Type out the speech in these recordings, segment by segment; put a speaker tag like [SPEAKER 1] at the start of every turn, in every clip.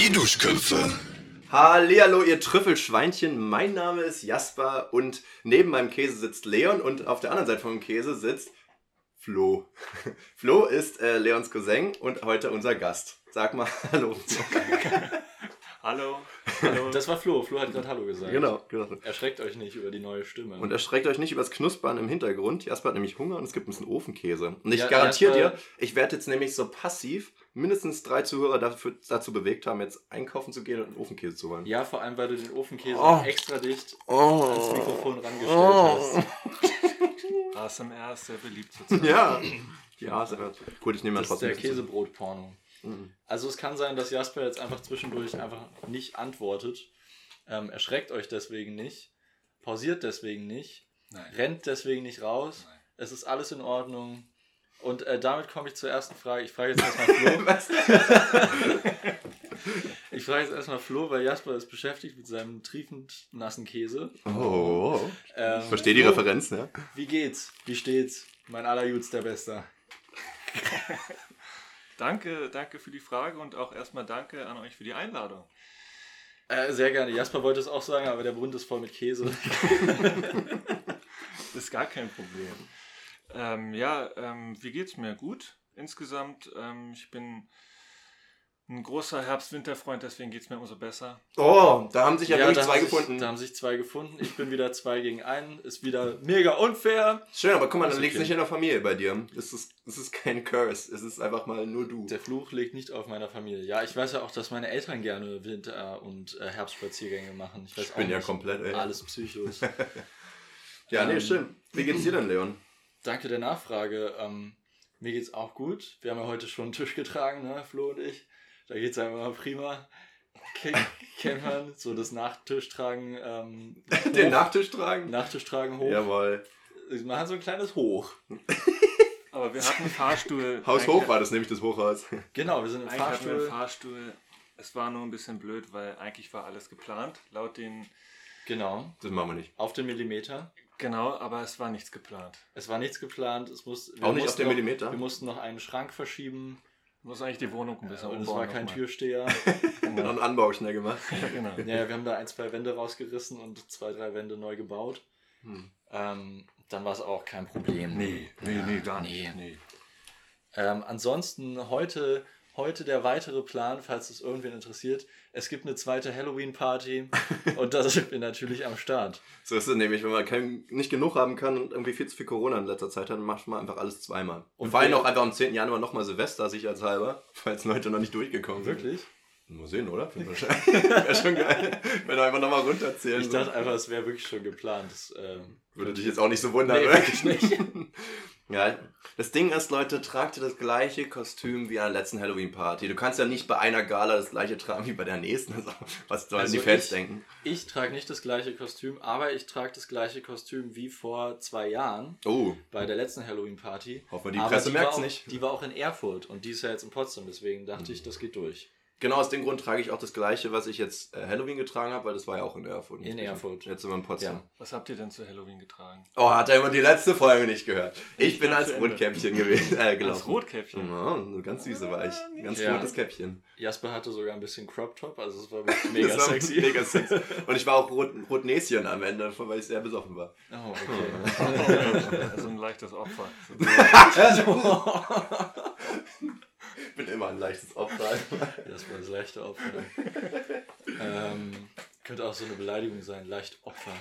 [SPEAKER 1] Arschköpfe.
[SPEAKER 2] Hallihallo, ihr Trüffelschweinchen. Mein Name ist Jasper und neben meinem Käse sitzt Leon und auf der anderen Seite vom Käse sitzt Flo. Flo ist äh, Leons Cousin und heute unser Gast. Sag mal Hallo.
[SPEAKER 3] Hallo. Hallo.
[SPEAKER 4] Das war Flo. Flo hat gerade Hallo gesagt.
[SPEAKER 2] genau, genau.
[SPEAKER 4] Erschreckt euch nicht über die neue Stimme.
[SPEAKER 2] Und erschreckt euch nicht über das Knuspern im Hintergrund. Jasper hat nämlich Hunger und es gibt ein bisschen Ofenkäse. Und ich
[SPEAKER 4] Ja,
[SPEAKER 2] garantiere dir,
[SPEAKER 4] Jasper-
[SPEAKER 2] ich werde jetzt nämlich so passiv mindestens drei Zuhörer dafür, dazu bewegt haben, jetzt einkaufen zu gehen und einen Ofenkäse zu holen.
[SPEAKER 4] ja, vor allem, weil du den Ofenkäse
[SPEAKER 2] Oh.
[SPEAKER 4] extra dicht ans
[SPEAKER 2] Oh.
[SPEAKER 4] Mikrofon rangestellt
[SPEAKER 2] Oh.
[SPEAKER 4] hast.
[SPEAKER 3] ASMR ist sehr beliebt zurzeit.
[SPEAKER 2] Ja. Ja, sehr gut. Gut, ich nehme mal
[SPEAKER 4] Das ist
[SPEAKER 2] trotzdem.
[SPEAKER 4] der
[SPEAKER 2] ein bisschen
[SPEAKER 4] Käsebrot-Porno.
[SPEAKER 2] zu. Mhm.
[SPEAKER 4] Also es kann sein, dass Jasper jetzt einfach zwischendurch einfach nicht antwortet. Ähm, erschreckt euch deswegen nicht. Pausiert deswegen nicht.
[SPEAKER 3] Nein.
[SPEAKER 4] Rennt deswegen nicht raus.
[SPEAKER 3] Nein.
[SPEAKER 4] Es ist alles in Ordnung. Und äh, damit komme ich zur ersten Frage. Ich frage jetzt erstmal Flo.
[SPEAKER 2] Was?
[SPEAKER 4] Ich frage jetzt erstmal Flo, weil Jasper ist beschäftigt mit seinem triefend nassen Käse.
[SPEAKER 2] Oh.
[SPEAKER 4] Ähm,
[SPEAKER 2] Ich verstehe die
[SPEAKER 4] Flo,
[SPEAKER 2] Referenz, ne?
[SPEAKER 4] Wie geht's? Wie steht's? Mein allerjuts der Bester.
[SPEAKER 3] Danke, danke für die Frage und auch erstmal danke an euch für die Einladung.
[SPEAKER 4] Äh, sehr gerne. Jasper wollte es auch sagen, aber der Bund ist voll mit Käse.
[SPEAKER 3] Ist gar kein Problem. Ähm, ja, ähm, wie geht's mir? Gut insgesamt. Ähm, ich bin ein großer Herbst-Winter-Freund, deswegen geht's mir umso besser.
[SPEAKER 2] Oh, da haben sich ja, wirklich
[SPEAKER 4] da
[SPEAKER 2] zwei
[SPEAKER 4] haben
[SPEAKER 2] gefunden.
[SPEAKER 4] Sich, da haben sich zwei gefunden. Ich bin wieder zwei gegen einen. Ist wieder mega unfair.
[SPEAKER 2] Schön, aber guck mal, das
[SPEAKER 4] Ist
[SPEAKER 2] liegt
[SPEAKER 4] okay.
[SPEAKER 2] nicht in der Familie bei dir. Es ist, es ist kein Curse, es ist einfach mal nur du.
[SPEAKER 4] Der Fluch liegt nicht auf meiner Familie. Ja, ich weiß ja auch, dass meine Eltern gerne Winter- und äh, Herbstspaziergänge machen. Ich weiß
[SPEAKER 2] Ich
[SPEAKER 4] auch
[SPEAKER 2] bin ja
[SPEAKER 4] nicht.
[SPEAKER 2] komplett, ey.
[SPEAKER 4] Alles Psychos.
[SPEAKER 2] Ja, nee,
[SPEAKER 4] Ähm.
[SPEAKER 2] stimmt. Wie geht's dir denn, Leon?
[SPEAKER 4] Danke der Nachfrage. Ähm, mir geht's auch gut. Wir haben ja heute schon einen Tisch getragen, ne, Flo und ich. Da geht's einfach mal prima. Ke- Kennt man so das Nachtischtragen, ähm,
[SPEAKER 2] Den Nachtisch tragen?
[SPEAKER 4] Nachtischtragen hoch.
[SPEAKER 2] Jawohl.
[SPEAKER 4] Wir machen so ein kleines Hoch.
[SPEAKER 3] Aber wir hatten einen Fahrstuhl.
[SPEAKER 2] Haus hoch war das nämlich das Hochhaus.
[SPEAKER 4] Genau, wir sind im
[SPEAKER 3] Eigentlich hatten wir einen
[SPEAKER 4] Fahrstuhl.
[SPEAKER 3] Fahrstuhl. Es war nur ein bisschen blöd, weil eigentlich war alles geplant, laut den.
[SPEAKER 4] Genau,
[SPEAKER 2] Das machen wir nicht.
[SPEAKER 4] auf den Millimeter.
[SPEAKER 3] Genau, aber es war nichts geplant.
[SPEAKER 4] Es war nichts geplant. Es muss, wir
[SPEAKER 2] Auch nicht auf
[SPEAKER 4] mussten
[SPEAKER 2] den
[SPEAKER 4] noch-
[SPEAKER 2] Millimeter?
[SPEAKER 4] Wir mussten noch einen Schrank verschieben.
[SPEAKER 3] Muss eigentlich die Wohnung ein bisschen
[SPEAKER 4] Und also es
[SPEAKER 3] umbauen
[SPEAKER 4] war kein
[SPEAKER 3] nochmal.
[SPEAKER 4] Türsteher.
[SPEAKER 2] Wir haben einen Anbau schnell gemacht.
[SPEAKER 3] Ja, genau.
[SPEAKER 4] ja, wir haben da ein, zwei Wände rausgerissen und zwei, drei Wände neu gebaut.
[SPEAKER 2] Hm.
[SPEAKER 4] Ähm, dann war es auch kein Problem.
[SPEAKER 3] Nee, nee, nee, gar nicht.
[SPEAKER 4] Nee.
[SPEAKER 3] Nee.
[SPEAKER 4] Ähm, ansonsten heute, heute der weitere Plan, falls es irgendwen interessiert. Es gibt eine zweite Halloween-Party und da sind wir natürlich am Start.
[SPEAKER 2] So ist es nämlich, wenn man kein, nicht genug haben kann und irgendwie viel zu viel Corona in letzter Zeit hat, dann macht man einfach alles zweimal. Und
[SPEAKER 4] Und
[SPEAKER 2] vor allem
[SPEAKER 4] wir-
[SPEAKER 2] auch einfach am 10. Januar nochmal Silvester sicherheitshalber, falls Leute noch nicht durchgekommen sind.
[SPEAKER 4] Wirklich?
[SPEAKER 2] Mal sehen, oder? Find man schon- Wäre schon geil, wenn du einfach nochmal runterzählen
[SPEAKER 4] Ich dachte einfach, es wäre wirklich schon geplant. Das, ähm,
[SPEAKER 2] Würde dich jetzt auch nicht so wundern,
[SPEAKER 4] nee,
[SPEAKER 2] oder?
[SPEAKER 4] wirklich nicht.
[SPEAKER 2] Ja, das Ding ist, Leute, tragt ihr das gleiche Kostüm wie an der letzten Halloween-Party. Du kannst ja nicht bei einer Gala das gleiche tragen wie bei der nächsten. Also, was sollen
[SPEAKER 4] Also
[SPEAKER 2] die Fans
[SPEAKER 4] ich-
[SPEAKER 2] denken?
[SPEAKER 4] Ich trage nicht das gleiche Kostüm, aber ich trage das gleiche Kostüm wie vor zwei Jahren
[SPEAKER 2] Oh,
[SPEAKER 4] bei der letzten Halloween-Party.
[SPEAKER 2] hoffen wir, die
[SPEAKER 4] Aber
[SPEAKER 2] Presse
[SPEAKER 4] war
[SPEAKER 2] merkt's
[SPEAKER 4] auch-
[SPEAKER 2] nicht. Mhm.
[SPEAKER 4] Die war auch in Erfurt und die ist ja jetzt in Potsdam, deswegen dachte ich, das geht durch.
[SPEAKER 2] Genau aus dem Grund trage ich auch das gleiche, was ich jetzt äh, Halloween getragen habe, weil das war ja auch in Erfurt.
[SPEAKER 4] In Erfurt.
[SPEAKER 2] Jetzt sind wir in Potsdam.
[SPEAKER 4] Ja.
[SPEAKER 3] Was habt ihr denn zu Halloween getragen?
[SPEAKER 2] Oh, hat er immer die letzte Folge nicht gehört. Ich,
[SPEAKER 3] Ich
[SPEAKER 2] bin
[SPEAKER 3] hab's
[SPEAKER 2] als
[SPEAKER 3] zu Ende.
[SPEAKER 2] Rotkäppchen gewesen, äh, gelaufen.
[SPEAKER 3] Das Rotkäppchen.
[SPEAKER 2] Oh, ganz süße war ich. Ganz
[SPEAKER 4] Ja.
[SPEAKER 2] rotes Käppchen.
[SPEAKER 4] Jasper hatte sogar ein bisschen Crop Top, also es war wirklich mega
[SPEAKER 2] Das war
[SPEAKER 4] sexy.
[SPEAKER 2] Mega sexy. Und ich war auch rot, Rotnäschen am Ende, weil ich sehr besoffen war.
[SPEAKER 4] Oh, okay.
[SPEAKER 3] Also ein leichtes Opfer.
[SPEAKER 2] Ich bin immer ein leichtes Opfer.
[SPEAKER 4] Das war das leichte Opfer. ähm, könnte auch so eine Beleidigung sein, leicht Opfer.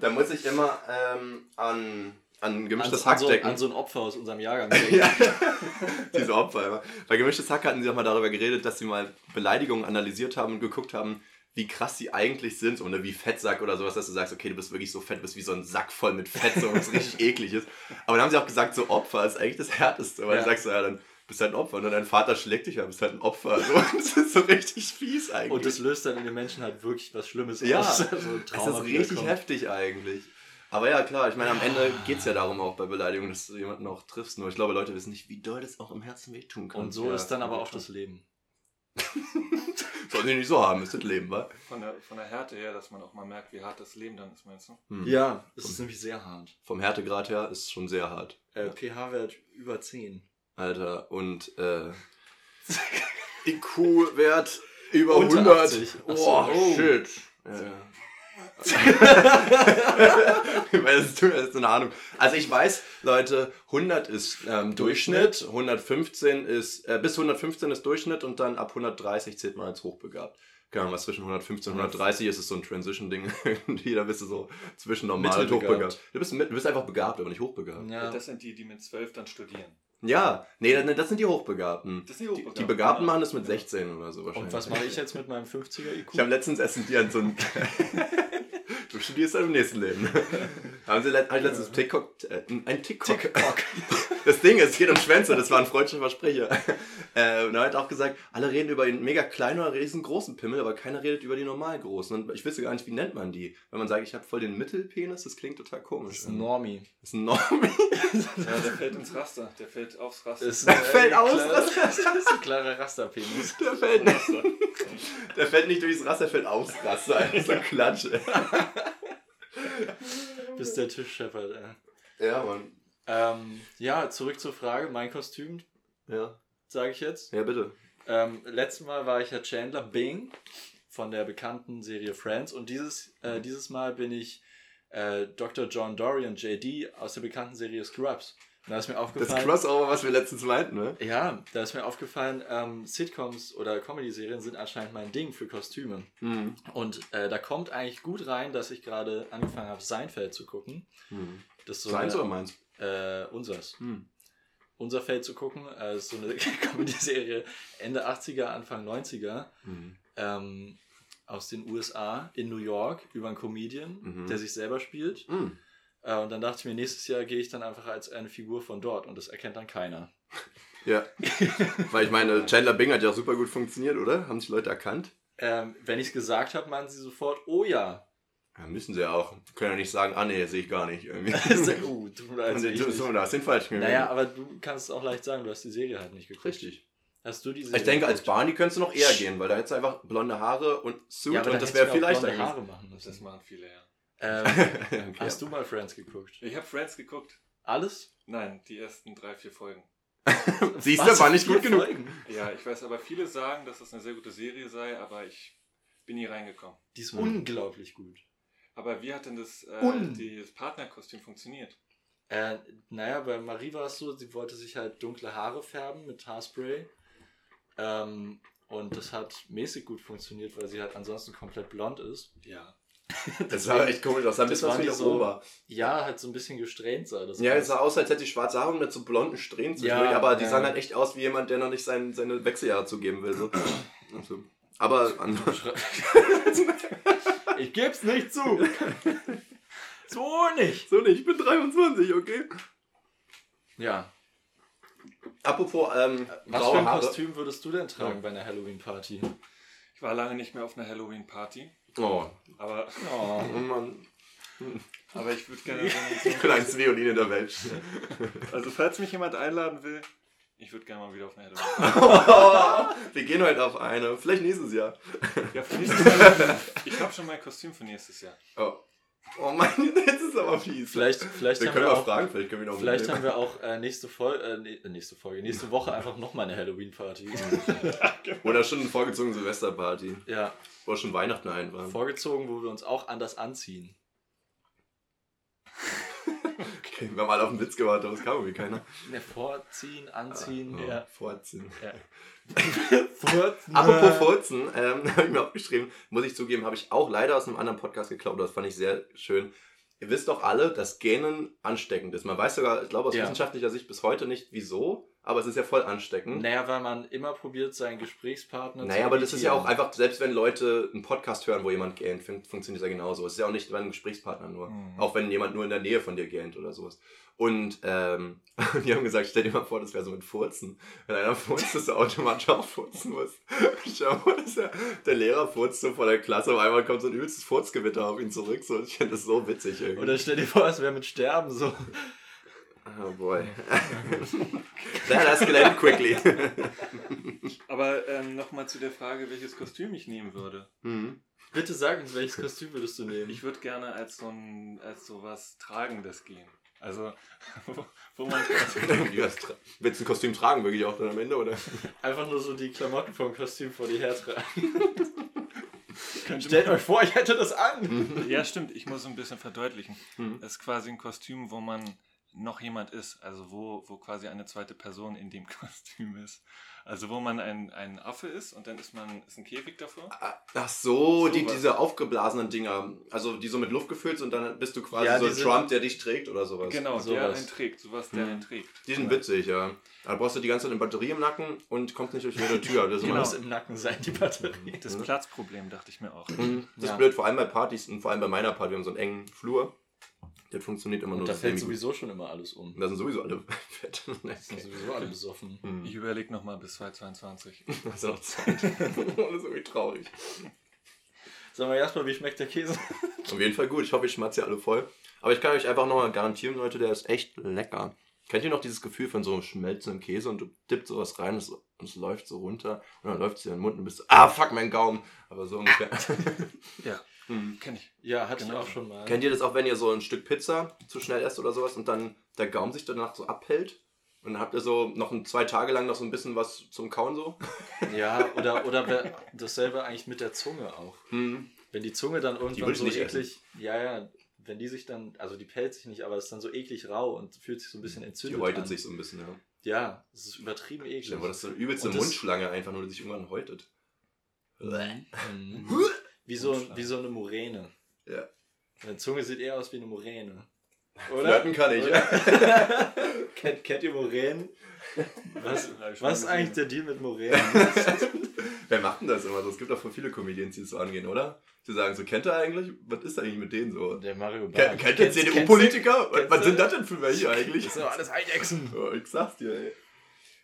[SPEAKER 2] Da muss ich immer ähm, an, an
[SPEAKER 4] an,
[SPEAKER 2] gemischtes
[SPEAKER 4] an,
[SPEAKER 2] Hack
[SPEAKER 4] so,
[SPEAKER 2] denken.
[SPEAKER 4] an so ein Opfer aus unserem Jahrgang. denken.
[SPEAKER 2] Ja. Diese Opfer immer. Bei gemischtes Hack hatten sie auch mal darüber geredet, dass sie mal Beleidigungen analysiert haben und geguckt haben, wie krass sie eigentlich sind oder wie Fettsack oder sowas, dass du sagst, okay, du bist wirklich so fett, du bist wie so ein Sack voll mit Fett, so was richtig eklig ist. Aber dann haben sie auch gesagt, so Opfer ist eigentlich das Härteste, weil
[SPEAKER 4] Ja.
[SPEAKER 2] du sagst, so, ja, dann bist halt ein Opfer und dein Vater schlägt dich, ja, bist halt ein Opfer. So, das ist so richtig fies eigentlich.
[SPEAKER 4] Und das löst dann in den Menschen halt wirklich was Schlimmes
[SPEAKER 2] Ja.
[SPEAKER 4] aus. So ein
[SPEAKER 2] Es
[SPEAKER 4] Trauma
[SPEAKER 2] ist richtig
[SPEAKER 4] wiederkommt.
[SPEAKER 2] heftig eigentlich. Aber ja, klar, ich meine, am Ende geht es ja darum auch bei Beleidigungen, dass du jemanden auch triffst. Nur ich glaube, Leute wissen nicht, wie doll das auch im Herzen wehtun kann.
[SPEAKER 4] Und so
[SPEAKER 2] Ja,
[SPEAKER 4] ist dann aber auch
[SPEAKER 2] wehtun.
[SPEAKER 4] das Leben.
[SPEAKER 2] Sollen die nicht so haben, ist das Leben, wa?
[SPEAKER 3] Von der, von der Härte her, dass man auch mal merkt, wie hart das Leben dann ist, meinst du?
[SPEAKER 2] Hm.
[SPEAKER 4] Ja. Es ist nämlich sehr hart.
[SPEAKER 2] Vom Härtegrad her ist es schon sehr hart.
[SPEAKER 4] Äh, pH-Wert über 10.
[SPEAKER 2] Alter, und äh, IQ-Wert Über
[SPEAKER 4] Unter
[SPEAKER 2] 100.
[SPEAKER 4] 80. Ach so.
[SPEAKER 2] Oh,
[SPEAKER 4] Oh.
[SPEAKER 2] shit. Ja. Weil das tut mir jetzt eine Ahnung. Also ich weiß, Leute, 100 ist ähm, Durchschnitt, 115 ist, äh, bis 115 ist Durchschnitt und dann ab 130 zählt man als hochbegabt. Keine Ahnung, was zwischen 115 und 130 ist, ist so ein Transition-Ding. Irgendwie, da bist du so zwischen normal und
[SPEAKER 4] Mittelbegabt.
[SPEAKER 2] hochbegabt. Du bist, mit- du bist einfach begabt, aber nicht hochbegabt.
[SPEAKER 4] Ja.
[SPEAKER 3] Das sind die, die mit 12 dann studieren.
[SPEAKER 2] Ja, nee, das, das sind die Hochbegabten.
[SPEAKER 3] Das sind die
[SPEAKER 2] Die
[SPEAKER 3] Hochbegabten.
[SPEAKER 2] Begabten
[SPEAKER 3] ja.
[SPEAKER 2] machen das mit 16 oder so wahrscheinlich.
[SPEAKER 4] Und was mache ich jetzt mit meinem 50er IQ?
[SPEAKER 2] Ich habe letztens SND an so einem. du studierst dann im nächsten Leben. Haben sie let, hab ich letztens TikTok. Äh, ein TikTok. Das Ding ist, es geht um Schwänze, das war ein freundlicher Versprecher. Äh, und er hat auch gesagt, alle reden über den mega kleinen oder riesengroßen Pimmel, aber keiner redet über die normal großen. Und ich wüsste gar nicht, wie nennt man die. Wenn man sagt, ich habe voll den Mittelpenis, das klingt total
[SPEAKER 4] Das
[SPEAKER 2] komisch.
[SPEAKER 4] ist ein Normie.
[SPEAKER 2] Das ist ein Normie.
[SPEAKER 3] Ja, der fällt ins Raster. Der fällt aufs Raster.
[SPEAKER 4] Das ist
[SPEAKER 2] Der
[SPEAKER 4] ein-
[SPEAKER 2] fällt
[SPEAKER 4] äh,
[SPEAKER 2] aus.
[SPEAKER 4] klar- Das ist ein klarer Rasterpenis.
[SPEAKER 2] Der fällt, der fällt nicht durchs Raster, der fällt aufs Raster. Das ist eine Klatsche.
[SPEAKER 4] Bis der Tisch scheppert. Äh.
[SPEAKER 2] Ja, Mann.
[SPEAKER 4] Ähm, ja, zurück zur Frage. Mein Kostüm,
[SPEAKER 2] Ja.
[SPEAKER 4] sage ich jetzt.
[SPEAKER 2] Ja, bitte.
[SPEAKER 4] Ähm, letztes Mal war ich ja Chandler Bing von der bekannten Serie Friends und dieses, äh, dieses Mal bin ich äh, Dr. John Dorian JD aus der bekannten Serie Scrubs. Und da ist mir
[SPEAKER 2] Das
[SPEAKER 4] aufgefallen.
[SPEAKER 2] Crossover, was wir letztens meinten, ne?
[SPEAKER 4] Ja, da ist mir aufgefallen, ähm, Sitcoms oder Comedy-Serien sind anscheinend mein Ding für Kostüme.
[SPEAKER 2] Mhm.
[SPEAKER 4] Und äh, da kommt eigentlich gut rein, dass ich gerade angefangen habe, Seinfeld zu gucken.
[SPEAKER 2] Mhm.
[SPEAKER 4] Das ist so
[SPEAKER 2] Seins oder
[SPEAKER 4] eine,
[SPEAKER 2] meins?
[SPEAKER 4] äh, unsers.
[SPEAKER 2] Hm.
[SPEAKER 4] Unser Feld zu gucken. Äh, ist so eine Comedy-Serie Ende 80er, Anfang 90er.
[SPEAKER 2] Mhm.
[SPEAKER 4] ähm, aus den USA in New York über einen Comedian,
[SPEAKER 2] Mhm.
[SPEAKER 4] der sich selber spielt.
[SPEAKER 2] Mhm.
[SPEAKER 4] Äh, und dann dachte ich mir, nächstes Jahr gehe ich dann einfach als eine Figur von dort und das erkennt dann keiner.
[SPEAKER 2] Ja. Weil ich meine, Chandler Bing hat ja auch super gut funktioniert, oder? Haben sich Leute erkannt?
[SPEAKER 4] Ähm, wenn ich es gesagt habe, meinen sie sofort, oh ja.
[SPEAKER 2] Ja, müssen sie ja auch. Können ja nicht sagen, ah nee, sehe ich gar nicht. Irgendwie.
[SPEAKER 4] Also, uh, tut mir leid,
[SPEAKER 2] Also,
[SPEAKER 4] sehe ich
[SPEAKER 2] du, so,
[SPEAKER 4] nicht.
[SPEAKER 2] da hast den falsch gewählt.
[SPEAKER 4] Naja, aber du kannst es auch leicht sagen, du hast die Serie halt nicht geguckt.
[SPEAKER 2] Richtig.
[SPEAKER 4] Hast du die Serie
[SPEAKER 2] Ich denke, als
[SPEAKER 4] geguckt?
[SPEAKER 2] Barney könntest du noch eher gehen, weil da hättest du einfach blonde Haare und Suit
[SPEAKER 4] ja, aber
[SPEAKER 2] und das wäre viel leichter gewesen.
[SPEAKER 4] Haare machen
[SPEAKER 3] Das
[SPEAKER 4] müssen.
[SPEAKER 3] machen viele, ja.
[SPEAKER 4] Ähm,
[SPEAKER 2] okay.
[SPEAKER 4] hast du mal Friends geguckt?
[SPEAKER 3] Ich habe Friends geguckt.
[SPEAKER 4] Alles?
[SPEAKER 3] Nein, die ersten drei, vier Folgen.
[SPEAKER 2] Siehst du, war
[SPEAKER 4] Was?
[SPEAKER 2] nicht gut
[SPEAKER 4] Vier
[SPEAKER 2] genug.
[SPEAKER 4] Folgen?
[SPEAKER 3] Ja, ich weiß, aber viele sagen, dass das eine sehr gute Serie sei, aber ich bin nie reingekommen.
[SPEAKER 4] Die ist
[SPEAKER 2] Mhm.
[SPEAKER 4] unglaublich gut.
[SPEAKER 3] Aber wie hat denn das, äh,
[SPEAKER 4] Un-
[SPEAKER 3] die- das Partnerkostüm funktioniert?
[SPEAKER 4] Äh, naja, bei Marie war es so, sie wollte sich halt dunkle Haare färben mit Haarspray. Ähm, und das hat mäßig gut funktioniert, weil sie halt ansonsten komplett blond ist.
[SPEAKER 3] Ja.
[SPEAKER 2] Das sah echt komisch aus. Sah ein
[SPEAKER 4] Das
[SPEAKER 2] bisschen aus
[SPEAKER 4] waren
[SPEAKER 2] wie
[SPEAKER 4] die
[SPEAKER 2] das
[SPEAKER 4] so-
[SPEAKER 2] Ober.
[SPEAKER 4] Ja, halt so ein bisschen gesträhnt sah das.
[SPEAKER 2] Ja,
[SPEAKER 4] aus.
[SPEAKER 2] es sah aus, als hätte ich schwarze Haare mit so blonden Strähnen zwischendurch,
[SPEAKER 4] Ja,
[SPEAKER 2] aber die
[SPEAKER 4] ja.
[SPEAKER 2] sahen halt echt aus wie jemand, der noch nicht sein, seine Wechseljahre zugeben will. So. Also, aber an,
[SPEAKER 4] Ich geb's nicht zu! so nicht!
[SPEAKER 2] so nicht, ich bin 23, okay?
[SPEAKER 4] Ja.
[SPEAKER 2] Apropos ähm,
[SPEAKER 4] Was für
[SPEAKER 2] blaue
[SPEAKER 4] ein
[SPEAKER 2] Haare.
[SPEAKER 4] Kostüm würdest du denn tragen bei einer Halloween-Party?
[SPEAKER 3] Ich war lange nicht mehr auf einer Halloween-Party,
[SPEAKER 2] Oh,
[SPEAKER 3] aber,
[SPEAKER 4] Oh.
[SPEAKER 2] oh Mann.
[SPEAKER 3] aber ich würde gerne so
[SPEAKER 2] Ich bin ein Violin in der Welt.
[SPEAKER 3] Also falls mich jemand einladen will, ich würde gerne mal wieder auf eine Halloween.
[SPEAKER 2] Wir gehen heute auf eine, vielleicht nächstes Jahr.
[SPEAKER 3] ja, für nächstes Jahr. Ich habe schon mein Kostüm für nächstes Jahr.
[SPEAKER 2] Oh, oh Mann, jetzt ist aber fies.
[SPEAKER 4] Vielleicht, vielleicht
[SPEAKER 2] wir
[SPEAKER 4] haben
[SPEAKER 2] können
[SPEAKER 4] wir
[SPEAKER 2] mal
[SPEAKER 4] auch
[SPEAKER 2] fragen, vielleicht können wir noch
[SPEAKER 4] Vielleicht haben
[SPEAKER 2] mitnehmen.
[SPEAKER 4] wir auch äh, nächste, Fol äh, nee, nächste Folge, nächste Woche einfach nochmal eine Halloween-Party.
[SPEAKER 2] Oder schon eine vorgezogene Silvesterparty.
[SPEAKER 4] ja,
[SPEAKER 2] Oder schon Weihnachten ein war.
[SPEAKER 4] vorgezogen, wo wir uns auch anders anziehen.
[SPEAKER 2] Okay, wir haben alle auf den Witz gewartet, aber es kam irgendwie keiner. Oh,
[SPEAKER 4] Ja, Ne, vorziehen, anziehen. ja.
[SPEAKER 2] Vorziehen.
[SPEAKER 4] Furzen.
[SPEAKER 2] Apropos Furzen, ähm, habe ich mir aufgeschrieben, muss ich zugeben, habe ich auch leider aus einem anderen Podcast geklaut, das fand ich sehr schön. Ihr wisst doch alle, dass Gähnen ansteckend ist. Man weiß sogar, ich glaube aus
[SPEAKER 4] Ja.
[SPEAKER 2] wissenschaftlicher Sicht bis heute nicht, wieso, aber es ist ja voll ansteckend.
[SPEAKER 4] Naja, weil man immer probiert, seinen Gesprächspartner
[SPEAKER 2] Hm? Naja, aber das ist ja auch
[SPEAKER 4] imitieren.
[SPEAKER 2] einfach, selbst wenn Leute einen Podcast hören, wo jemand gähnt, fun- funktioniert das ja genauso. Es ist ja auch nicht bei einem Gesprächspartner nur.
[SPEAKER 3] Mhm.
[SPEAKER 2] Auch wenn jemand nur in der Nähe von dir gähnt oder sowas. Und ähm, die haben gesagt, stell dir mal vor, das wäre so mit Furzen. Wenn einer furzt, dass du automatisch auch furzen musst. Ich dir mal vor, dass der, der Lehrer furzt so vor der Klasse, auf einmal kommt so ein übelstes Furzgewitter auf ihn zurück. So, ich finde das so witzig irgendwie.
[SPEAKER 4] Oder stell dir vor, es wäre mit Sterben so.
[SPEAKER 2] oh boy. That escalated quickly.
[SPEAKER 3] Aber ähm, nochmal zu der Frage, welches Kostüm ich nehmen würde.
[SPEAKER 2] mhm.
[SPEAKER 4] Bitte sag uns, welches Kostüm würdest du nehmen?
[SPEAKER 3] Ich würde gerne als so ein als sowas Tragendes gehen. Also, wo, wo man
[SPEAKER 2] Wie das tra- Willst du ein Kostüm tragen, wirklich auch dann am Ende, oder?
[SPEAKER 4] Einfach nur so die Klamotten vom Kostüm vor die Hertragen.
[SPEAKER 3] könnte
[SPEAKER 4] Stellt euch vor, ich hätte das
[SPEAKER 2] Genau.
[SPEAKER 4] an.
[SPEAKER 3] Ja, stimmt. Ich muss ein bisschen verdeutlichen.
[SPEAKER 2] Mhm.
[SPEAKER 3] Es ist quasi ein Kostüm, wo man noch jemand ist. Also wo, wo quasi eine zweite Person in dem Kostüm ist. Also wo man ein, ein Affe ist und dann ist man ist ein Käfig davor.
[SPEAKER 2] Ah, Ach so,
[SPEAKER 3] So
[SPEAKER 2] die,
[SPEAKER 3] was.
[SPEAKER 2] diese aufgeblasenen Dinger, also die so mit Luft gefüllt sind, dann bist du quasi
[SPEAKER 4] Ja,
[SPEAKER 2] so
[SPEAKER 4] die
[SPEAKER 2] ein
[SPEAKER 4] sind-
[SPEAKER 2] Trump, der dich trägt oder sowas.
[SPEAKER 3] genau, der
[SPEAKER 4] sowas.
[SPEAKER 3] einen trägt. Sowas, der
[SPEAKER 2] Mhm.
[SPEAKER 3] einen trägt.
[SPEAKER 2] Die sind witzig, ja. Da brauchst du die ganze Zeit eine Batterie im Nacken und kommst nicht durch jede Tür. Das, ist
[SPEAKER 4] Muss
[SPEAKER 2] immer-
[SPEAKER 4] im Nacken sein, die Batterie.
[SPEAKER 3] Das Platzproblem dachte ich mir auch.
[SPEAKER 2] Mhm. das ist
[SPEAKER 4] Ja.
[SPEAKER 2] blöd, vor allem bei Partys und vor allem bei meiner Party. Wir haben so einen engen Flur. Der funktioniert immer
[SPEAKER 4] Und
[SPEAKER 2] nur.
[SPEAKER 4] da
[SPEAKER 2] so
[SPEAKER 4] fällt
[SPEAKER 2] semi-gut.
[SPEAKER 4] sowieso schon immer alles um.
[SPEAKER 2] Und da sind sowieso alle fett.
[SPEAKER 4] Das sind sowieso alle besoffen.
[SPEAKER 2] Mhm.
[SPEAKER 3] Ich überlege nochmal bis 2022.
[SPEAKER 2] Hast du noch Zeit? das ist irgendwie traurig.
[SPEAKER 4] Sag mal, Jasper, wie schmeckt der Käse?
[SPEAKER 2] Auf jeden Fall gut. Ich hoffe, ich schmatze hier alle voll. Aber ich kann euch einfach nochmal garantieren, Leute, der ist echt lecker. Kennt ihr noch dieses Gefühl von so einem schmelzenden Käse und du dippst sowas rein und es, und es läuft so runter und dann läuft es dir in den Mund und bist so, ah, fuck, mein Gaumen. Aber so ungefähr.
[SPEAKER 3] Ja,
[SPEAKER 2] Mhm.
[SPEAKER 3] kenne ich.
[SPEAKER 4] Ja, hatte
[SPEAKER 3] Genau.
[SPEAKER 4] ich auch schon mal.
[SPEAKER 2] Kennt ihr das auch, wenn ihr so ein Stück Pizza zu schnell esst oder sowas und dann der Gaumen sich danach so abhält? Und dann habt ihr so noch ein, zwei Tage lang noch so ein bisschen was zum Kauen so?
[SPEAKER 4] Ja, oder, oder wer- dasselbe eigentlich mit der Zunge auch.
[SPEAKER 2] Hm.
[SPEAKER 4] Wenn die Zunge dann
[SPEAKER 2] will
[SPEAKER 4] irgendwann
[SPEAKER 2] ich
[SPEAKER 4] so
[SPEAKER 2] nicht
[SPEAKER 4] eklig, ja, ja, wenn die sich dann, also die pellt sich nicht, aber ist dann so eklig rau und fühlt sich so ein bisschen
[SPEAKER 2] Die
[SPEAKER 4] entzündet
[SPEAKER 2] häutet
[SPEAKER 4] an.
[SPEAKER 2] sich so ein bisschen, ja.
[SPEAKER 4] Ja, es ist übertrieben eklig.
[SPEAKER 2] Stell dir vor, das ist so eine übelste
[SPEAKER 4] Und das-
[SPEAKER 2] Mundschlange einfach nur, die sich irgendwann häutet.
[SPEAKER 4] Mhm. Wie, so, wie so eine Moräne.
[SPEAKER 2] Ja.
[SPEAKER 4] Deine Zunge sieht eher aus wie eine Moräne.
[SPEAKER 2] Flirten kann ich.
[SPEAKER 4] Oder? kennt, kennt ihr Moränen? Was,
[SPEAKER 3] Hab ich schon
[SPEAKER 4] was ist eigentlich
[SPEAKER 3] gesehen.
[SPEAKER 4] der Deal mit Moränen?
[SPEAKER 2] Wer macht denn das immer so? Es gibt auch voll viele Comedians, die das so angehen, oder? Die sagen so, kennt ihr eigentlich? Was ist eigentlich mit denen so?
[SPEAKER 4] Der Mario
[SPEAKER 2] Ken-
[SPEAKER 4] Barth.
[SPEAKER 2] Kennt ihr
[SPEAKER 4] Kennst-
[SPEAKER 2] CDU-Politiker?
[SPEAKER 4] kennst
[SPEAKER 2] Was
[SPEAKER 4] du-
[SPEAKER 2] sind das denn für welche eigentlich?
[SPEAKER 4] kennst du- Das sind doch alles Eidechsen.
[SPEAKER 2] Oh, ich sag's dir, ey.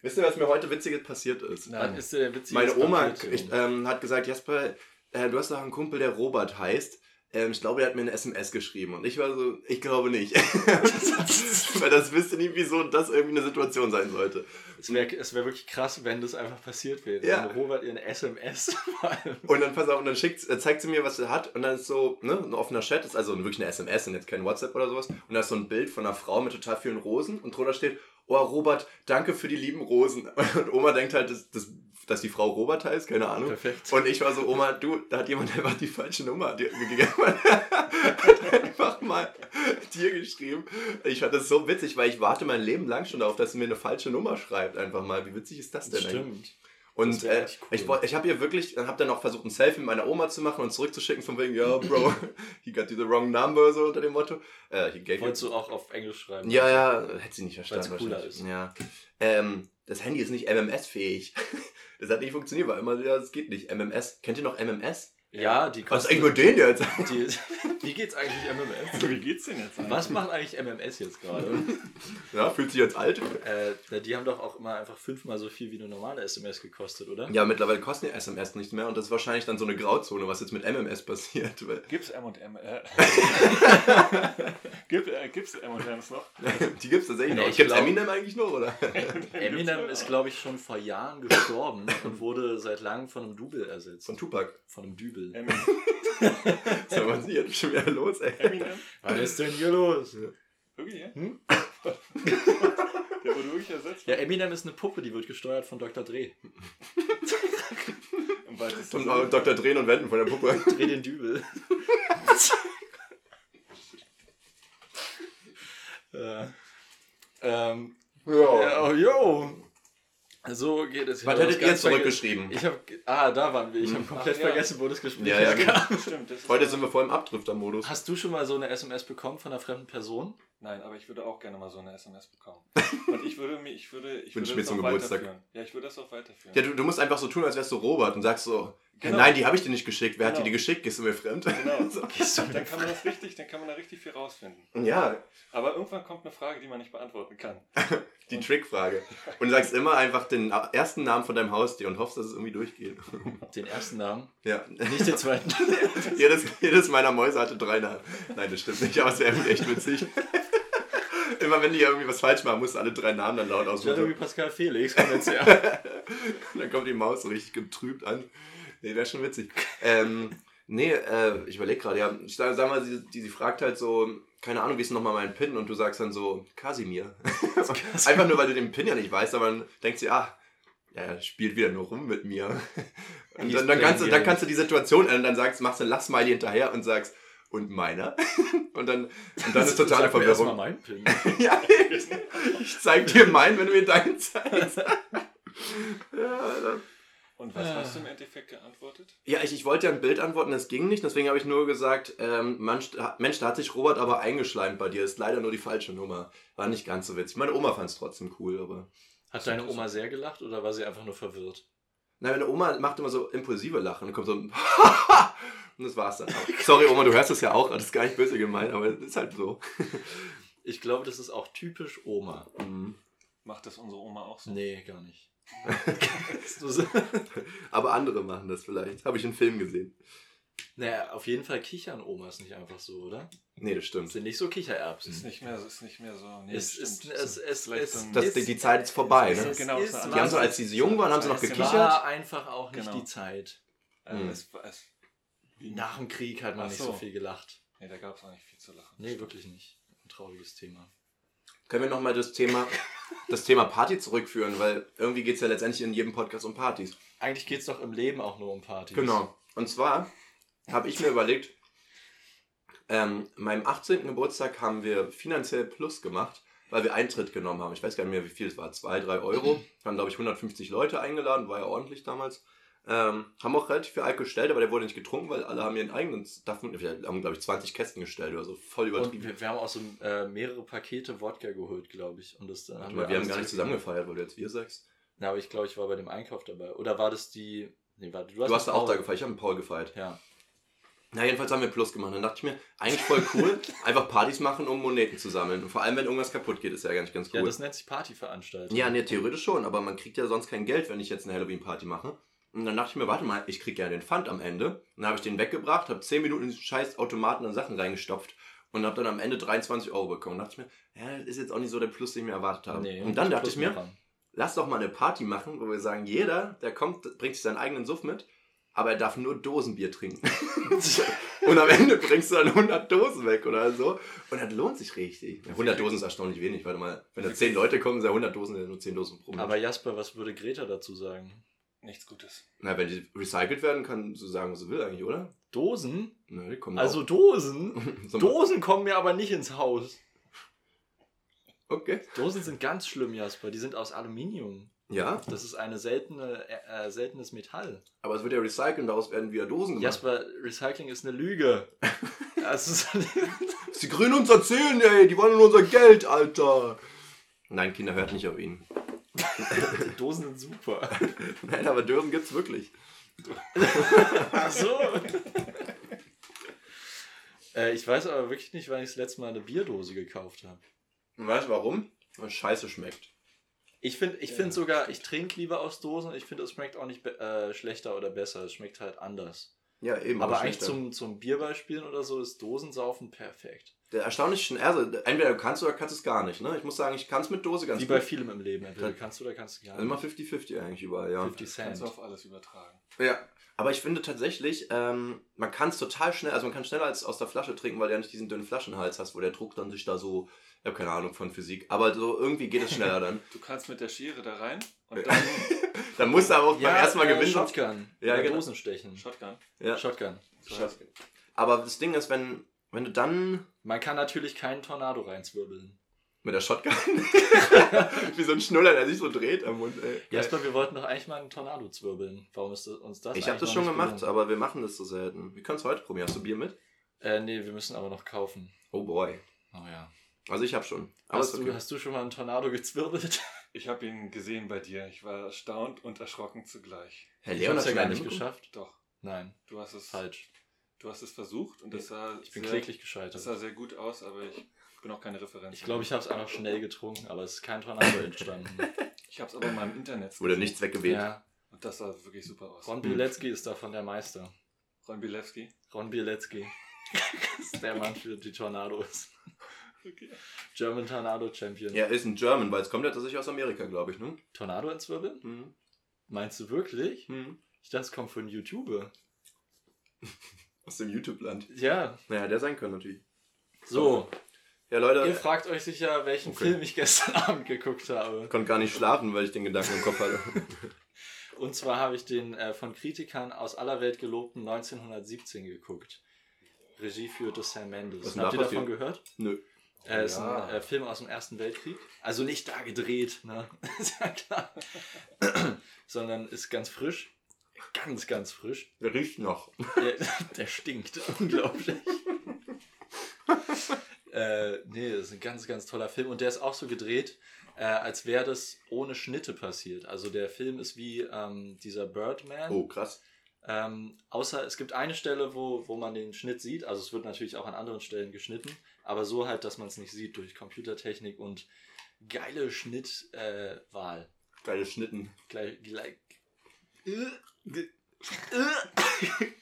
[SPEAKER 2] Wisst ihr, was mir heute Witziges passiert ist?
[SPEAKER 3] Nein.
[SPEAKER 4] Was ist denn der witzige
[SPEAKER 2] Meine Oma
[SPEAKER 4] Paket hier
[SPEAKER 2] ich,
[SPEAKER 4] oben?
[SPEAKER 2] ähm, hat gesagt, Jasper, äh, du hast doch einen Kumpel, der Robert heißt. Ähm, ich glaube, der hat mir eine SMS geschrieben. Und ich war so, ich glaube nicht. Weil das wüsste nie, wieso das irgendwie eine Situation sein sollte.
[SPEAKER 4] Es wäre es wär wirklich krass, wenn das einfach passiert wäre.
[SPEAKER 2] Ja.
[SPEAKER 4] Wenn Robert ihr eine SMS vor allem.
[SPEAKER 2] Und dann pass auf, und dann schickt, äh, zeigt sie mir, was er hat. Und dann ist so, ne, ein offener Chat, ist also wirklich eine SMS und jetzt kein WhatsApp oder sowas. Und da ist so ein Bild von einer Frau mit total vielen Rosen. Und drunter steht, oh Robert, danke für die lieben Rosen. Und Oma denkt halt, dass, dass, dass die Frau Robert heißt, keine Ahnung.
[SPEAKER 4] Perfekt.
[SPEAKER 2] Und ich war so, Oma, du, da hat jemand einfach die falsche Nummer dir gegeben. hat einfach mal dir geschrieben. Ich fand das so witzig, weil ich warte mein Leben lang schon darauf, dass sie mir eine falsche Nummer schreibt. Einfach mal. Wie witzig ist das denn? eigentlich?
[SPEAKER 4] Stimmt.
[SPEAKER 2] Und
[SPEAKER 4] Das wär
[SPEAKER 2] äh,
[SPEAKER 4] echt cool.
[SPEAKER 2] ich, woll- ich habe ihr wirklich, habe dann auch versucht, ein Selfie mit meiner Oma zu machen und zurückzuschicken, von wegen, ja, Bro, he got you the wrong number, so unter dem Motto. Äh, he gave you
[SPEAKER 4] Wolltest du auch auf Englisch schreiben?
[SPEAKER 2] ja, ja, hätte sie nicht verstanden.
[SPEAKER 4] Weil's cooler
[SPEAKER 2] wahrscheinlich. Ja. Ähm, das Handy ist nicht MMS-fähig. Das hat nicht funktioniert, weil immer, ja, das geht nicht. MMS. Kennt ihr noch MMS?
[SPEAKER 4] Ja, die
[SPEAKER 2] Was ist eigentlich mit denen jetzt?
[SPEAKER 4] die, Wie geht's eigentlich MMS?
[SPEAKER 3] Wie geht's denn jetzt? eigentlich?
[SPEAKER 4] Was macht eigentlich MMS jetzt gerade?
[SPEAKER 2] Ja, fühlt sich jetzt alt?
[SPEAKER 4] äh, na, die haben doch auch immer einfach fünfmal so viel wie eine normale SMS gekostet, oder?
[SPEAKER 2] Ja, mittlerweile kosten die SMS nichts mehr und das ist wahrscheinlich dann so eine Grauzone, was jetzt mit MMS passiert. Weil
[SPEAKER 3] Gibt's M&M? Äh, Gibt, äh, gibt's M&M's noch?
[SPEAKER 2] die gibt's tatsächlich noch.
[SPEAKER 4] Nee, ich
[SPEAKER 2] Gibt's
[SPEAKER 4] glaub-
[SPEAKER 2] Eminem eigentlich noch, oder?
[SPEAKER 4] Eminem ist, glaube ich, schon vor Jahren gestorben und wurde seit langem von einem Double ersetzt.
[SPEAKER 2] Von Tupac.
[SPEAKER 4] Von einem Dübel.
[SPEAKER 3] Eminem?
[SPEAKER 2] So, was ist hier schon wieder los, ey?
[SPEAKER 3] Eminem?
[SPEAKER 4] Was ist denn hier los?
[SPEAKER 3] Wirklich, ja?
[SPEAKER 4] Hm?
[SPEAKER 3] Der wurde wirklich ersetzt.
[SPEAKER 4] Ja, Eminem ist eine Puppe, die wird gesteuert von Dr. Dreh.
[SPEAKER 3] Im weitesten
[SPEAKER 2] Und
[SPEAKER 3] Sinne.
[SPEAKER 2] Dr. Drehen und Wenden von der Puppe.
[SPEAKER 4] Dreh den Dübel. äh, ähm, ja, oh, yo. So geht es. Ich
[SPEAKER 2] Was
[SPEAKER 4] hab
[SPEAKER 2] hättet
[SPEAKER 4] das
[SPEAKER 2] ihr
[SPEAKER 4] ganz verge-
[SPEAKER 2] zurückgeschrieben? Hm.
[SPEAKER 4] Ich habe, ah, da waren wir. Ich habe komplett
[SPEAKER 3] Ach, ja.
[SPEAKER 4] vergessen, wo das Gespräch
[SPEAKER 2] Ja, ja,
[SPEAKER 4] kam.
[SPEAKER 3] Stimmt, das ist
[SPEAKER 2] Heute sind wir voll im Abdrifter-Modus.
[SPEAKER 4] Hast du schon mal so eine SMS bekommen von einer fremden Person?
[SPEAKER 3] Nein, aber ich würde auch gerne mal so eine SMS bekommen. Und ich würde mich, ich würde, ich
[SPEAKER 2] Wünsch
[SPEAKER 3] würde
[SPEAKER 2] mir
[SPEAKER 3] das
[SPEAKER 2] zum
[SPEAKER 3] auch
[SPEAKER 2] Geburtstag.
[SPEAKER 3] weiterführen. Ja, ich würde das auch weiterführen.
[SPEAKER 2] Ja, du, du musst einfach so tun, als wärst du Robert und sagst so,
[SPEAKER 3] Genau.
[SPEAKER 2] nein, die habe ich dir nicht geschickt. Wer hat dir
[SPEAKER 3] Genau.
[SPEAKER 2] die geschickt? Gehst du mir fremd?
[SPEAKER 3] Genau.
[SPEAKER 2] so.
[SPEAKER 3] Dann kann man das richtig, dann kann man da richtig viel rausfinden.
[SPEAKER 2] Ja,
[SPEAKER 3] Aber irgendwann kommt eine Frage, die man nicht beantworten kann.
[SPEAKER 2] die Trickfrage. Und du sagst immer einfach den ersten Namen von deinem Haustier und hoffst, dass es irgendwie durchgeht.
[SPEAKER 4] Den ersten Namen,
[SPEAKER 2] Ja,
[SPEAKER 4] nicht den zweiten.
[SPEAKER 2] jedes, jedes meiner Mäuse hatte drei Namen. Nein, das stimmt nicht, aber es wäre irgendwie echt witzig. Immer wenn die irgendwie was falsch machen, musst du alle drei Namen dann laut
[SPEAKER 4] Ich werde
[SPEAKER 2] ausrufen.
[SPEAKER 4] irgendwie Pascal Felix kommt jetzt her.
[SPEAKER 2] Dann kommt die Maus so richtig getrübt an. Nee, wäre schon witzig. Ähm, Nee, äh, ich überlege gerade, ja. Ich sag, sag mal, sie, die, sie fragt halt so, keine Ahnung, wie ist denn nochmal mein Pin? Und du sagst dann so, Kasimir. Einfach nur, weil du den Pin ja nicht weißt, aber dann denkt sie, ah, er spielt wieder nur rum mit mir. Und
[SPEAKER 4] Jetzt
[SPEAKER 2] dann, dann, kannst, du,
[SPEAKER 4] bringen
[SPEAKER 2] dann
[SPEAKER 4] wir-
[SPEAKER 2] kannst du die Situation ändern, dann sagst, machst du ein Lachsmiley hinterher und sagst, und meiner? Und dann, und dann ist totale
[SPEAKER 4] Sag mir erstmal
[SPEAKER 2] Verwirrung.
[SPEAKER 4] mein Pin.
[SPEAKER 2] Ja, ich, ich zeig dir meinen, wenn du mir deinen zeigst. ja, dann
[SPEAKER 3] Und was
[SPEAKER 4] Ah.
[SPEAKER 3] hast du im Endeffekt geantwortet?
[SPEAKER 2] Ja, ich, ich wollte ja ein Bild antworten, das ging nicht, deswegen habe ich nur gesagt, ähm, Mensch, da- Mensch, da hat sich Robert aber eingeschleimt bei dir, ist leider nur die falsche Nummer. War nicht ganz so witzig. Meine Oma fand es trotzdem cool, aber.
[SPEAKER 4] Hat deine Oma sehr gelacht oder war sie einfach nur verwirrt?
[SPEAKER 2] Na, meine Oma macht immer so impulsive Lachen und kommt so. und das war's dann auch. Sorry, Oma, du hörst es ja auch, das ist gar nicht böse gemeint, aber es ist halt so.
[SPEAKER 4] Ich glaube, das ist auch typisch Oma.
[SPEAKER 2] Mhm.
[SPEAKER 3] Macht das unsere Oma auch so?
[SPEAKER 4] Nee, gar nicht. So so-
[SPEAKER 2] Aber andere machen das vielleicht. Habe ich einen Film gesehen.
[SPEAKER 4] naja, auf jeden Fall kichern Omas nicht einfach so, oder?
[SPEAKER 2] Nee, das
[SPEAKER 4] Das
[SPEAKER 2] stimmt.
[SPEAKER 4] sind nicht so Kichererbsen.
[SPEAKER 3] Ist nicht mehr so, ist nicht mehr so. Nee,
[SPEAKER 4] Es
[SPEAKER 3] stimmt. Also
[SPEAKER 4] ist- es- es-
[SPEAKER 3] Vielleicht
[SPEAKER 4] es-
[SPEAKER 3] so ein-
[SPEAKER 2] Das, die, die Zeit ist vorbei,
[SPEAKER 4] Es
[SPEAKER 2] ne?
[SPEAKER 4] ist-
[SPEAKER 3] Genau,
[SPEAKER 4] es
[SPEAKER 3] so eine
[SPEAKER 2] Die haben so, als sie jung waren, haben sie noch
[SPEAKER 3] Es war-
[SPEAKER 4] war
[SPEAKER 2] gekichert.
[SPEAKER 4] einfach auch nicht
[SPEAKER 3] Genau.
[SPEAKER 4] die Zeit.
[SPEAKER 3] also
[SPEAKER 4] hm.
[SPEAKER 2] Mhm.
[SPEAKER 3] es, es,
[SPEAKER 4] Nach dem Krieg hat man
[SPEAKER 3] Ach
[SPEAKER 4] nicht so
[SPEAKER 3] so.
[SPEAKER 4] viel gelacht.
[SPEAKER 3] nee, da gab es auch nicht viel zu lachen.
[SPEAKER 4] Nee, wirklich nicht. Ein trauriges Thema.
[SPEAKER 2] Können wir nochmal das Thema, das Thema Party zurückführen, weil irgendwie geht es ja letztendlich in jedem Podcast um Partys.
[SPEAKER 4] Eigentlich geht es doch im Leben auch nur um Partys.
[SPEAKER 2] Genau. Und zwar habe ich mir überlegt, ähm, meinem 18. Geburtstag haben wir finanziell Plus gemacht, weil wir Eintritt genommen haben. Ich weiß gar nicht mehr, wie viel es war. 2, 3 Euro.
[SPEAKER 4] Mhm.
[SPEAKER 2] Haben, glaube ich, 150 Leute eingeladen. War ja ordentlich damals. Ähm, haben auch relativ viel Alkohol gestellt, aber der wurde nicht getrunken, weil alle haben ihren eigenen Stuff. Wir haben, glaube ich, 20 Kästen gestellt oder so. Voll
[SPEAKER 4] Und
[SPEAKER 2] übertrieben.
[SPEAKER 4] wir, wir haben auch so äh, mehrere Pakete Wodka geholt, glaube ich. Und das dann
[SPEAKER 2] Warte mal, wir haben
[SPEAKER 4] alles
[SPEAKER 2] gar nicht
[SPEAKER 4] zurückgegeben.
[SPEAKER 2] zusammengefeiert, weil du jetzt wir sagst.
[SPEAKER 4] Na, aber ich glaube, ich war bei dem Einkauf dabei. Oder war das die. Nee, warte, du hast,
[SPEAKER 2] Du hast auch da
[SPEAKER 4] Paul-
[SPEAKER 2] gefeiert. Ich habe mit Paul gefeiert.
[SPEAKER 4] Ja.
[SPEAKER 2] Na, jedenfalls haben wir Plus gemacht. Dann dachte ich mir, eigentlich voll cool, einfach Partys machen, um Moneten zu sammeln. Und vor allem, wenn irgendwas kaputt geht, ist ja eigentlich ganz
[SPEAKER 4] ja,
[SPEAKER 2] cool.
[SPEAKER 4] das nennt sich Partyveranstaltung.
[SPEAKER 2] Ja, nee, theoretisch schon, aber man kriegt ja sonst kein Geld, wenn ich jetzt eine Halloween-Party mache. Und dann dachte ich mir, warte mal, ich krieg ja den Pfand am Ende. Und dann habe ich den weggebracht, habe 10 Minuten in diesen scheiß Automaten an Sachen reingestopft und habe dann am Ende 23 Euro bekommen. Und dachte ich mir, ja, das ist jetzt auch nicht so der Plus, den ich mir erwartet habe.
[SPEAKER 4] Nee,
[SPEAKER 2] und dann dachte
[SPEAKER 4] Plus
[SPEAKER 2] ich mir,
[SPEAKER 4] machen.
[SPEAKER 2] lass doch mal eine Party machen, wo wir sagen, jeder, der kommt, bringt sich seinen eigenen Suff mit, aber er darf nur Dosenbier trinken. und am Ende bringst du dann 100 Dosen weg oder so. Und das lohnt sich richtig. Ja, 100 Dosen ist erstaunlich wenig, warte mal. Wenn da 10 Leute kommen, sind ja 100 Dosen ja nur 10 Dosen pro Minute.
[SPEAKER 4] Aber Jasper, was würde Greta dazu sagen?
[SPEAKER 3] Nichts Gutes.
[SPEAKER 2] Na, wenn die recycelt werden, kann sie sagen, was sie will eigentlich, oder?
[SPEAKER 4] Dosen?
[SPEAKER 2] Na, die kommen
[SPEAKER 4] Also Dosen?
[SPEAKER 2] auch. so mal-
[SPEAKER 4] Dosen kommen mir aber nicht ins Haus.
[SPEAKER 2] Okay.
[SPEAKER 4] Dosen sind ganz schlimm, Jasper. Die sind aus Aluminium.
[SPEAKER 2] Ja,
[SPEAKER 4] Das ist ein seltene, äh, äh, seltenes Metall.
[SPEAKER 2] aber es wird ja recycelt und daraus werden wieder Dosen gemacht.
[SPEAKER 4] Jasper, Recycling ist eine Lüge. Das ist,
[SPEAKER 2] Was die Grünen uns erzählen, ey, die wollen nur unser Geld, Alter. Nein, Kinder, hört nicht auf ihn.
[SPEAKER 4] Dosen sind super.
[SPEAKER 2] Nein, aber Dosen gibt's wirklich.
[SPEAKER 4] Ach so. äh, ich weiß aber wirklich nicht, wann ich das letzte Mal eine Bierdose gekauft habe.
[SPEAKER 2] Und weißt du warum? Weil es scheiße schmeckt.
[SPEAKER 4] Ich finde ich
[SPEAKER 3] Ja,
[SPEAKER 4] find sogar, ich trinke lieber aus Dosen. Ich finde, es schmeckt auch nicht be- äh, schlechter oder besser. Es schmeckt halt anders.
[SPEAKER 2] Ja, eben.
[SPEAKER 4] aber
[SPEAKER 2] schlechter.
[SPEAKER 4] eigentlich zum, zum Bierballspielen oder so ist Dosensaufen perfekt.
[SPEAKER 2] Der erstaunlich schnell, also entweder du kannst oder kannst es gar nicht, ne? Ich muss sagen, ich kann es mit Dose ganz
[SPEAKER 4] Wie bei vielem im Leben. Entweder
[SPEAKER 2] Dann-
[SPEAKER 4] kannst du oder kannst du gar
[SPEAKER 2] Also immer
[SPEAKER 4] nicht.
[SPEAKER 2] 50-50 eigentlich überall, ja.
[SPEAKER 4] 50
[SPEAKER 3] Kannst du
[SPEAKER 4] Cent.
[SPEAKER 3] auf alles übertragen.
[SPEAKER 2] Ja. Aber ich finde tatsächlich, ähm, man kann es total schnell, also man kann schneller als aus der Flasche trinken, weil du ja nicht diesen dünnen Flaschenhals hast, wo der Druck dann sich da so, ich habe keine Ahnung von Physik, aber so irgendwie geht es schneller dann.
[SPEAKER 3] Du kannst mit der Schere da rein und dann
[SPEAKER 2] Dann musst du aber auch beim ersten Mal
[SPEAKER 4] äh,
[SPEAKER 2] gewinnen.
[SPEAKER 4] Shotgun.
[SPEAKER 2] Ja,
[SPEAKER 4] Oder
[SPEAKER 2] genau.
[SPEAKER 4] Dosen stechen.
[SPEAKER 3] Shotgun.
[SPEAKER 2] Ja.
[SPEAKER 4] Shotgun.
[SPEAKER 3] So heißt-
[SPEAKER 2] Aber das Ding ist, wenn, wenn du dann
[SPEAKER 4] Man kann natürlich keinen Tornado reinzwirbeln.
[SPEAKER 2] mit der Shotgun, wie so ein Schnuller, der sich so dreht am Mund, ey.
[SPEAKER 4] Jasper, wir wollten doch eigentlich mal einen Tornado zwirbeln. Warum ist das- uns das
[SPEAKER 2] Ich habe
[SPEAKER 4] eigentlich
[SPEAKER 2] das
[SPEAKER 4] noch
[SPEAKER 2] schon
[SPEAKER 4] nicht
[SPEAKER 2] gemacht,
[SPEAKER 4] gelungen?
[SPEAKER 2] aber wir machen das so selten. Wir können es heute probieren. Hast du Bier mit?
[SPEAKER 4] Äh, nee, wir müssen aber noch kaufen.
[SPEAKER 2] Oh boy.
[SPEAKER 4] Oh ja.
[SPEAKER 2] Also ich habe schon. Aber
[SPEAKER 4] Hast,
[SPEAKER 2] ist
[SPEAKER 4] du,
[SPEAKER 2] okay.
[SPEAKER 4] hast du schon mal einen Tornado gezwirbelt?
[SPEAKER 3] Ich habe ihn gesehen bei dir. Ich war erstaunt und erschrocken zugleich.
[SPEAKER 2] Herr
[SPEAKER 4] ich hab's ja
[SPEAKER 2] du
[SPEAKER 4] gar
[SPEAKER 2] einen
[SPEAKER 4] nicht
[SPEAKER 2] mitbekommen?
[SPEAKER 4] geschafft.
[SPEAKER 3] Doch,
[SPEAKER 4] Nein,
[SPEAKER 3] du hast es,
[SPEAKER 4] falsch.
[SPEAKER 3] du hast es versucht und das sah,
[SPEAKER 4] Halt. Ich bin
[SPEAKER 3] sehr,
[SPEAKER 4] kläglich
[SPEAKER 3] das
[SPEAKER 4] gescheitert.
[SPEAKER 3] sah sehr gut aus, aber ich bin auch keine Referenz.
[SPEAKER 4] Ich glaube, ich habe es einfach schnell getrunken, aber es ist kein Tornado entstanden.
[SPEAKER 3] Ich habe es aber mal im Internet
[SPEAKER 2] Wurde
[SPEAKER 3] gesehen
[SPEAKER 2] nichts weggeweht.
[SPEAKER 4] ja.
[SPEAKER 3] Und das sah wirklich super aus.
[SPEAKER 4] Ron Bielecki ist davon der Meister.
[SPEAKER 3] Ron Bielewski.
[SPEAKER 4] Ron Bielecki. ist der Mann für die Tornados. German Tornado Champion.
[SPEAKER 2] Ja, ist ein German, weil es kommt ja tatsächlich aus Amerika, glaube ich, ne?
[SPEAKER 4] Tornado entzwirbeln?
[SPEAKER 2] Mhm.
[SPEAKER 4] Meinst du wirklich?
[SPEAKER 2] Mhm.
[SPEAKER 4] Ich dachte, es kommt von YouTuber.
[SPEAKER 2] Aus dem YouTube-Land.
[SPEAKER 4] Ja,
[SPEAKER 2] Naja, der sein können natürlich.
[SPEAKER 4] so.
[SPEAKER 2] Ja, Leute,
[SPEAKER 4] Ihr
[SPEAKER 2] ich
[SPEAKER 4] fragt euch sicher, welchen
[SPEAKER 2] Äh, Okay.
[SPEAKER 4] Film ich gestern Abend geguckt habe.
[SPEAKER 2] konnte gar nicht schlafen, weil ich den Gedanken im Kopf hatte.
[SPEAKER 4] Und zwar habe ich den äh, von Kritikern aus aller Welt gelobten 1917 geguckt. Regie führte
[SPEAKER 2] Was ist
[SPEAKER 4] Sam Mendes.
[SPEAKER 2] denn
[SPEAKER 4] Habt
[SPEAKER 2] da
[SPEAKER 4] ihr davon
[SPEAKER 2] passiert?
[SPEAKER 4] gehört?
[SPEAKER 2] Nö.
[SPEAKER 4] Äh, Ist
[SPEAKER 3] Ja.
[SPEAKER 4] ein äh, Film aus dem Ersten Weltkrieg. Also nicht da gedreht, ne? ist ja klar. Sondern ist ganz frisch. Ganz, ganz frisch.
[SPEAKER 2] Der riecht noch.
[SPEAKER 4] Der, der stinkt, unglaublich. äh, nee, das ist ein ganz, ganz toller Film. Und der ist auch so gedreht, äh, als wäre das ohne Schnitte passiert. Also der Film ist wie ähm, dieser Birdman.
[SPEAKER 2] Oh, krass.
[SPEAKER 4] Ähm, außer es gibt eine Stelle, wo, wo man den Schnitt sieht. Also es wird natürlich auch an anderen Stellen geschnitten, aber so halt, dass man es nicht sieht durch Computertechnik und geile Schnittwahl. Äh, Wahl.
[SPEAKER 2] Geile Schnitten.
[SPEAKER 4] gleich, gleich, äh,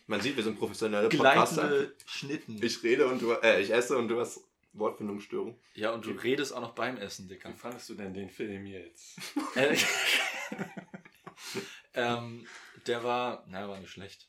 [SPEAKER 2] Man sieht, wir sind professionelle Podcaster.
[SPEAKER 4] gleitende Schnitten.
[SPEAKER 2] Ich rede und du, äh, ich esse und du hast Wortfindungsstörung.
[SPEAKER 4] Ja, und du redest auch noch beim Essen, Dicker.
[SPEAKER 3] Wie fandest du denn den Film jetzt?
[SPEAKER 4] Äh, ähm, der war, naja, war nicht schlecht.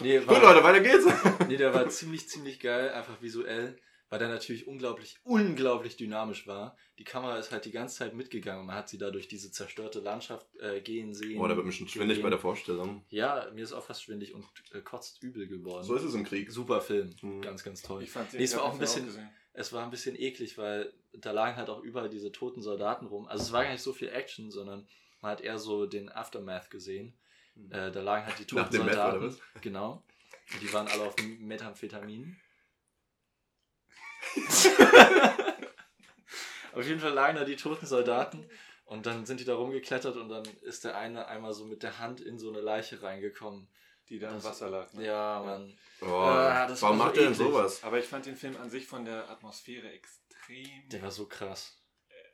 [SPEAKER 4] nee,
[SPEAKER 2] Gut,
[SPEAKER 4] war,
[SPEAKER 2] Leute, weiter geht's.
[SPEAKER 4] nee, der war ziemlich, ziemlich geil, einfach visuell, weil der natürlich unglaublich, unglaublich dynamisch war. Die Kamera ist halt die ganze Zeit mitgegangen und man hat sie da durch diese zerstörte Landschaft äh, gehen sehen.
[SPEAKER 2] Boah, da wird mir schon schwindig
[SPEAKER 4] Gehen.
[SPEAKER 2] bei Oh, der Vorstellung.
[SPEAKER 4] Ja, mir ist auch fast schwindig und äh, kotzt übel geworden.
[SPEAKER 2] So ist es im Krieg.
[SPEAKER 4] Super Film,
[SPEAKER 2] Mhm.
[SPEAKER 4] ganz, ganz toll.
[SPEAKER 3] fand
[SPEAKER 4] Nee, es war
[SPEAKER 3] hab
[SPEAKER 4] auch ein
[SPEAKER 3] den
[SPEAKER 4] bisschen-
[SPEAKER 3] gesehen.
[SPEAKER 4] es war ein bisschen eklig, weil da lagen halt auch überall diese toten Soldaten rum. Also es war gar nicht so viel Action, sondern man hat eher so den Aftermath gesehen. Äh, da lagen halt die toten
[SPEAKER 2] Nach dem Meth,
[SPEAKER 4] Soldaten.
[SPEAKER 2] oder
[SPEAKER 4] Genau. Und die waren alle auf Methamphetamin. auf jeden Fall lagen da die toten Soldaten und dann sind die da rumgeklettert und dann ist der eine einmal so mit der Hand in so eine Leiche reingekommen.
[SPEAKER 3] Die da im
[SPEAKER 4] Das-
[SPEAKER 3] Wasser lag. Ne?
[SPEAKER 4] Ja, Mann.
[SPEAKER 2] Oh,
[SPEAKER 4] Ah, das
[SPEAKER 2] warum
[SPEAKER 4] war so
[SPEAKER 2] macht er denn
[SPEAKER 4] eklig.
[SPEAKER 2] sowas?
[SPEAKER 3] Aber ich fand den Film an sich von der Atmosphäre extrem,
[SPEAKER 4] Der war so krass.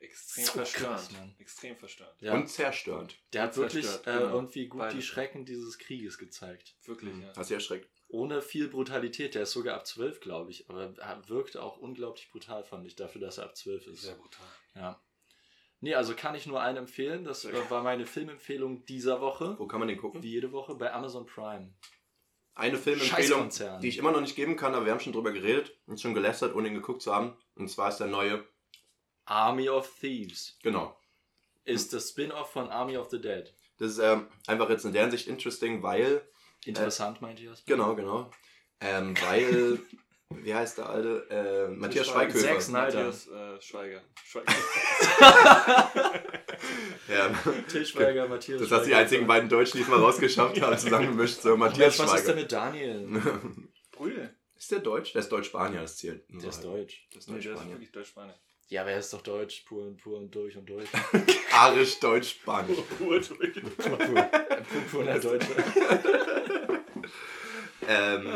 [SPEAKER 3] extrem
[SPEAKER 4] so krass,
[SPEAKER 3] verstörend.
[SPEAKER 4] Mann.
[SPEAKER 3] extrem verstörend.
[SPEAKER 4] Ja.
[SPEAKER 2] Und zerstört.
[SPEAKER 4] Der hat wirklich
[SPEAKER 3] Zerstört,
[SPEAKER 4] äh,
[SPEAKER 3] genau.
[SPEAKER 4] irgendwie gut die
[SPEAKER 3] Beides.
[SPEAKER 4] Schrecken dieses Krieges gezeigt.
[SPEAKER 3] Wirklich, ja.
[SPEAKER 2] Hast du erschreckt?
[SPEAKER 4] Ohne viel Brutalität. Der ist sogar ab 12, glaube ich. Aber er wirkte auch unglaublich brutal, fand ich, dafür, dass er ab 12 ist.
[SPEAKER 3] Sehr brutal.
[SPEAKER 4] Ja. Nee, also kann ich nur einen empfehlen. Das äh, war meine Filmempfehlung dieser Woche.
[SPEAKER 2] Wo kann man den gucken?
[SPEAKER 4] Wie jede Woche bei Amazon Prime.
[SPEAKER 2] Eine Filmempfehlung,
[SPEAKER 4] Scheißkonzern.
[SPEAKER 2] die ich immer noch nicht geben kann, aber wir haben schon drüber geredet und schon gelästert, ohne ihn geguckt zu haben. Und zwar ist der neue,
[SPEAKER 4] Army of Thieves
[SPEAKER 2] genau,
[SPEAKER 4] ist das Spin-off von Army of the Dead.
[SPEAKER 2] Das ist ähm, einfach jetzt in der Hinsicht interesting, weil.
[SPEAKER 4] Interessant, meint ihr das?
[SPEAKER 2] Genau, genau. Ähm, weil. wie heißt der alte? Äh, Matthias Schweighöfer.
[SPEAKER 4] Zack Snyder.
[SPEAKER 3] Matthias äh, Schweiger. Schweiger.
[SPEAKER 2] Ja.
[SPEAKER 4] Til Schweiger, Matthias
[SPEAKER 2] Das hast du die einzigen beiden Deutschen, die es mal rausgeschafft haben, zusammengemischt. So, Matthias
[SPEAKER 4] Matthias Was ist denn
[SPEAKER 2] Schweiger.
[SPEAKER 4] mit Daniel?
[SPEAKER 3] Brühl.
[SPEAKER 2] Ist der Deutsch? Der ist Deutsch-Spanier, das zählt.
[SPEAKER 4] Der ist deutsch.
[SPEAKER 2] Das ist
[SPEAKER 3] Nee, der ist
[SPEAKER 2] Deutsch-Spanier.
[SPEAKER 3] wirklich Deutsch-Spanier.
[SPEAKER 4] Ja, aber er ist doch deutsch, pur und pur und durch und durch.
[SPEAKER 2] Arisch, Deutsch-Spanisch.
[SPEAKER 4] pur, pur, pur, pur der Deutsche.
[SPEAKER 2] Ähm,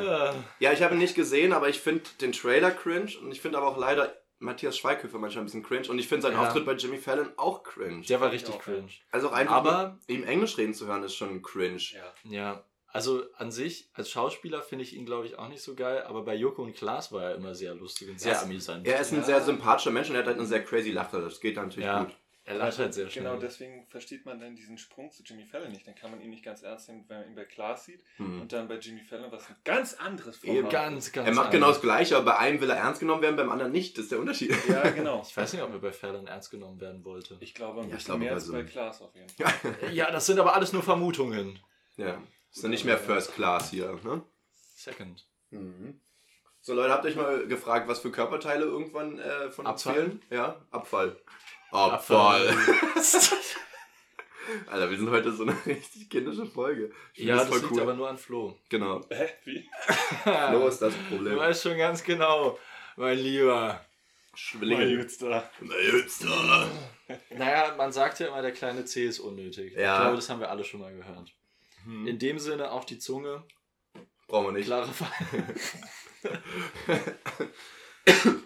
[SPEAKER 2] ja, ich habe ihn nicht gesehen, aber ich finde den Trailer cringe und ich finde aber auch leider Matthias Schweighöfer manchmal ein bisschen cringe und ich finde seinen
[SPEAKER 4] Ja.
[SPEAKER 2] Auftritt bei Jimmy Fallon auch cringe.
[SPEAKER 4] Der war richtig
[SPEAKER 3] Ja.
[SPEAKER 4] cringe.
[SPEAKER 2] Also auch einfach
[SPEAKER 4] Aber-
[SPEAKER 2] nur ihm Englisch reden zu hören, ist schon cringe.
[SPEAKER 3] Ja.
[SPEAKER 4] Ja, also an sich, als Schauspieler finde ich ihn, glaube ich, auch nicht so geil, aber bei Joko und Klaas war er immer sehr lustig und sehr
[SPEAKER 2] Ja,
[SPEAKER 4] amüsant.
[SPEAKER 2] Er ist ein
[SPEAKER 3] Ja.
[SPEAKER 2] sehr sympathischer Mensch und er hat halt eine sehr crazy Lache. Das geht dann natürlich
[SPEAKER 4] Ja.
[SPEAKER 2] gut.
[SPEAKER 4] er lacht halt sehr schnell.
[SPEAKER 3] Genau deswegen versteht man dann diesen Sprung zu Jimmy Fallon nicht. Dann kann man ihn nicht ganz ernst nehmen, wenn man ihn bei Klaas sieht.
[SPEAKER 2] Hm.
[SPEAKER 3] Und dann bei Jimmy Fallon was ein ganz anderes
[SPEAKER 2] Eben.
[SPEAKER 4] Mhm. Ganz, ganz.
[SPEAKER 2] Er macht
[SPEAKER 4] anders.
[SPEAKER 2] genau das Gleiche, aber bei einem will er ernst genommen werden, beim anderen nicht. Das ist der Unterschied.
[SPEAKER 3] Ja, genau.
[SPEAKER 4] Ich weiß nicht, ob er bei Fallon ernst genommen werden wollte.
[SPEAKER 3] Ich glaube, ein
[SPEAKER 2] Ja, ich
[SPEAKER 3] bisschen
[SPEAKER 2] glaube,
[SPEAKER 3] mehr
[SPEAKER 2] bei
[SPEAKER 3] als
[SPEAKER 2] so
[SPEAKER 3] bei
[SPEAKER 2] einem-
[SPEAKER 3] Klaas auf jeden Fall.
[SPEAKER 4] Ja, das sind aber alles nur Vermutungen.
[SPEAKER 2] Ja. Ist dann nicht mehr First Class hier. Ne?
[SPEAKER 4] Second.
[SPEAKER 2] So, Leute, habt ihr euch mal gefragt, was für Körperteile irgendwann äh, von uns
[SPEAKER 4] Abfall?
[SPEAKER 2] fehlen? Ja, Abfall. Oh, Abfall. Alter, wir sind heute so eine richtig kindische Folge. Ich find
[SPEAKER 4] ja, das liegt aber nur an Flo.
[SPEAKER 2] Genau.
[SPEAKER 3] Hä? Wie?
[SPEAKER 2] Flo ist das
[SPEAKER 4] Du
[SPEAKER 2] Problem.
[SPEAKER 4] weißt schon ganz genau, mein Lieber.
[SPEAKER 2] Schwillinge.
[SPEAKER 3] Jutster.
[SPEAKER 2] Na, jetzt, äh.
[SPEAKER 4] Naja, man sagt ja immer, der kleine C ist unnötig.
[SPEAKER 2] Ja.
[SPEAKER 4] Ich glaube, das haben wir alle schon mal gehört.
[SPEAKER 2] Hm.
[SPEAKER 4] In dem Sinne auch die Zunge.
[SPEAKER 2] Brauchen wir nicht.
[SPEAKER 4] Klare Fall.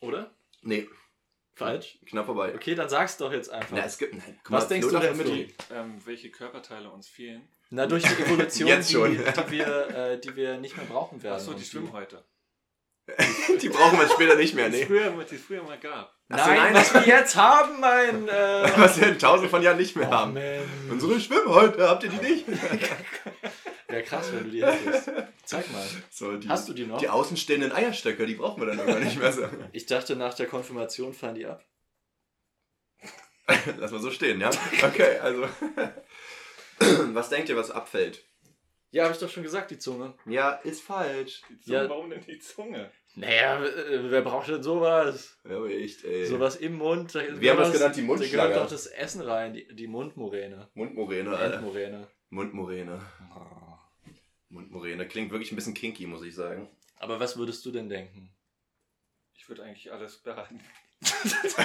[SPEAKER 4] Oder?
[SPEAKER 2] Nee,
[SPEAKER 4] Falsch?
[SPEAKER 2] knapp vorbei.
[SPEAKER 4] Okay, dann sag's doch jetzt einfach.
[SPEAKER 2] Na, es gibt. Na, guck
[SPEAKER 4] Was
[SPEAKER 2] mal,
[SPEAKER 4] denkst
[SPEAKER 2] Flo
[SPEAKER 4] du denn,
[SPEAKER 2] darf
[SPEAKER 4] Flo?
[SPEAKER 2] mitreden.
[SPEAKER 3] Ähm, welche Körperteile uns fehlen?
[SPEAKER 4] Na, durch die Evolution,
[SPEAKER 2] Jetzt schon.
[SPEAKER 4] Die, die, wir, äh, die wir nicht mehr brauchen werden.
[SPEAKER 3] Achso,
[SPEAKER 4] Und
[SPEAKER 3] die Schwimmhäute.
[SPEAKER 2] Die brauchen wir später nicht mehr,
[SPEAKER 3] Die es
[SPEAKER 2] nee.
[SPEAKER 3] früher, die es früher mal gab.
[SPEAKER 2] Ach so, nein.
[SPEAKER 4] Nein, was wir jetzt haben, mein... Äh... oh,
[SPEAKER 2] Was wir in tausend von Jahren nicht mehr haben.
[SPEAKER 4] Mensch.
[SPEAKER 2] Unsere Schwimmhäute, habt ihr die nicht?
[SPEAKER 4] Wäre krass, wenn du die hättest. Zeig mal.
[SPEAKER 2] So, die,
[SPEAKER 4] Hast du die noch?
[SPEAKER 2] die außenstehenden Eierstöcker, die brauchen wir dann irgendwann nicht mehr. So.
[SPEAKER 4] Ich dachte, nach der Konfirmation fahren die ab.
[SPEAKER 2] Lass mal so stehen, ja? Okay, also. was denkt ihr, was abfällt?
[SPEAKER 4] Ja, habe ich doch schon gesagt, die Zunge.
[SPEAKER 2] Ja, ist falsch.
[SPEAKER 3] Die Zunge,
[SPEAKER 4] Ja.
[SPEAKER 3] Warum denn die Zunge?
[SPEAKER 4] Naja, äh, wer braucht denn sowas?
[SPEAKER 2] Ja, aber echt, ey.
[SPEAKER 4] Sowas im Mund. Da,
[SPEAKER 2] Wir haben das genannt, die
[SPEAKER 4] Da gehört
[SPEAKER 2] Mundschlager.
[SPEAKER 4] doch das Essen rein, die, die Mundmoräne.
[SPEAKER 2] Mundmoräne, Alter.
[SPEAKER 4] Endmoräne.
[SPEAKER 2] Mundmoräne. Oh. Mundmoräne. Klingt wirklich ein bisschen kinky, muss ich sagen.
[SPEAKER 4] Aber was würdest du denn denken?
[SPEAKER 3] Ich würde eigentlich alles behalten.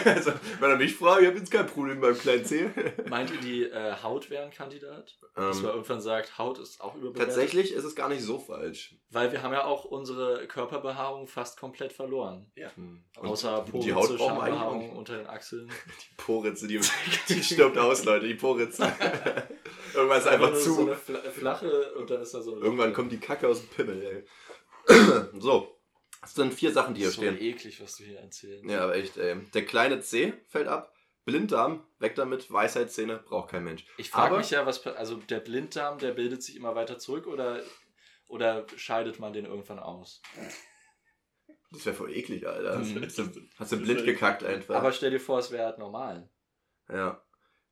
[SPEAKER 2] also, wenn er mich fragt, ich habe jetzt kein Problem beim kleinen C.
[SPEAKER 4] Meint ihr, die äh, Haut wäre ein Kandidat? Dass man
[SPEAKER 2] Ähm,
[SPEAKER 4] irgendwann sagt, Haut ist auch überbewertet?
[SPEAKER 2] tatsächlich ist es gar nicht so falsch.
[SPEAKER 4] Weil wir haben ja auch unsere Körperbehaarung fast komplett verloren.
[SPEAKER 2] Und
[SPEAKER 4] Außer
[SPEAKER 2] die Haut
[SPEAKER 4] Poren,
[SPEAKER 2] brauchen wir eigentlich auch
[SPEAKER 4] Schambehaarung
[SPEAKER 2] nicht.
[SPEAKER 4] unter den Achseln.
[SPEAKER 2] Die Poritze, die, die stirbt aus, Leute, die Poritze. Irgendwann ist einfach
[SPEAKER 4] Nur
[SPEAKER 2] zu.
[SPEAKER 4] So eine fla- flache und dann ist da so eine
[SPEAKER 2] Irgendwann kommt die Kacke aus dem Pimmel, ey. so, es sind vier Sachen, die hier
[SPEAKER 4] so
[SPEAKER 2] stehen.
[SPEAKER 4] eklig, was du hier erzählst.
[SPEAKER 2] Ja, aber echt, ey. Der kleine C fällt ab. Blinddarm, weg damit. Weisheitszähne, braucht kein Mensch.
[SPEAKER 4] Ich frage
[SPEAKER 2] Aber-
[SPEAKER 4] mich ja, was pa- also der Blinddarm, der bildet sich immer weiter zurück oder oder scheidet man den irgendwann aus?
[SPEAKER 2] Das wäre voll eklig, Alter.
[SPEAKER 4] Mhm.
[SPEAKER 2] Hast du- Hast du blind gekackt einfach.
[SPEAKER 4] Aber stell dir vor, es wäre halt normal.
[SPEAKER 2] ja.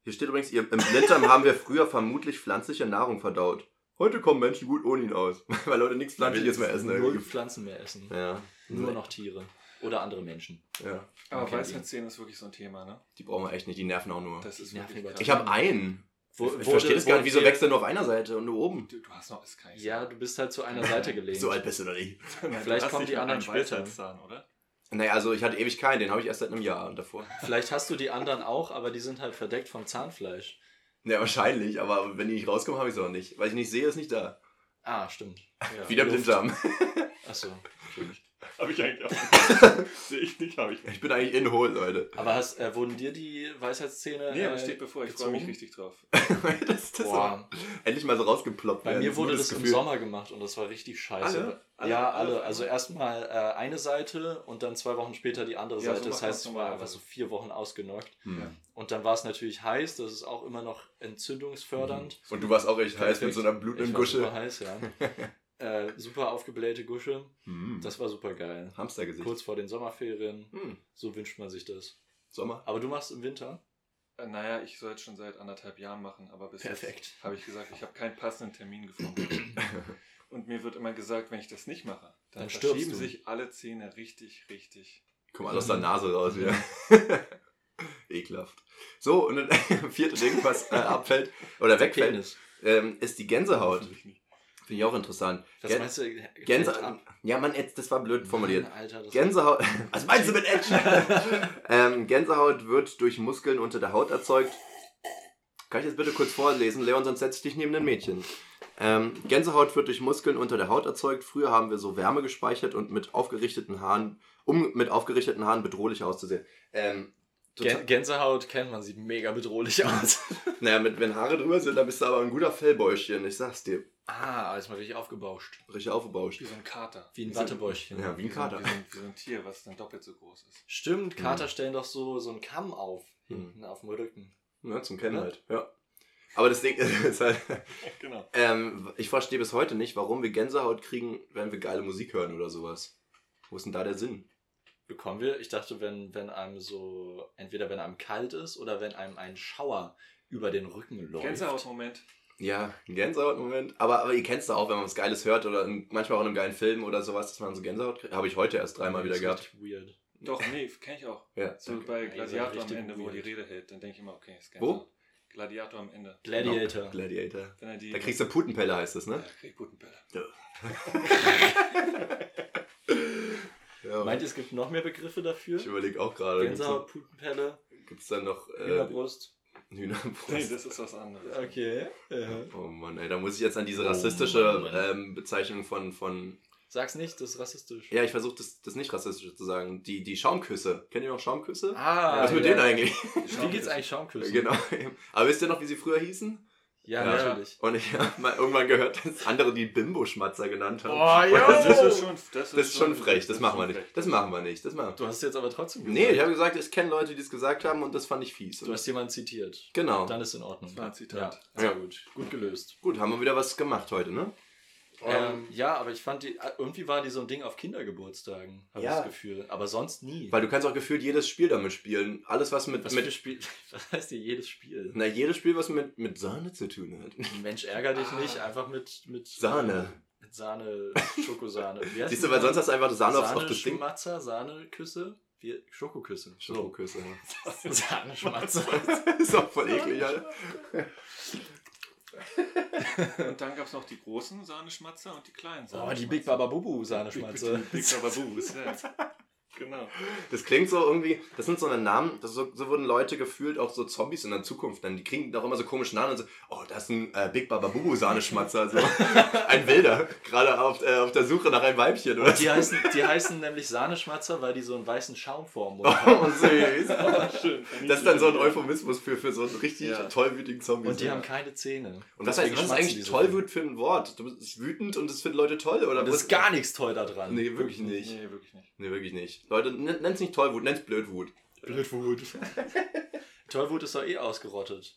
[SPEAKER 2] Hier steht übrigens, ihr, im Blinddarm haben wir früher vermutlich pflanzliche Nahrung verdaut. Heute kommen Menschen gut ohne ihn aus. Weil Leute nichts Pflanzliches mehr essen.
[SPEAKER 4] Null
[SPEAKER 2] irgendwie.
[SPEAKER 4] Pflanzen mehr essen.
[SPEAKER 2] Ja.
[SPEAKER 4] Nur noch Tiere oder andere Menschen.
[SPEAKER 2] Ja.
[SPEAKER 3] Aber
[SPEAKER 4] Okay,
[SPEAKER 3] Weisheitszähne ist wirklich so ein Thema, ne?
[SPEAKER 2] Die brauchen wir echt nicht, die nerven auch nur.
[SPEAKER 3] Das ist
[SPEAKER 4] Die nerven
[SPEAKER 3] wirklich
[SPEAKER 4] übertrieben.
[SPEAKER 3] krass.
[SPEAKER 2] Ich habe einen.
[SPEAKER 4] Wo-
[SPEAKER 2] ich
[SPEAKER 4] wurde-
[SPEAKER 2] verstehe das gar
[SPEAKER 4] wurde
[SPEAKER 2] nicht. Wieso
[SPEAKER 4] dir-
[SPEAKER 2] wächst er nur auf einer Seite und nur oben?
[SPEAKER 3] Du, du hast noch, ist kein
[SPEAKER 4] Ja, du bist halt zu einer Seite gelehnt.
[SPEAKER 2] So alt bist du noch nicht.
[SPEAKER 3] Vielleicht
[SPEAKER 4] Vielleicht kommen die anderen später.
[SPEAKER 3] Weisheitszahn, oder?
[SPEAKER 2] Naja, also ich hatte ewig keinen, den habe ich erst seit einem Jahr und davor.
[SPEAKER 4] Vielleicht hast du die anderen auch, aber die sind halt verdeckt vom Zahnfleisch.
[SPEAKER 2] Ja, wahrscheinlich, aber wenn die nicht rauskommen, habe ich sie auch nicht. Weil ich nicht sehe, ist nicht da.
[SPEAKER 4] Ah, stimmt. Ja,
[SPEAKER 2] Wieder
[SPEAKER 4] Luft.
[SPEAKER 2] Blinddarm.
[SPEAKER 4] Achso.
[SPEAKER 3] Habe ich eigentlich auch. Sehe ich nicht, habe ich nicht.
[SPEAKER 2] Ich bin eigentlich in hohl, Leute.
[SPEAKER 4] Aber hast, äh, wurden dir die Weisheitszähne?
[SPEAKER 3] Nee, aber
[SPEAKER 4] äh,
[SPEAKER 3] steht bevor, ich freue
[SPEAKER 4] gezogen?
[SPEAKER 3] mich richtig drauf.
[SPEAKER 2] das, das
[SPEAKER 4] Boah.
[SPEAKER 2] endlich mal so rausgeploppt.
[SPEAKER 4] Bei
[SPEAKER 2] werden.
[SPEAKER 4] mir wurde
[SPEAKER 2] Gutes
[SPEAKER 4] das im Sommer gemacht und das war richtig scheiße.
[SPEAKER 2] Alle? Alle?
[SPEAKER 4] ja,
[SPEAKER 3] Alle?
[SPEAKER 4] alle. Also erstmal äh, eine Seite und dann zwei Wochen später die andere
[SPEAKER 3] Ja, so
[SPEAKER 4] Seite.
[SPEAKER 3] macht
[SPEAKER 4] das
[SPEAKER 3] man's
[SPEAKER 4] heißt, ich war einfach
[SPEAKER 3] normalerweise.
[SPEAKER 4] so vier Wochen ausgenockt.
[SPEAKER 2] Hm.
[SPEAKER 4] Und dann war es natürlich heiß, das ist auch immer noch entzündungsfördernd.
[SPEAKER 2] Mhm. Und du warst auch echt heiß mit
[SPEAKER 4] Perfekt.
[SPEAKER 2] so einer
[SPEAKER 4] Ich
[SPEAKER 2] blutenden
[SPEAKER 4] war Super
[SPEAKER 2] Gusche.
[SPEAKER 4] heiß, ja. äh, super aufgeblähte Gusche.
[SPEAKER 2] Hm.
[SPEAKER 4] Das war super geil.
[SPEAKER 2] Hamstergesicht.
[SPEAKER 4] Kurz vor den Sommerferien.
[SPEAKER 2] Hm.
[SPEAKER 4] So wünscht man sich das.
[SPEAKER 2] Sommer.
[SPEAKER 4] Aber du machst im Winter?
[SPEAKER 3] Äh, Naja, ich soll es schon seit anderthalb Jahren machen, aber bis
[SPEAKER 4] Perfekt.
[SPEAKER 3] jetzt habe ich gesagt, ich habe keinen passenden Termin gefunden. Und mir wird immer gesagt, wenn ich das nicht mache, dann,
[SPEAKER 4] Dann stirbst
[SPEAKER 3] verschieben
[SPEAKER 4] du.
[SPEAKER 3] sich alle Zähne richtig, richtig.
[SPEAKER 2] Komm mal aus der Nase raus wieder. Ekelhaft. So, und das vierte Ding, was äh, abfällt oder wegfällt,
[SPEAKER 4] Penis.
[SPEAKER 2] ähm, ist die Gänsehaut.
[SPEAKER 3] Hoffentlich nicht.
[SPEAKER 2] Finde ich auch interessant.
[SPEAKER 4] Was
[SPEAKER 2] Gän-
[SPEAKER 4] meinst du? fällt
[SPEAKER 2] Gänse
[SPEAKER 4] ab?
[SPEAKER 2] ja, Mann, jetzt- das war blöd formuliert.
[SPEAKER 4] Mann, Alter, das
[SPEAKER 2] Gänsehaut. Was meinst du mit Edge? ähm, Gänsehaut wird durch Muskeln unter der Haut erzeugt. Kann ich das bitte kurz vorlesen, Leon, sonst setze ich dich neben ein Mädchen. Ähm, Gänsehaut wird durch Muskeln unter der Haut erzeugt. Früher haben wir so Wärme gespeichert und mit aufgerichteten Haaren, um mit aufgerichteten Haaren bedrohlich auszusehen. Ähm,
[SPEAKER 4] Gän-
[SPEAKER 2] total,
[SPEAKER 4] Gänsehaut kennt man, sieht mega bedrohlich aus.
[SPEAKER 2] naja, mit, wenn Haare drüber sind, dann bist du aber ein guter Fellbäuschchen. Ich sag's dir.
[SPEAKER 4] ah, alles mal richtig aufgebauscht.
[SPEAKER 2] Richtig aufgebauscht.
[SPEAKER 3] Wie so ein Kater.
[SPEAKER 4] Wie ein
[SPEAKER 3] so-
[SPEAKER 4] Wattebäuschchen.
[SPEAKER 2] Ja, wie ein
[SPEAKER 3] so-
[SPEAKER 2] Kater.
[SPEAKER 3] Wie so ein, wie so ein Tier, was dann doppelt so groß ist.
[SPEAKER 4] Stimmt, Kater stellen doch so, so einen Kamm auf, hinten auf dem Rücken.
[SPEAKER 2] Ja, zum Kennen halt. Ja. Aber das Ding ist halt.
[SPEAKER 3] Genau.
[SPEAKER 2] Ähm, ich verstehe bis heute nicht, warum wir Gänsehaut kriegen, wenn wir geile Musik hören oder sowas. Wo ist denn da der Sinn?
[SPEAKER 4] Bekommen wir? Ich dachte, wenn, wenn einem so, entweder wenn einem kalt ist oder wenn einem ein Schauer über den Rücken läuft.
[SPEAKER 3] Gänsehaut-Moment.
[SPEAKER 2] Ja, ein Gänsehaut-Moment. Aber, aber ihr kennt es doch auch, wenn man was Geiles hört oder in, manchmal auch in einem geilen Film oder sowas, dass man so Gänsehaut kriegt. Habe ich heute erst dreimal wieder
[SPEAKER 4] Das ist
[SPEAKER 2] gehabt.
[SPEAKER 4] richtig Weird.
[SPEAKER 3] Doch, nee, kenne ich auch.
[SPEAKER 2] Ja.
[SPEAKER 3] So
[SPEAKER 2] danke.
[SPEAKER 3] bei
[SPEAKER 4] Ja, ihr seid
[SPEAKER 3] Gladiator am
[SPEAKER 4] richtig
[SPEAKER 3] Ende, wo die
[SPEAKER 4] weird.
[SPEAKER 3] Rede hält, dann denke ich immer, okay, ist
[SPEAKER 2] Wo?
[SPEAKER 3] Gladiator am Ende.
[SPEAKER 4] Gladiator.
[SPEAKER 2] Gladiator.
[SPEAKER 3] Wenn er die,
[SPEAKER 2] Da kriegst du Putenpelle, heißt es,
[SPEAKER 3] ja,
[SPEAKER 2] ne?
[SPEAKER 3] krieg Putenbälle.
[SPEAKER 2] Ja.
[SPEAKER 4] Meint ihr, es gibt noch mehr Begriffe dafür?
[SPEAKER 2] ich überlege auch gerade.
[SPEAKER 4] Gänsehaut, Putenpelle,
[SPEAKER 2] Gibt es da noch äh,
[SPEAKER 4] Hühnerbrust.
[SPEAKER 3] Nee,
[SPEAKER 2] Hühnerbrust?
[SPEAKER 3] das ist was anderes.
[SPEAKER 4] Okay. äh.
[SPEAKER 2] Oh Mann, ey, da muss ich jetzt an diese
[SPEAKER 4] Oh
[SPEAKER 2] rassistische
[SPEAKER 4] Mann.
[SPEAKER 2] ähm, Bezeichnung von, von
[SPEAKER 4] Sag's nicht, das ist rassistisch.
[SPEAKER 2] Ja, ich versuche das, das nicht rassistisch zu sagen. Die, die Schaumküsse. Kennt ihr noch Schaumküsse?
[SPEAKER 4] Ah,
[SPEAKER 2] Was ist mit
[SPEAKER 4] ja.
[SPEAKER 2] denen eigentlich?
[SPEAKER 4] Wie geht's eigentlich Schaumküssen?
[SPEAKER 2] genau. Aber wisst ihr noch, wie sie früher hießen?
[SPEAKER 4] Ja,
[SPEAKER 2] Ja.
[SPEAKER 4] natürlich.
[SPEAKER 2] Und ich habe mal irgendwann gehört, dass andere die Bimbo-Schmatzer genannt haben.
[SPEAKER 3] Das ist schon, das ist
[SPEAKER 2] das ist schon frech. Das
[SPEAKER 3] ist
[SPEAKER 2] machen wir
[SPEAKER 3] schon
[SPEAKER 2] nicht.
[SPEAKER 3] frech.
[SPEAKER 2] Das machen wir nicht. Das machen wir.
[SPEAKER 4] Du hast jetzt aber trotzdem
[SPEAKER 2] Nee, ich habe gesagt, ich kenne Leute, die es gesagt haben und das fand ich fies.
[SPEAKER 4] Du hast jemanden zitiert.
[SPEAKER 2] genau.
[SPEAKER 4] Dann ist in Ordnung.
[SPEAKER 3] Das war ein Zitat.
[SPEAKER 4] Ja, sehr
[SPEAKER 2] Ja.
[SPEAKER 4] gut. Gut gelöst.
[SPEAKER 2] Gut, haben wir wieder was gemacht heute, ne?
[SPEAKER 4] Ähm, ja, aber ich fand die, äh, irgendwie war die so ein Ding auf Kindergeburtstagen, habe
[SPEAKER 2] Ja.
[SPEAKER 4] ich das Gefühl. Aber sonst nie.
[SPEAKER 2] Weil du kannst auch gefühlt jedes Spiel damit spielen. Alles, was mit.
[SPEAKER 4] was,
[SPEAKER 2] mit Ne.
[SPEAKER 4] mit Spiel, was heißt hier jedes Spiel?
[SPEAKER 2] na, jedes Spiel, was mit, mit Sahne zu tun hat.
[SPEAKER 4] Mensch, ärger dich
[SPEAKER 3] Ah.
[SPEAKER 4] nicht, einfach mit, mit
[SPEAKER 2] Sahne.
[SPEAKER 4] Mit Sahne, Schokosahne. Wie heißt
[SPEAKER 2] Siehst du,
[SPEAKER 4] die?
[SPEAKER 2] weil sonst hast du einfach Sahne, aufs- auf
[SPEAKER 4] Sahne
[SPEAKER 2] das Ding. Oh,
[SPEAKER 4] Schmatzer, Sahne Küsse, wir, Schokoküsse.
[SPEAKER 2] Schokoküsse.
[SPEAKER 4] So. Sahne Schmatzer.
[SPEAKER 2] ist auch voll eklig, Alter.
[SPEAKER 3] Und dann gab es noch die großen Sahneschmatzer und die kleinen
[SPEAKER 4] Oh,
[SPEAKER 3] Sahneschmatzer.
[SPEAKER 4] die Big Baba Bubu Sahne Schmatzer.
[SPEAKER 3] Big Baba Boos, ja. Genau.
[SPEAKER 2] Das klingt so irgendwie, das sind so eine Namen, das so, so wurden Leute gefühlt auch so Zombies in der Zukunft nennen. Die kriegen auch immer so komische Namen und so, oh, das ist ein äh, Big Baba Bubu Sahneschmatzer, so. ein Wilder, gerade auf, äh, auf der Suche nach einem Weibchen, oder?
[SPEAKER 4] Die heißen, die heißen nämlich Sahneschmatzer, weil die so einen weißen Schaum vorm Mund haben.
[SPEAKER 2] und süß.
[SPEAKER 3] Ah, Schön.
[SPEAKER 2] Das ist dann so ein Euphemismus für, für so einen richtig
[SPEAKER 4] Ja.
[SPEAKER 2] tollwütigen Zombie.
[SPEAKER 4] Und die haben keine Zähne.
[SPEAKER 2] und was, heißt,
[SPEAKER 4] Deswegen
[SPEAKER 2] was ist
[SPEAKER 4] schmatzen
[SPEAKER 2] eigentlich
[SPEAKER 4] die so
[SPEAKER 2] tollwüt für ein Wort? Du bist wütend und das finden Leute toll, oder?
[SPEAKER 4] viel. Das ist gar nichts toll da dran.
[SPEAKER 2] Nee, wirklich nicht.
[SPEAKER 3] Nee, wirklich nicht.
[SPEAKER 2] Nee, wirklich nicht. Leute, nenn- nenn's nicht Tollwut, nenn's Blödwut.
[SPEAKER 4] Blödwut. Tollwut ist doch eh ausgerottet.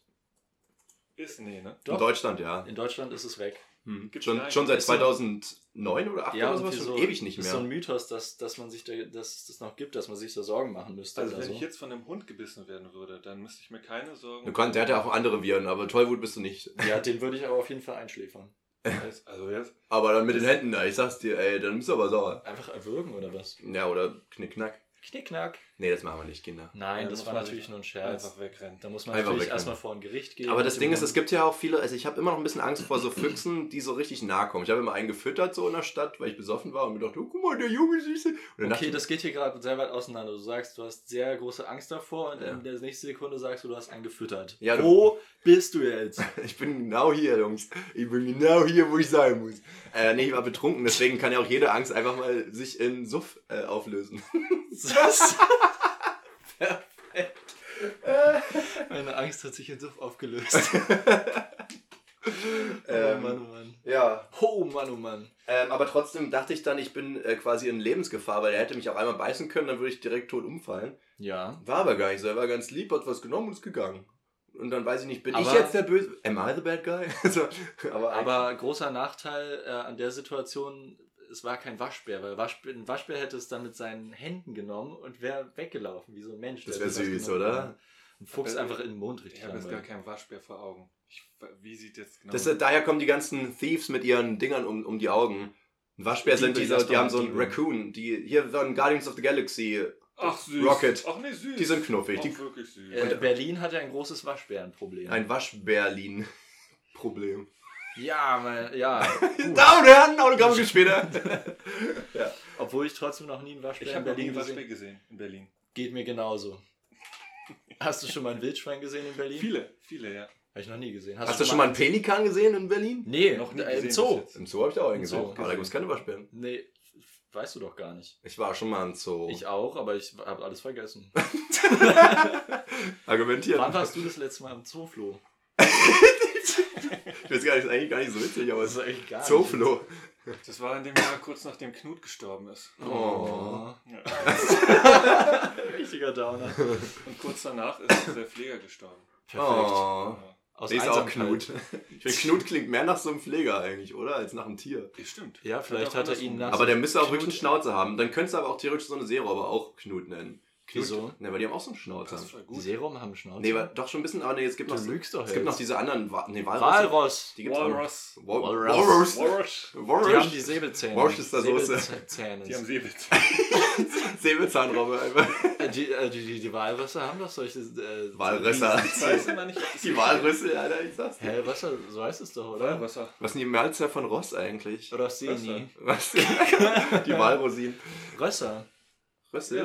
[SPEAKER 3] Ist, nee, ne?
[SPEAKER 2] In
[SPEAKER 4] Doch.
[SPEAKER 2] Deutschland, ja.
[SPEAKER 4] In Deutschland ist es weg.
[SPEAKER 2] Hm.
[SPEAKER 3] Gibt's
[SPEAKER 2] Schon,
[SPEAKER 3] gar nicht.
[SPEAKER 2] schon seit
[SPEAKER 4] Ist so ein-
[SPEAKER 2] 2009 oder 8 oder sowas,
[SPEAKER 4] irgendwie
[SPEAKER 2] schon ewig nicht
[SPEAKER 4] ist
[SPEAKER 2] mehr.
[SPEAKER 4] so ein Mythos, dass, dass man sich da, dass es das noch gibt, dass man sich da Sorgen machen müsste.
[SPEAKER 3] Also,
[SPEAKER 4] oder
[SPEAKER 3] wenn
[SPEAKER 4] so.
[SPEAKER 3] ich jetzt von einem Hund gebissen werden würde, dann müsste ich mir keine Sorgen
[SPEAKER 2] Du kannst, der hat ja auch andere Viren, aber Tollwut bist du nicht.
[SPEAKER 4] Ja, den würde ich aber auf jeden Fall einschläfern.
[SPEAKER 3] Als- Also, jetzt.
[SPEAKER 2] Aber dann mit den Händen da, ich sag's dir, ey, dann bist du aber sauer.
[SPEAKER 4] Einfach erwürgen oder was?
[SPEAKER 2] Ja, oder knickknack.
[SPEAKER 4] Knickknack.
[SPEAKER 2] Nee, das machen wir nicht, Kinder.
[SPEAKER 4] Nein,
[SPEAKER 3] Ja,
[SPEAKER 4] das
[SPEAKER 3] muss
[SPEAKER 4] war
[SPEAKER 3] man
[SPEAKER 4] natürlich
[SPEAKER 3] nicht
[SPEAKER 4] nur ein
[SPEAKER 3] Einfach
[SPEAKER 4] Scherz.
[SPEAKER 3] wegrennen.
[SPEAKER 4] Da muss man
[SPEAKER 2] Einfach
[SPEAKER 4] natürlich
[SPEAKER 2] wegrennen.
[SPEAKER 4] erstmal vor ein Gericht gehen.
[SPEAKER 2] Aber das
[SPEAKER 4] mit
[SPEAKER 2] Ding ist,
[SPEAKER 4] jemandem.
[SPEAKER 2] es gibt ja auch viele, also ich habe immer noch ein bisschen Angst vor so Füchsen, die so richtig nahe kommen. Ich habe immer einen gefüttert so in der Stadt, weil ich besoffen war und mir dachte, oh, guck mal, der junge Süße. Und dann dachte
[SPEAKER 4] Okay,
[SPEAKER 2] ich,
[SPEAKER 4] das geht hier gerade sehr weit auseinander. Du sagst, du hast sehr große Angst davor und
[SPEAKER 2] Ja.
[SPEAKER 4] in der nächsten Sekunde sagst du, du hast einen gefüttert.
[SPEAKER 2] Ja, du-
[SPEAKER 4] Wo bist du jetzt?
[SPEAKER 2] Ich bin genau hier, Jungs. Ich bin genau hier, wo ich sein muss. Äh, nee, ich war betrunken, deswegen kann ja auch jede Angst einfach mal sich in Suff äh, auflösen.
[SPEAKER 4] Was? Perfekt. Meine Angst hat sich in Suff aufgelöst.
[SPEAKER 2] Ähm.
[SPEAKER 4] Oh Mann, oh Mann.
[SPEAKER 2] Ja.
[SPEAKER 4] Oh Mann, oh Mann.
[SPEAKER 2] Ähm, aber trotzdem dachte ich dann, ich bin äh, quasi in Lebensgefahr, weil er hätte mich auch einmal beißen können, dann würde ich direkt tot umfallen.
[SPEAKER 4] Ja.
[SPEAKER 2] War aber gar nicht so. Er war ganz lieb, hat was genommen und ist gegangen. Und dann weiß ich nicht, bin ich
[SPEAKER 4] Aber-
[SPEAKER 2] jetzt der Böse? Am I the bad guy? Also, so, aber,
[SPEAKER 4] Aber großer Nachteil äh, an der Situation, es war kein Waschbär, weil Waschbär, ein Waschbär hätte es dann mit seinen Händen genommen und wäre weggelaufen, wie so ein Mensch.
[SPEAKER 2] Das
[SPEAKER 4] der
[SPEAKER 2] wär
[SPEAKER 4] sich was
[SPEAKER 2] süß,
[SPEAKER 4] genommen
[SPEAKER 2] oder?
[SPEAKER 4] hat. Ein Fuchs einfach in den Mond richtig
[SPEAKER 3] Ich habe jetzt
[SPEAKER 4] langweilig.
[SPEAKER 3] gar keinen Waschbär vor Augen. Ich, wie sieht jetzt genau.
[SPEAKER 2] das, äh, daher kommen die ganzen Thieves mit ihren Dingern um, um die Augen. Ein Waschbär sind
[SPEAKER 4] Diebe,
[SPEAKER 2] die, so,
[SPEAKER 4] erstmal
[SPEAKER 2] die haben so einen
[SPEAKER 4] Diebe.
[SPEAKER 2] Raccoon. Die, hier waren Guardians of the Galaxy
[SPEAKER 3] Ach, süß.
[SPEAKER 2] Rocket.
[SPEAKER 3] Ach, nee, süß.
[SPEAKER 2] Die sind knuffig.
[SPEAKER 3] Auch
[SPEAKER 2] Die,
[SPEAKER 3] wirklich süß.
[SPEAKER 4] Äh, Berlin hat ja ein großes Waschbärenproblem.
[SPEAKER 2] ein Waschberlin-Problem.
[SPEAKER 4] ja, weil, ja. gut.
[SPEAKER 2] Da und Herren, Autogramm ne? geht später.
[SPEAKER 4] Obwohl ich trotzdem noch nie einen Waschbär
[SPEAKER 3] ich
[SPEAKER 4] in
[SPEAKER 3] habe noch nie einen
[SPEAKER 4] Berlin gesehen
[SPEAKER 3] Waschbär gesehen in Berlin.
[SPEAKER 4] Geht mir genauso. Hast du schon mal ein Wildschwein gesehen in Berlin?
[SPEAKER 3] Viele, viele, ja.
[SPEAKER 4] Habe ich noch nie gesehen.
[SPEAKER 2] Hast du schon mal einen Pelikan gesehen in Berlin?
[SPEAKER 4] Nee,
[SPEAKER 3] Noch
[SPEAKER 4] noch
[SPEAKER 3] nie
[SPEAKER 4] nie
[SPEAKER 3] gesehen
[SPEAKER 4] im
[SPEAKER 3] bis
[SPEAKER 4] Zoo.
[SPEAKER 3] jetzt.
[SPEAKER 2] Im Zoo habe ich da auch einen gesehen.
[SPEAKER 4] Zoo
[SPEAKER 2] Aber da gibt es keine Waschbären.
[SPEAKER 4] Nee, weißt du doch gar nicht.
[SPEAKER 2] Ich war schon mal im
[SPEAKER 3] Oh.
[SPEAKER 2] Zoo.
[SPEAKER 4] Ich auch, aber ich habe alles vergessen.
[SPEAKER 2] Argumentiert.
[SPEAKER 4] Wann warst du das letzte Mal im Zoo, Flo?
[SPEAKER 2] Ich weiß gar nicht, ist eigentlich gar nicht so witzig,
[SPEAKER 4] Oh,
[SPEAKER 2] aber es ist
[SPEAKER 4] eigentlich gar
[SPEAKER 2] Zooflo.
[SPEAKER 3] Das war in dem Jahr kurz nachdem Knut gestorben ist.
[SPEAKER 2] Oh.
[SPEAKER 3] Ja.
[SPEAKER 4] Richtiger Downer.
[SPEAKER 3] Und kurz danach ist der Pfleger gestorben.
[SPEAKER 2] Oh.
[SPEAKER 3] Ja.
[SPEAKER 4] Aus
[SPEAKER 2] Nee, ist auch
[SPEAKER 4] Einsamkeit.
[SPEAKER 2] Knut. Ich finde, Knut klingt mehr nach so einem Pfleger eigentlich, oder? Als nach einem Tier.
[SPEAKER 3] Ja, stimmt.
[SPEAKER 4] Ja, vielleicht
[SPEAKER 3] Oder
[SPEAKER 4] hat er ihn
[SPEAKER 3] andersrum.
[SPEAKER 4] nach-
[SPEAKER 2] Aber der müsste auch
[SPEAKER 4] Knut-
[SPEAKER 2] wirklich eine Schnauze haben. Dann könntest du aber auch theoretisch so eine Seerobbe auch Knut nennen. Knut,
[SPEAKER 4] Wieso?
[SPEAKER 2] Ne, weil die haben auch so einen Schnauzer.
[SPEAKER 3] Das ist voll
[SPEAKER 4] Die
[SPEAKER 3] gut.
[SPEAKER 4] Serum haben Schnauze.
[SPEAKER 2] Nee, wa- doch schon ein bisschen, aber nee, es gibt
[SPEAKER 4] Du
[SPEAKER 2] noch, so-
[SPEAKER 4] lügst doch
[SPEAKER 2] es gibt
[SPEAKER 4] jetzt.
[SPEAKER 2] noch diese anderen Wa nee, Walrosse.
[SPEAKER 4] Walross.
[SPEAKER 2] Die gibt's auch noch.
[SPEAKER 3] Walrus.
[SPEAKER 2] Wal-
[SPEAKER 4] Walrus.
[SPEAKER 2] Walrus.
[SPEAKER 3] Walrus.
[SPEAKER 4] Die haben die
[SPEAKER 2] Walrus.
[SPEAKER 4] Säbelzähne.
[SPEAKER 2] Worcestersoße.
[SPEAKER 4] Säbelzähne.
[SPEAKER 3] Die haben Seewitz.
[SPEAKER 2] Säbelzahnrobbe einfach.
[SPEAKER 4] Äh, Die, äh, die, die, die Walrösser haben doch solche. Äh,
[SPEAKER 2] Walrösser.
[SPEAKER 3] Ich weiß immer nicht, ob das
[SPEAKER 2] Die Walrüssel, Alter, ich sag's dir.
[SPEAKER 4] Hä, Rösser, so heißt es doch, oder?
[SPEAKER 3] Walrösser.
[SPEAKER 2] Was sind die Mehrzahl von Ross eigentlich?
[SPEAKER 4] Oder Seni.
[SPEAKER 2] Was? die Walrosinen.
[SPEAKER 4] Rösser.
[SPEAKER 3] Ja,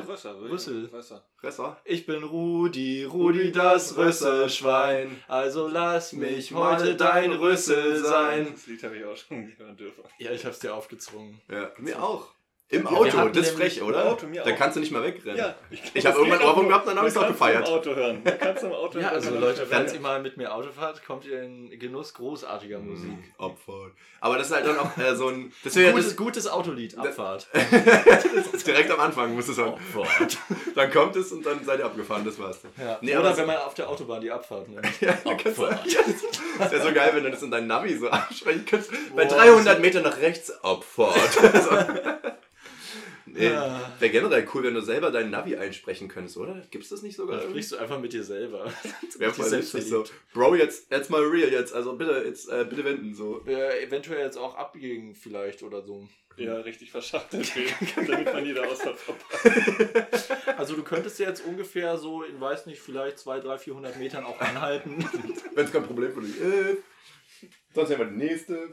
[SPEAKER 2] Rössel?
[SPEAKER 3] Rösser.
[SPEAKER 4] Rüssel.
[SPEAKER 3] Rösser.
[SPEAKER 2] Rösser?
[SPEAKER 4] Ich bin Rudi, Rudi das Rösserschwein. Also lass mich heute dein Rüssel sein.
[SPEAKER 3] Das Lied habe ich auch schon hören dürfen.
[SPEAKER 4] Ja, ich hab's dir aufgezwungen.
[SPEAKER 2] Ja, mir auch. Im
[SPEAKER 4] Wir
[SPEAKER 2] Auto,
[SPEAKER 4] hatten
[SPEAKER 2] das ist
[SPEAKER 4] nämlich-
[SPEAKER 2] frech, oder?
[SPEAKER 3] Im Auto, mir
[SPEAKER 2] da
[SPEAKER 3] auch.
[SPEAKER 2] kannst du nicht mehr wegrennen.
[SPEAKER 3] ich,
[SPEAKER 2] Ich habe irgendwann Ohrwurm gehabt, dann habe ich es auch gefeiert.
[SPEAKER 3] Kannst im Auto hören. Du kannst im Auto
[SPEAKER 4] Ja,
[SPEAKER 3] hören.
[SPEAKER 4] also
[SPEAKER 3] Dann
[SPEAKER 4] Leute,
[SPEAKER 3] kannst
[SPEAKER 4] wenn
[SPEAKER 3] du-
[SPEAKER 4] ihr mal mit mir Auto fahrt, kommt ihr in Genuss großartiger Musik.
[SPEAKER 2] Mhm, Abfahrt. Aber das ist halt dann auch äh, so ein. Das wäre ja
[SPEAKER 4] Gutes,
[SPEAKER 2] das,
[SPEAKER 4] gutes Autolied, Abfahrt.
[SPEAKER 2] direkt am Anfang, musst du sagen.
[SPEAKER 4] Abfahrt.
[SPEAKER 2] Dann kommt es und dann seid ihr abgefahren, das war's.
[SPEAKER 4] Ja.
[SPEAKER 2] Nee, aber
[SPEAKER 4] Oder
[SPEAKER 2] das-
[SPEAKER 4] wenn man auf der Autobahn die Abfahrt nimmt.
[SPEAKER 2] Ja, dann kannst du,
[SPEAKER 4] Abfahrt.
[SPEAKER 2] das wäre so geil, wenn du das in dein Navi so ansprechen könntest. Bei
[SPEAKER 4] Boah,
[SPEAKER 2] 300 Metern nach rechts, Abfahrt. so. Ah. nee,
[SPEAKER 4] Ja.
[SPEAKER 2] Wäre generell cool, wenn du selber dein Navi einsprechen könntest, oder? Gibt's das nicht sogar?
[SPEAKER 4] Da sprichst du einfach mit dir selber.
[SPEAKER 2] Wäre
[SPEAKER 4] Mit dir
[SPEAKER 2] voll lustig so.
[SPEAKER 4] selbstverliebt.
[SPEAKER 2] Bro, jetzt, jetzt mal real jetzt. Also bitte, jetzt, äh, bitte wenden so.
[SPEAKER 4] Äh, eventuell jetzt auch abbiegen vielleicht oder so.
[SPEAKER 3] Ja, richtig verschachtelt werden, damit man jeder Ausfahrt verpasst.
[SPEAKER 4] Also du könntest ja jetzt ungefähr so in, weiß nicht, vielleicht 200, 300, 400 Metern auch anhalten.
[SPEAKER 2] Wenn es kein Problem für dich ist. Sonst nehmen wir die nächste.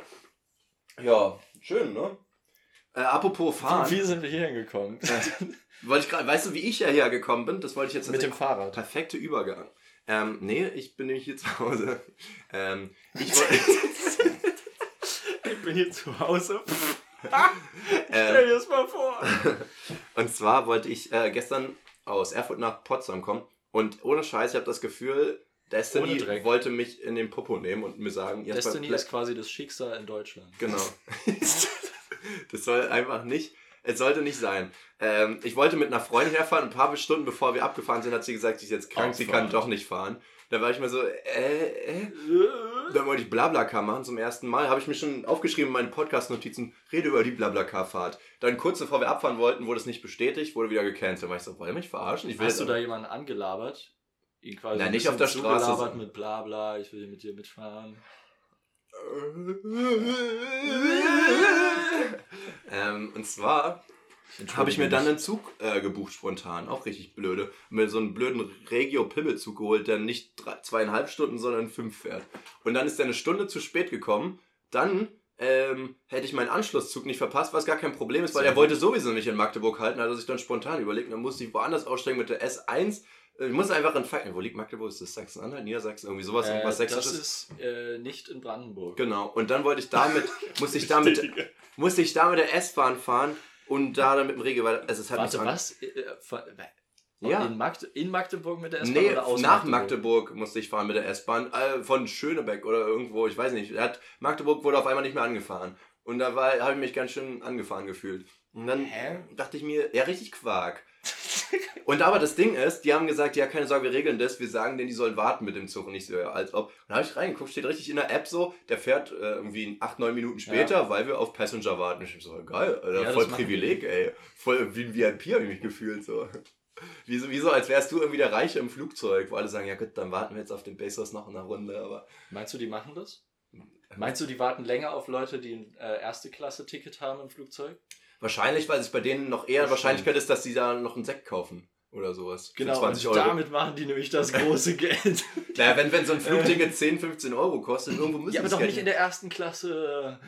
[SPEAKER 2] Ja, schön, ne? Äh, apropos fahren.
[SPEAKER 4] Wie sind wir hier hingekommen?
[SPEAKER 2] Wollte ich gerade, weißt du, wie ich ja hergekommen bin? Das wollte ich jetzt
[SPEAKER 4] Mit dem
[SPEAKER 2] tatsächlich-
[SPEAKER 4] Fahrrad.
[SPEAKER 2] perfekte Übergang. Ähm, nee, ich bin nämlich hier zu Hause. Ähm, ich wollte.
[SPEAKER 4] Ich bin hier zu Hause.
[SPEAKER 2] ähm,
[SPEAKER 4] dir das mal vor.
[SPEAKER 2] Und zwar wollte ich äh, gestern aus Erfurt nach Potsdam kommen und ohne Scheiß, ich habe das Gefühl,
[SPEAKER 4] Ohne
[SPEAKER 2] Destiny
[SPEAKER 4] Dreck.
[SPEAKER 2] wollte mich in den Popo nehmen und mir sagen, jetzt bei
[SPEAKER 4] Destiny
[SPEAKER 2] Black-
[SPEAKER 4] ist quasi das Schicksal in Deutschland.
[SPEAKER 2] Genau. das soll einfach nicht, es sollte nicht sein. Ähm, ich wollte mit einer Freundin herfahren, ein paar Stunden bevor wir abgefahren sind, hat sie gesagt, sie ist jetzt krank, sie kann
[SPEAKER 4] Abfahrt.
[SPEAKER 2] doch nicht fahren. Da war ich mir so, äh, äh. Dann wollte ich Blablacar machen zum ersten Mal. Habe ich mir schon aufgeschrieben in meinen Podcast-Notizen, rede über die Blablacar-Fahrt. Dann kurz bevor wir abfahren wollten, wurde es nicht bestätigt, wurde wieder gecancelt. Da war ich so, wollt ihr mich verarschen? Ich will
[SPEAKER 4] Hast du
[SPEAKER 2] jetzt-
[SPEAKER 4] da jemanden angelabert? Ihn quasi
[SPEAKER 2] Nein,
[SPEAKER 4] ein
[SPEAKER 2] nicht
[SPEAKER 4] bisschen
[SPEAKER 2] auf der Straße.
[SPEAKER 4] zugelabert mit bla bla, ich will mit dir mitfahren.
[SPEAKER 2] ähm, und zwar habe ich mir dann einen Zug äh, gebucht spontan, auch richtig blöde. Mir so einen blöden Regio-Pimmel-Zug geholt, der nicht drei, zweieinhalb Stunden, sondern fünf fährt. Und dann ist er eine Stunde zu spät gekommen. Dann ähm, hätte ich meinen Anschlusszug nicht verpasst, was gar kein Problem ist, weil
[SPEAKER 4] Sehr
[SPEAKER 2] er wollte sowieso nicht in Magdeburg halten, hat er sich dann spontan überlegt. Dann musste ich woanders aussteigen mit der S1. Ich muss einfach in Fakten. Wo liegt Magdeburg? Ist das Sachsen-Anhalt, Niedersachsen, irgendwie sowas,
[SPEAKER 4] äh,
[SPEAKER 2] irgendwas
[SPEAKER 4] Das
[SPEAKER 2] Sächsisches?
[SPEAKER 4] ist äh, nicht in Brandenburg.
[SPEAKER 2] Genau, und dann wollte ich damit, musste ich damit, musste ich damit der S-Bahn fahren und da dann mit dem Regio weiter. Also es hat
[SPEAKER 4] Warte,
[SPEAKER 2] mich an-
[SPEAKER 4] was? Äh, äh, von- äh,
[SPEAKER 2] Ja.
[SPEAKER 4] In, Magde in Magdeburg mit der S-Bahn
[SPEAKER 2] Nee,
[SPEAKER 4] oder aus
[SPEAKER 2] nach Magdeburg musste ich fahren mit der S-Bahn, äh, von Schönebeck oder irgendwo, ich weiß nicht. Er Hat, Magdeburg wurde auf einmal nicht mehr angefahren. Und da habe ich mich ganz schön angefahren gefühlt. Und dann
[SPEAKER 4] Hä?
[SPEAKER 2] dachte ich mir, ja, richtig Quark. und aber das Ding ist, die haben gesagt, ja, keine Sorge, wir regeln das, wir sagen denen, die sollen warten mit dem Zug und nicht so, ja, als ob. Und da habe ich reingeguckt, steht richtig in der App so, der fährt äh, irgendwie 8, 9 Minuten später, weil wir auf Passenger warten. Ich so, geil, Alter,
[SPEAKER 4] Ja, das
[SPEAKER 2] voll
[SPEAKER 4] machen
[SPEAKER 2] Privileg, ey. Voll wie ein VIP habe ich mich gefühlt so. Wie so, wie so, als wärst du irgendwie der Reiche im Flugzeug, wo alle sagen, ja gut, dann warten wir jetzt auf den Bezos noch eine Runde, aber
[SPEAKER 4] Meinst du, die machen das? Meinst du, die warten länger auf Leute, die ein äh, Erste-Klasse-Ticket haben im Flugzeug?
[SPEAKER 2] wahrscheinlich, weil es bei denen noch eher
[SPEAKER 4] Das
[SPEAKER 2] Wahrscheinlichkeit ist, dass die da noch einen Sekt kaufen oder sowas. für
[SPEAKER 4] Genau,
[SPEAKER 2] 20
[SPEAKER 4] und
[SPEAKER 2] Euro.
[SPEAKER 4] damit machen die nämlich das große Geld.
[SPEAKER 2] Naja, wenn, wenn so ein Flugticket 10, 15 Euro kostet, irgendwo müssen
[SPEAKER 4] Äh. ja, aber
[SPEAKER 2] sie
[SPEAKER 4] doch
[SPEAKER 2] es
[SPEAKER 4] nicht in der ersten Klasse.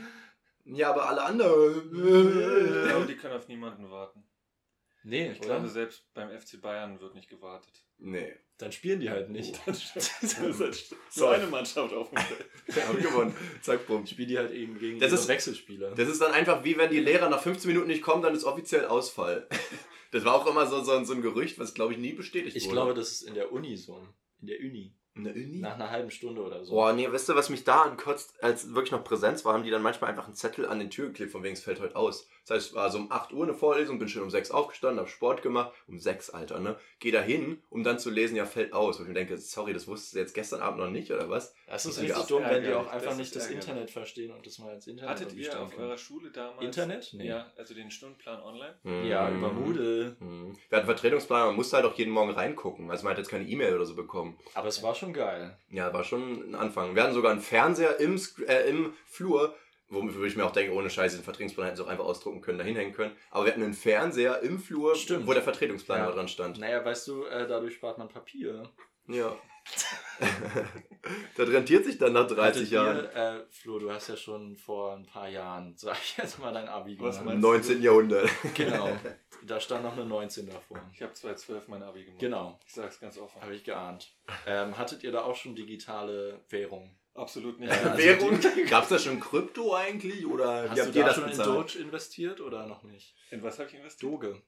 [SPEAKER 2] Ja, aber alle anderen.
[SPEAKER 3] Ich glaube, die können auf niemanden warten.
[SPEAKER 4] Nee,
[SPEAKER 3] Ich
[SPEAKER 4] klar.
[SPEAKER 3] glaube, selbst beim FC Bayern wird nicht gewartet.
[SPEAKER 2] Nee,
[SPEAKER 4] Dann spielen die halt nicht.
[SPEAKER 3] halt
[SPEAKER 2] So. eine
[SPEAKER 3] Mannschaft auf dem Feld.
[SPEAKER 2] wir haben gewonnen. Zack, bumm.
[SPEAKER 4] Spielen die halt eben gegen
[SPEAKER 2] Das
[SPEAKER 4] ihre
[SPEAKER 2] ist-
[SPEAKER 4] Wechselspieler.
[SPEAKER 2] Das ist dann einfach wie wenn die Lehrer nach 15 Minuten nicht kommen, dann ist offiziell Ausfall. Das war auch immer so, so, so ein Gerücht, was glaube ich nie bestätigt
[SPEAKER 4] ich
[SPEAKER 2] wurde.
[SPEAKER 4] glaube, das ist in der Uni so. In der Uni.
[SPEAKER 2] In der Uni?
[SPEAKER 4] Nach einer halben Stunde oder so.
[SPEAKER 2] Boah, nee, wisst ihr, was mich da ankotzt, als wirklich noch Präsenz war, haben die dann manchmal einfach einen Zettel an den Tür geklebt, von wegen es fällt heute aus. Das heißt, es war so um 8 Uhr eine Vorlesung, bin schon um 6 aufgestanden, hab Sport gemacht, um 6, Alter, ne? Geh da hin, um dann zu lesen, ja, fällt aus. Und ich mir denke, sorry, das wusstest du jetzt gestern Abend noch nicht, oder was?
[SPEAKER 4] Das ist
[SPEAKER 2] Ja,
[SPEAKER 4] richtig
[SPEAKER 2] das ist
[SPEAKER 4] dumm, wenn die auch
[SPEAKER 3] ärgerlich,
[SPEAKER 4] einfach
[SPEAKER 3] das
[SPEAKER 4] nicht
[SPEAKER 3] ist
[SPEAKER 4] das
[SPEAKER 3] ärgerlich.
[SPEAKER 4] Internet verstehen und das mal ins Internet
[SPEAKER 3] Hattet ihr
[SPEAKER 4] umstellen
[SPEAKER 3] auf
[SPEAKER 4] können.
[SPEAKER 3] eurer Schule damals...
[SPEAKER 4] Internet? Nee.
[SPEAKER 3] Ja, also den Stundenplan online?
[SPEAKER 4] Ja,
[SPEAKER 2] Mhm.
[SPEAKER 4] über Moodle.
[SPEAKER 2] Mhm. Wir hatten Vertretungsplan, man musste halt auch jeden Morgen reingucken. Also man hat jetzt keine E-Mail oder so bekommen.
[SPEAKER 4] Aber es war schon geil.
[SPEAKER 2] Ja, war schon ein Anfang. Wir hatten sogar einen Fernseher im, Sc- äh, im Flur, womit würde ich mir auch denken, ohne Scheiße, den Vertretungsplan hätten sie auch einfach ausdrucken können, da hinhängen können. Aber wir hatten einen Fernseher im Flur,
[SPEAKER 4] Stimmt.
[SPEAKER 2] wo der Vertretungsplan
[SPEAKER 4] Ja.
[SPEAKER 2] mal dran stand.
[SPEAKER 4] Naja, weißt du, äh, dadurch spart man Papier.
[SPEAKER 2] Ja. das rentiert sich dann nach 30
[SPEAKER 4] Hattet ihr,
[SPEAKER 2] Jahren.
[SPEAKER 4] Äh, Flo, du hast ja schon vor ein paar Jahren, sag ich jetzt mal, dein Abi
[SPEAKER 3] Was
[SPEAKER 4] gemacht.
[SPEAKER 2] Im 19. Jahrhundert.
[SPEAKER 4] Genau. Da stand noch eine 19 davor.
[SPEAKER 3] Ich habe 2012 mein Abi gemacht.
[SPEAKER 4] Genau.
[SPEAKER 3] Ich sag's ganz offen.
[SPEAKER 4] Habe ich geahnt. Ähm, hattet ihr da auch schon digitale Währung?
[SPEAKER 3] Absolut nicht.
[SPEAKER 4] Ja, also
[SPEAKER 2] Währung? Gab es da schon Krypto eigentlich? Oder
[SPEAKER 4] Hast
[SPEAKER 2] wie
[SPEAKER 4] du
[SPEAKER 2] habt ihr
[SPEAKER 4] da
[SPEAKER 2] das
[SPEAKER 4] schon in
[SPEAKER 2] bezahlt?
[SPEAKER 4] Doge investiert oder noch nicht?
[SPEAKER 3] In was habe ich investiert?
[SPEAKER 4] Doge.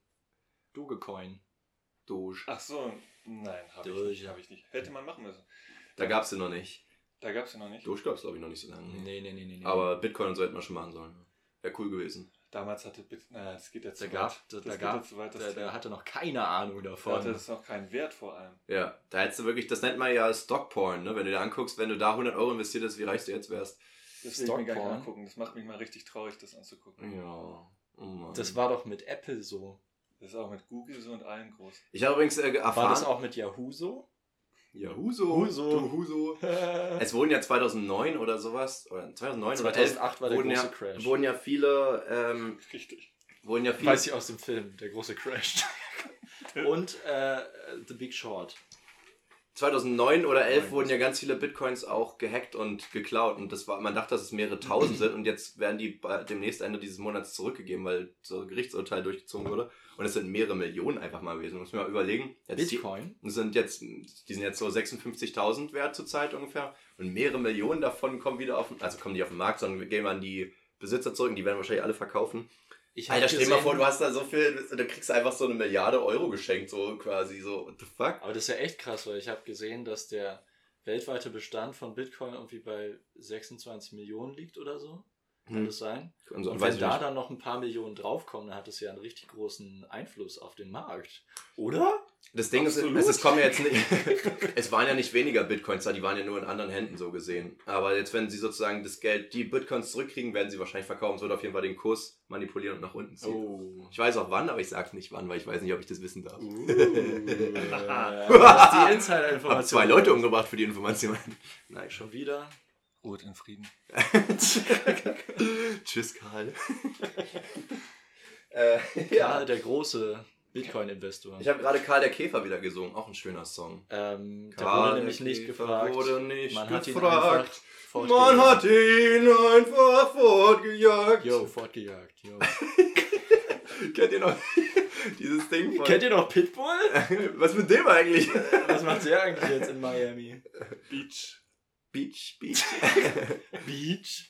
[SPEAKER 4] Dogecoin.
[SPEAKER 2] Doge.
[SPEAKER 3] Ach so, nein, habe ich,
[SPEAKER 4] Durch.
[SPEAKER 3] nicht, hab ich nicht. Hätte man machen müssen.
[SPEAKER 2] Da gab es den noch nicht.
[SPEAKER 3] Da gab es ja noch nicht.
[SPEAKER 2] Doge gab es, glaube ich, noch nicht so lange.
[SPEAKER 4] Nee, nee, nee, nee. nee.
[SPEAKER 2] Aber Bitcoin und so hätte man schon machen sollen. Wäre cool gewesen.
[SPEAKER 3] Damals hatte Bit. Na, das geht jetzt
[SPEAKER 4] da
[SPEAKER 3] zu
[SPEAKER 4] gab,
[SPEAKER 3] weit.
[SPEAKER 4] da,
[SPEAKER 3] Das
[SPEAKER 4] da
[SPEAKER 3] geht
[SPEAKER 4] gab,
[SPEAKER 3] jetzt zu weit. Das
[SPEAKER 4] da, da
[SPEAKER 3] Thema.
[SPEAKER 4] hatte noch keine Ahnung davon.
[SPEAKER 3] Da hatte es noch keinen Wert vor allem.
[SPEAKER 2] Ja, da hättest du wirklich, das nennt man ja Stockporn, ne? Wenn du dir anguckst, wenn du da 100 Euro investiert hast, wie reich du jetzt wärst.
[SPEAKER 3] Das will ich mir gar nicht
[SPEAKER 4] Stockporn?
[SPEAKER 3] angucken. Das macht mich mal richtig traurig, das anzugucken.
[SPEAKER 2] Ja. Oh Mann.
[SPEAKER 4] Das war doch mit Apple so.
[SPEAKER 3] Das ist auch mit Google so und allen groß.
[SPEAKER 2] ich habe übrigens äh, erfahren.
[SPEAKER 4] War das auch mit Yahoo so?
[SPEAKER 2] Ja, Huso.
[SPEAKER 4] Huso.
[SPEAKER 2] Du Huso. Es wurden ja 2009 oder sowas, oder 2009 oder
[SPEAKER 4] 2008 war der
[SPEAKER 2] wurden
[SPEAKER 4] große
[SPEAKER 2] ja-
[SPEAKER 4] Crash.
[SPEAKER 2] 11, wurden ja viele, ähm,
[SPEAKER 3] Richtig.
[SPEAKER 2] wurden ja viele,
[SPEAKER 4] Weiß ich aus dem Film, der große Crash. Und äh, The Big Short.
[SPEAKER 2] 2009 oder 11 wurden ja ganz viele Bitcoins auch gehackt und geklaut und das war, man dachte, dass es mehrere tausend sind und jetzt werden die bei, demnächst Ende dieses Monats zurückgegeben, weil so ein Gerichtsurteil durchgezogen wurde und es sind mehrere Millionen einfach mal gewesen. Muss man mal überlegen. Jetzt die,
[SPEAKER 4] Bitcoin.
[SPEAKER 2] das sind jetzt, die sind jetzt so 56.000 wert zurzeit ungefähr und mehrere Millionen davon kommen wieder auf, den- also kommen nicht auf den Markt, sondern gehen an die Besitzer zurück und die werden wahrscheinlich alle verkaufen.
[SPEAKER 4] Ich hab
[SPEAKER 2] Alter, stell dir
[SPEAKER 4] gesehen-
[SPEAKER 2] mal vor, du hast da so viel, da kriegst du einfach so eine Milliarde Euro geschenkt, so quasi, so, what the fuck?
[SPEAKER 4] Aber das ist ja echt krass, weil ich habe gesehen, dass der weltweite Bestand von Bitcoin irgendwie bei 26 Millionen liegt oder so. Kann
[SPEAKER 2] Hm.
[SPEAKER 4] das sein?
[SPEAKER 2] Und,
[SPEAKER 4] Und wenn da dann noch ein paar Millionen draufkommen, dann hat es ja einen richtig großen Einfluss auf den Markt. Oder?
[SPEAKER 2] Das Ding
[SPEAKER 3] Absolut.
[SPEAKER 2] ist, es, es kommen ja jetzt nicht, es waren ja nicht weniger Bitcoins da, die waren ja nur in anderen Händen so gesehen. Aber jetzt, wenn sie sozusagen das Geld, die Bitcoins zurückkriegen, werden sie wahrscheinlich verkaufen. Es wird auf jeden Fall den Kurs manipulieren und nach unten ziehen.
[SPEAKER 4] Oh.
[SPEAKER 2] Ich weiß auch wann, aber ich sag's nicht wann, weil ich weiß nicht, ob ich das wissen darf.
[SPEAKER 4] Uh, das ist die
[SPEAKER 2] Hab
[SPEAKER 4] Insider-Information.
[SPEAKER 2] zwei Leute umgebracht für die Information. Nein, schon.
[SPEAKER 4] Schon wieder.
[SPEAKER 3] Ruht in Frieden.
[SPEAKER 2] Tschüss, Karl. äh,
[SPEAKER 4] Karl, der große Bitcoin-Investor.
[SPEAKER 2] Ich habe gerade Karl der Käfer wieder gesungen. Auch ein schöner Song.
[SPEAKER 4] Ähm, da
[SPEAKER 2] Karl
[SPEAKER 4] wurde nämlich
[SPEAKER 2] der
[SPEAKER 4] nicht
[SPEAKER 2] Käfer
[SPEAKER 4] gefragt.
[SPEAKER 2] Wurde nicht
[SPEAKER 4] Man hat ihn
[SPEAKER 2] gefragt.
[SPEAKER 4] einfach
[SPEAKER 2] Man hat ihn einfach fortgejagt.
[SPEAKER 4] Yo, fortgejagt. Yo.
[SPEAKER 2] Kennt ihr noch dieses Ding von...
[SPEAKER 4] Kennt ihr noch Pitbull?
[SPEAKER 2] Was mit dem eigentlich?
[SPEAKER 4] Was macht der eigentlich jetzt in Miami?
[SPEAKER 3] Beach.
[SPEAKER 2] Beach, Beach.
[SPEAKER 4] Beach?